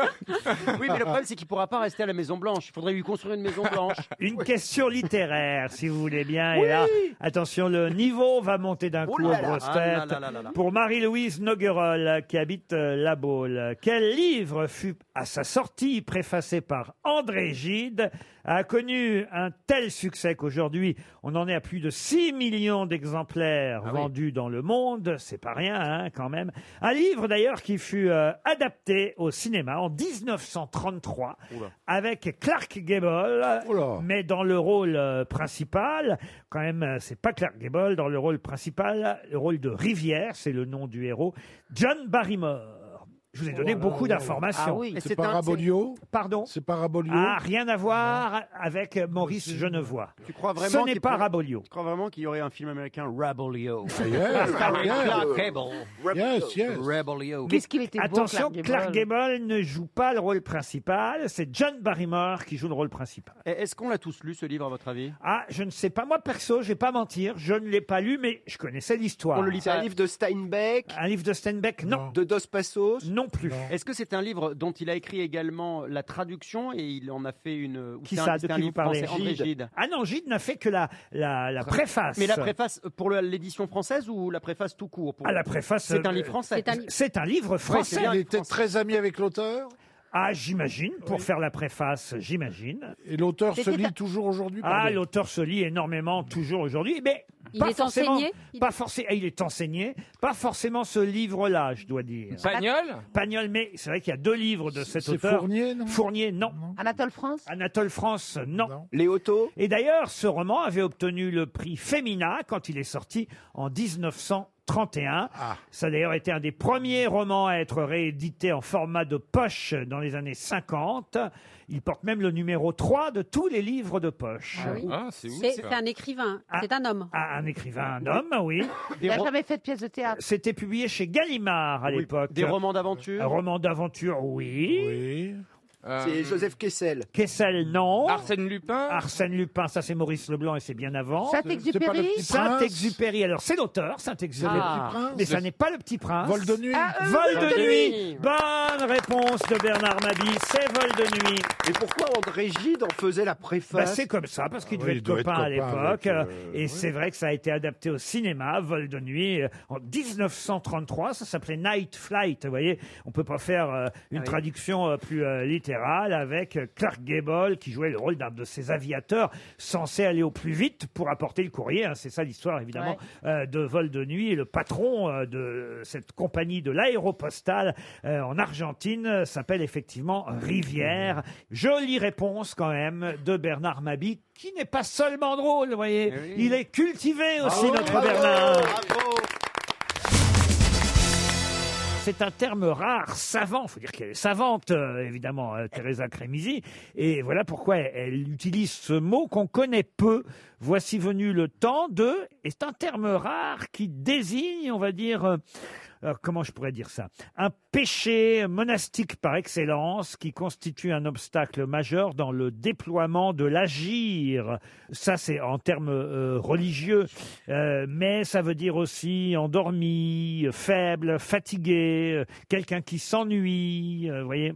Speaker 11: oui, mais le problème, c'est qu'il pourra pas rester à la Maison Blanche. Il faudrait lui construire une Maison Blanche.
Speaker 4: Une question littéraire, si vous voulez bien. Et là, attention, le niveau va monter d'un
Speaker 11: Oh
Speaker 4: coup
Speaker 11: là
Speaker 4: aux
Speaker 11: là.
Speaker 4: grosses
Speaker 11: Ah là
Speaker 4: têtes.
Speaker 11: là là là là.
Speaker 4: Pour Marie-Louise Noguerol, qui habite euh, La Baule, quel livre fut, à sa sortie, préfacé par André Gide, a connu un tel succès qu'aujourd'hui, on en est à plus de 6 millions
Speaker 11: Ah
Speaker 4: d'exemplaires vendus dans le monde. C'est pas rien, hein, quand même. Un livre, d'ailleurs, qui fut euh, adapté au cinéma en 1933
Speaker 17: Oula.
Speaker 4: avec Clark Gable, mais dans le rôle euh, principal. Quand même, euh, c'est pas Clark Gable dans le rôle principal, le rôle de Rivière, c'est le nom du héros, John Barrymore. Je vous ai
Speaker 11: Oh
Speaker 4: donné beaucoup
Speaker 11: Ah
Speaker 4: d'informations.
Speaker 18: Ah
Speaker 7: Ah
Speaker 18: C'est Parabolio
Speaker 4: Pardon
Speaker 18: C'est Parabolio
Speaker 4: Ah, rien à voir avec Maurice Genevois.
Speaker 11: Tu crois vraiment
Speaker 4: Ce n'est
Speaker 11: qu'il
Speaker 4: pas
Speaker 11: pour-
Speaker 4: Rabolio.
Speaker 11: Tu crois vraiment qu'il y aurait un film américain Rabolio
Speaker 4: yes,
Speaker 11: Starring
Speaker 4: yes.
Speaker 11: Clark Gable.
Speaker 18: Yes, yes.
Speaker 11: Rabolio.
Speaker 4: Mais Attention, Clark Gable ne joue pas le rôle principal, c'est John Barrymore qui joue le rôle principal.
Speaker 11: Et Est-ce qu'on l'a tous lu ce livre à votre avis
Speaker 4: Ah, je ne sais pas. Moi, perso, je vais pas mentir, je ne l'ai pas lu, mais je connaissais l'histoire.
Speaker 11: On le lit
Speaker 16: C'est
Speaker 11: pas.
Speaker 16: un livre de Steinbeck.
Speaker 4: Un livre de Steinbeck, non.
Speaker 16: De Dos Passos
Speaker 4: Non plus.
Speaker 11: Est-ce que c'est un livre dont il a écrit également la traduction et il en a fait une ou
Speaker 4: Qui
Speaker 11: c'est un-
Speaker 4: ça De
Speaker 11: c'est un
Speaker 4: qui vous
Speaker 11: livre
Speaker 4: parlez
Speaker 11: français, André Gide.
Speaker 4: Ah non, Gide n'a fait que la, la, la préface.
Speaker 11: Mais la préface pour le- l'édition française ou la préface tout court pour-
Speaker 4: Ah, la préface.
Speaker 11: C'est un
Speaker 4: euh,
Speaker 11: livre français.
Speaker 4: C'est un livre français.
Speaker 11: bien,
Speaker 18: Il était très ami avec l'auteur
Speaker 4: Ah, j'imagine, pour faire la préface, j'imagine.
Speaker 18: Et l'auteur se
Speaker 4: C'était un-
Speaker 18: lit toujours aujourd'hui
Speaker 4: Ah,
Speaker 18: pardon.
Speaker 4: l'auteur se lit énormément, toujours aujourd'hui, mais
Speaker 20: Il
Speaker 4: pas
Speaker 20: est
Speaker 4: forcément,
Speaker 20: enseigné
Speaker 4: pas forcément, il est enseigné, pas forcément ce livre-là, je dois dire. Pagnol Pagnol, mais c'est vrai qu'il y a deux livres de cet
Speaker 18: c'est
Speaker 4: auteur.
Speaker 18: Fournier, non
Speaker 4: Fournier, non.
Speaker 14: Anatole France
Speaker 4: Anatole France, non. Léoto Et d'ailleurs, ce roman avait obtenu le prix Femina quand il est sorti en 1931. Ça a d'ailleurs été un des premiers romans à être réédité en format de poche dans les années 50. Il porte même le numéro 3 de tous les livres de poche.
Speaker 14: Ah
Speaker 20: C'est c'est un écrivain, c'est un homme.
Speaker 4: Ah, un écrivain, un homme, oui.
Speaker 14: Il n'a jamais fait de pièce de théâtre.
Speaker 4: C'était publié chez Gallimard à l'époque.
Speaker 11: Des romans d'aventure.
Speaker 4: Un roman d'aventure, oui.
Speaker 16: C'est Joseph Kessel.
Speaker 4: Kessel, non. Euh, Arsène Lupin. Arsène Lupin, ça c'est Maurice Leblanc et c'est bien avant.
Speaker 18: Saint-Exupéry C'est pas Le Petit Prince
Speaker 4: Saint-Exupéry, alors c'est l'auteur, Saint-Exupéry.
Speaker 18: Ah. Le Petit Prince
Speaker 4: Mais ça n'est pas le petit prince.
Speaker 18: Vol de nuit. Ah, euh,
Speaker 4: Vol
Speaker 18: Vol
Speaker 4: de
Speaker 18: de
Speaker 4: nuit. Bonne réponse de Bernard Mabie, c'est Vol de nuit.
Speaker 16: Et pourquoi André Gide en faisait la préface
Speaker 4: Bah, c'est comme ça, parce qu'il devait
Speaker 16: Ah oui,
Speaker 4: être
Speaker 16: il doit être
Speaker 4: copain
Speaker 16: copain
Speaker 4: à
Speaker 16: avec,
Speaker 4: l'époque. euh, et c'est vrai que ça a été adapté au cinéma, Vol de nuit, euh, en 1933. Ça s'appelait Night Flight. Vous voyez, on peut pas faire euh,
Speaker 16: Ah
Speaker 4: une traduction euh, plus euh, littérale avec euh, Clark Gable qui jouait le rôle d'un de ces aviateurs censés aller au plus vite pour apporter le courrier. hein. C'est ça l'histoire, évidemment, euh, de Vol de nuit. Et le patron euh, de cette compagnie de l'aéropostale euh, en Argentine euh, s'appelle effectivement Rivière. Jolie réponse quand même de Bernard Mabi, qui n'est pas seulement drôle, vous
Speaker 17: Eh
Speaker 4: voyez. Il est cultivé aussi,
Speaker 17: Bravo,
Speaker 4: notre
Speaker 17: Ah bravo,
Speaker 1: Ah,
Speaker 4: Bernard. C'est un terme rare, savant. faut dire qu'elle est savante, euh, évidemment, euh, Teresa Cremisi. Et voilà pourquoi elle, elle utilise ce mot qu'on connaît peu. Voici venu le temps de. Et c'est un terme rare qui désigne, on va dire. euh, euh, comment je pourrais dire ça Un péché monastique par excellence qui constitue un obstacle majeur dans le déploiement de l'agir. Ça, c'est en termes euh, religieux, Euh, mais ça veut dire aussi endormi, faible, fatigué, euh, quelqu'un qui s'ennuie, euh, vous voyez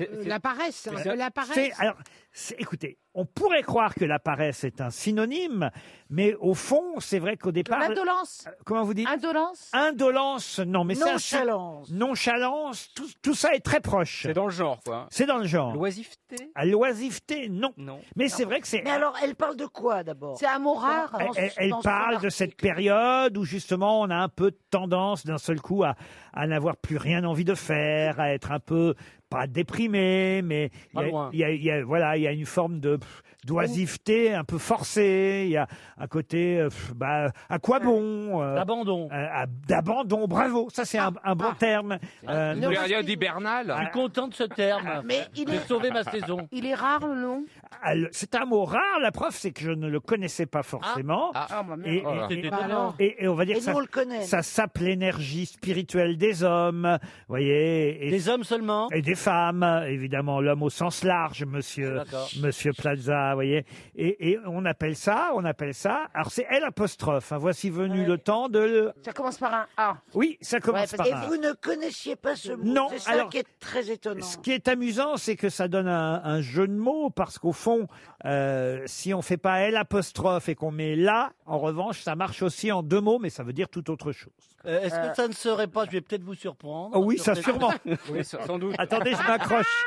Speaker 19: euh, la paresse, hein,
Speaker 4: c'est-
Speaker 19: la paresse.
Speaker 4: c'est- alors, c'est- écoutez, on pourrait croire que la paresse est un synonyme, mais au fond, c'est vrai qu'au départ.
Speaker 14: L'indolence.
Speaker 4: Euh, Comment vous dites
Speaker 14: Indolence.
Speaker 4: Indolence, non, mais c'est un sy-
Speaker 14: Nonchalance.
Speaker 4: Nonchalance, tout, tout ça est très proche. C'est dans le genre, quoi. C'est dans le genre. L'oisiveté À l'oisiveté, non. Mais c'est vrai que c'est.
Speaker 13: Mais alors, elle parle de quoi d'abord
Speaker 14: C'est un mot rare.
Speaker 4: Elle,
Speaker 13: Dans ce-
Speaker 4: elle- elle
Speaker 13: dans ce
Speaker 4: parle de cette période où justement on a un peu de tendance d'un seul coup à, à n'avoir plus rien envie de faire, à être un peu pas déprimé, mais il y a-
Speaker 11: Pas loin.
Speaker 4: il y a- il y a- voilà, il y a une forme de pff, pff, d'oisiveté un peu forcée, il y a un côté, euh, pff, bah, à quoi bon euh,
Speaker 3: D'abandon.
Speaker 4: euh, à- D'abandon, bravo, ça c'est un,
Speaker 13: Ah.
Speaker 4: un bon terme.
Speaker 11: Ah.
Speaker 4: Euh,
Speaker 3: Vous n'avez rien dit,
Speaker 4: Bernal
Speaker 3: Je suis content de ce terme.
Speaker 4: Ah. Mais il
Speaker 3: J'ai
Speaker 4: est-
Speaker 3: sauvé ma saison.
Speaker 14: Il est rare le nom
Speaker 4: Ah, le- C'est un mot rare, la preuve, c'est que je ne le connaissais pas forcément.
Speaker 14: Ah. Ah, bah merde.
Speaker 4: et, et-
Speaker 14: Oh là.
Speaker 4: et-
Speaker 14: Bah alors.
Speaker 4: et- et on va dire
Speaker 14: Et
Speaker 4: que ça,
Speaker 14: nous, on le connaît.
Speaker 4: ça sape l'énergie spirituelle des hommes, vous voyez. des hommes seulement Et des femmes, évidemment, l'homme au sens large, monsieur,
Speaker 3: D'accord.
Speaker 4: monsieur Plaza, vous voyez. Et, et on appelle ça, on appelle ça, alors c'est L apostrophe, hein. voici venu le temps de... le-
Speaker 14: Ça commence par un A.
Speaker 4: Oui, ça commence par
Speaker 13: Et
Speaker 4: un.
Speaker 13: vous ne connaissiez pas ce mot.
Speaker 4: Non,
Speaker 13: C'est ça
Speaker 4: alors-
Speaker 13: qui est très étonnant.
Speaker 4: Ce qui est amusant, c'est que ça donne un, un jeu de mots parce qu'au fond, euh, si on fait pas L apostrophe et qu'on met là, en revanche, ça marche aussi en deux mots, mais ça veut dire tout autre chose.
Speaker 21: Euh, Est-ce que ça ne serait pas, je vais peut-être vous surprendre.
Speaker 4: Oh oui, ça
Speaker 21: Sur-
Speaker 4: sûrement.
Speaker 21: Oui, sans sans doute.
Speaker 4: Attendez, je m'accroche.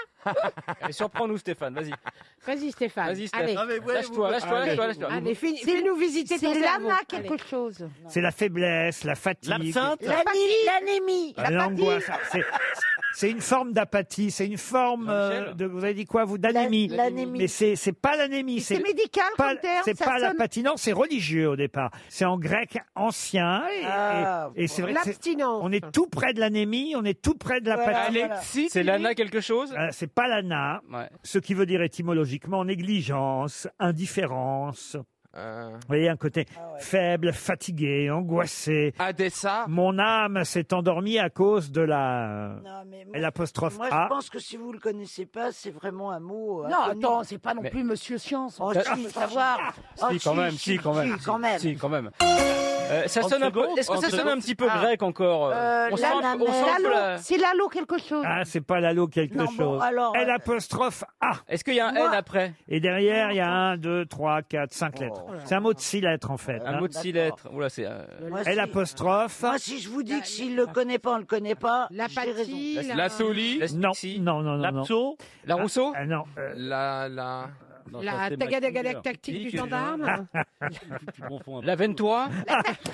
Speaker 21: Mais surprends-nous, Stéphane, vas-y.
Speaker 19: Vas-y Stéphane.
Speaker 21: Vas-y, Steph.
Speaker 19: Allez.
Speaker 21: Ah, mais ouais, Lâche-toi, vous- lâche-toi,
Speaker 19: Allez.
Speaker 21: lâche-toi, lâche-toi.
Speaker 19: Allez, fini-
Speaker 14: C'est-
Speaker 19: fais-nous visiter ton
Speaker 14: C'est
Speaker 19: cerveau.
Speaker 14: l'ANA quelque
Speaker 19: Allez.
Speaker 14: chose.
Speaker 4: C'est la faiblesse, la fatigue,
Speaker 21: L'absinthe
Speaker 14: L'anémie.
Speaker 4: la- l'angoisse. Alors, c'est- C'est une forme d'apathie, c'est une forme euh, de. Vous avez dit quoi vous d'anémie.
Speaker 1: l'anémie.
Speaker 4: Mais c'est c'est pas l'anémie.
Speaker 1: c'est médical comme
Speaker 4: pas-
Speaker 1: terme,
Speaker 4: C'est
Speaker 1: ça
Speaker 4: pas
Speaker 1: sonne-
Speaker 4: l'apathie, non, c'est religieux au départ. C'est en grec ancien et, et-
Speaker 19: Ah,
Speaker 4: et c'est vrai. que c'est-
Speaker 19: l'abstinence.
Speaker 4: On est tout près de l'anémie, on est tout près de
Speaker 19: Voilà,
Speaker 4: l'apathie.
Speaker 19: voilà. Alexis,
Speaker 9: C'est l'ana quelque chose
Speaker 4: Euh, c'est pas l'ana, ce qui veut dire étymologiquement négligence, indifférence.
Speaker 9: Euh.
Speaker 4: Vous voyez, un côté faible, fatigué, angoissé.
Speaker 9: Ah, Adessa.
Speaker 4: Mon âme s'est endormie à cause de la. L'apostrophe
Speaker 13: Moi,
Speaker 4: A.
Speaker 13: je pense que si vous le connaissez pas, c'est vraiment un mot. euh,
Speaker 14: Non, attends, c'est pas non plus Monsieur Science.
Speaker 13: Oh,
Speaker 14: Enfin,
Speaker 13: si,
Speaker 14: faut
Speaker 13: savoir.
Speaker 14: Oh,
Speaker 9: si, quand
Speaker 14: si,
Speaker 9: même,
Speaker 14: si,
Speaker 9: si, quand
Speaker 14: si,
Speaker 9: même.
Speaker 14: quand même.
Speaker 9: Si, quand même. Euh, ça
Speaker 14: 30
Speaker 9: sonne un peu.
Speaker 14: secondes,
Speaker 9: Est-ce que ça
Speaker 14: 30
Speaker 9: sonne un
Speaker 14: secondes.
Speaker 9: petit peu
Speaker 14: Ah.
Speaker 9: grec
Speaker 4: Oh,
Speaker 9: encore euh,
Speaker 14: Euh,
Speaker 9: On sent, un peu- on sent un peu la-
Speaker 14: l'alo, c'est l'alo quelque chose.
Speaker 4: Ah, c'est pas l'alo quelque
Speaker 14: Non, bon,
Speaker 4: chose.
Speaker 14: alors, euh,
Speaker 4: L apostrophe A.
Speaker 9: Est-ce qu'il y a un
Speaker 14: Moi-
Speaker 9: N après
Speaker 4: Et derrière, il y a un, deux, trois, quatre, cinq lettres. C'est un mot de six lettres, en fait.
Speaker 9: Un
Speaker 4: hein.
Speaker 9: mot de six lettres. Oula, c'est. euh,
Speaker 13: Moi,
Speaker 4: L apostrophe.
Speaker 13: Moi, si je vous dis que s'il le connaît pas, on le connaît pas. j'ai raison.
Speaker 14: euh,
Speaker 9: La Soli.
Speaker 4: Non, non, non, non. non.
Speaker 9: La Rousseau
Speaker 4: Ah, non.
Speaker 9: La. La.
Speaker 19: La
Speaker 9: hein.
Speaker 19: tagadagalactique tactique du gendarme.
Speaker 9: La Ventois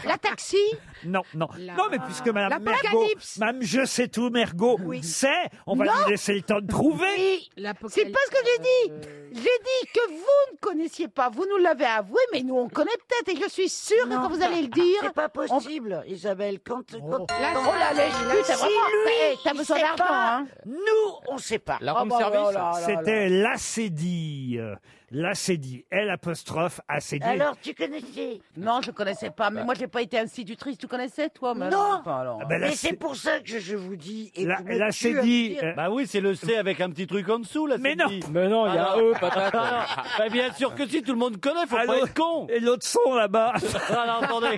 Speaker 19: La taxi.
Speaker 4: Non, non.
Speaker 19: La-
Speaker 4: Non, mais puisque Madame Mergot,
Speaker 19: L'apocalypse.
Speaker 4: Madame Je sais tout, Mergot, sait, on va
Speaker 14: Non.
Speaker 4: lui laisser le temps de trouver.
Speaker 14: Oui, c'est pas ce que j'ai dit. J'ai dit que vous ne connaissiez pas. Vous nous l'avez avoué, mais nous on connaît peut-être. Et je suis sûre que quand vous allez le dire,
Speaker 13: C'est pas possible, Isabelle. Quand, quand,
Speaker 14: Là,
Speaker 13: quand-
Speaker 14: oh là là, j'ai vu, t'as
Speaker 13: Si
Speaker 14: vraiment-
Speaker 13: lui,
Speaker 14: Eh, t'as
Speaker 13: il
Speaker 14: besoin
Speaker 13: sait
Speaker 14: d'argent,
Speaker 13: pas,
Speaker 14: hein.
Speaker 13: Nous, on sait pas.
Speaker 4: La
Speaker 13: Ah
Speaker 4: room
Speaker 13: bah,
Speaker 4: service,
Speaker 13: oh là là là là.
Speaker 4: c'était l'acédie. euh, L'acédie. L apostrophe acédie.
Speaker 14: Alors,
Speaker 13: Tu connaissais
Speaker 14: Non, je connaissais pas,
Speaker 21: Bah.
Speaker 14: mais moi j'ai pas été institutrice. Tu connaissais toi mais-
Speaker 13: Non.
Speaker 14: Enfin, alors, hein.
Speaker 4: Ah ben,
Speaker 13: Mais
Speaker 4: la-
Speaker 13: c'est pour ça que je vous dis. Et vous me
Speaker 21: là,
Speaker 13: tuez
Speaker 21: c'est
Speaker 13: à
Speaker 21: dit.
Speaker 13: me dire.
Speaker 21: Bah oui, c'est le C avec un petit truc en dessous, là. Mais
Speaker 4: euh, non.
Speaker 21: Mais non, il y a un E, patate.
Speaker 4: Ah,
Speaker 21: Bah bien sûr que si, tout le monde connaît, faut pas
Speaker 4: Ah, l'autre-
Speaker 21: être con.
Speaker 4: Et l'autre son là-bas.
Speaker 21: Ah, non, attendez.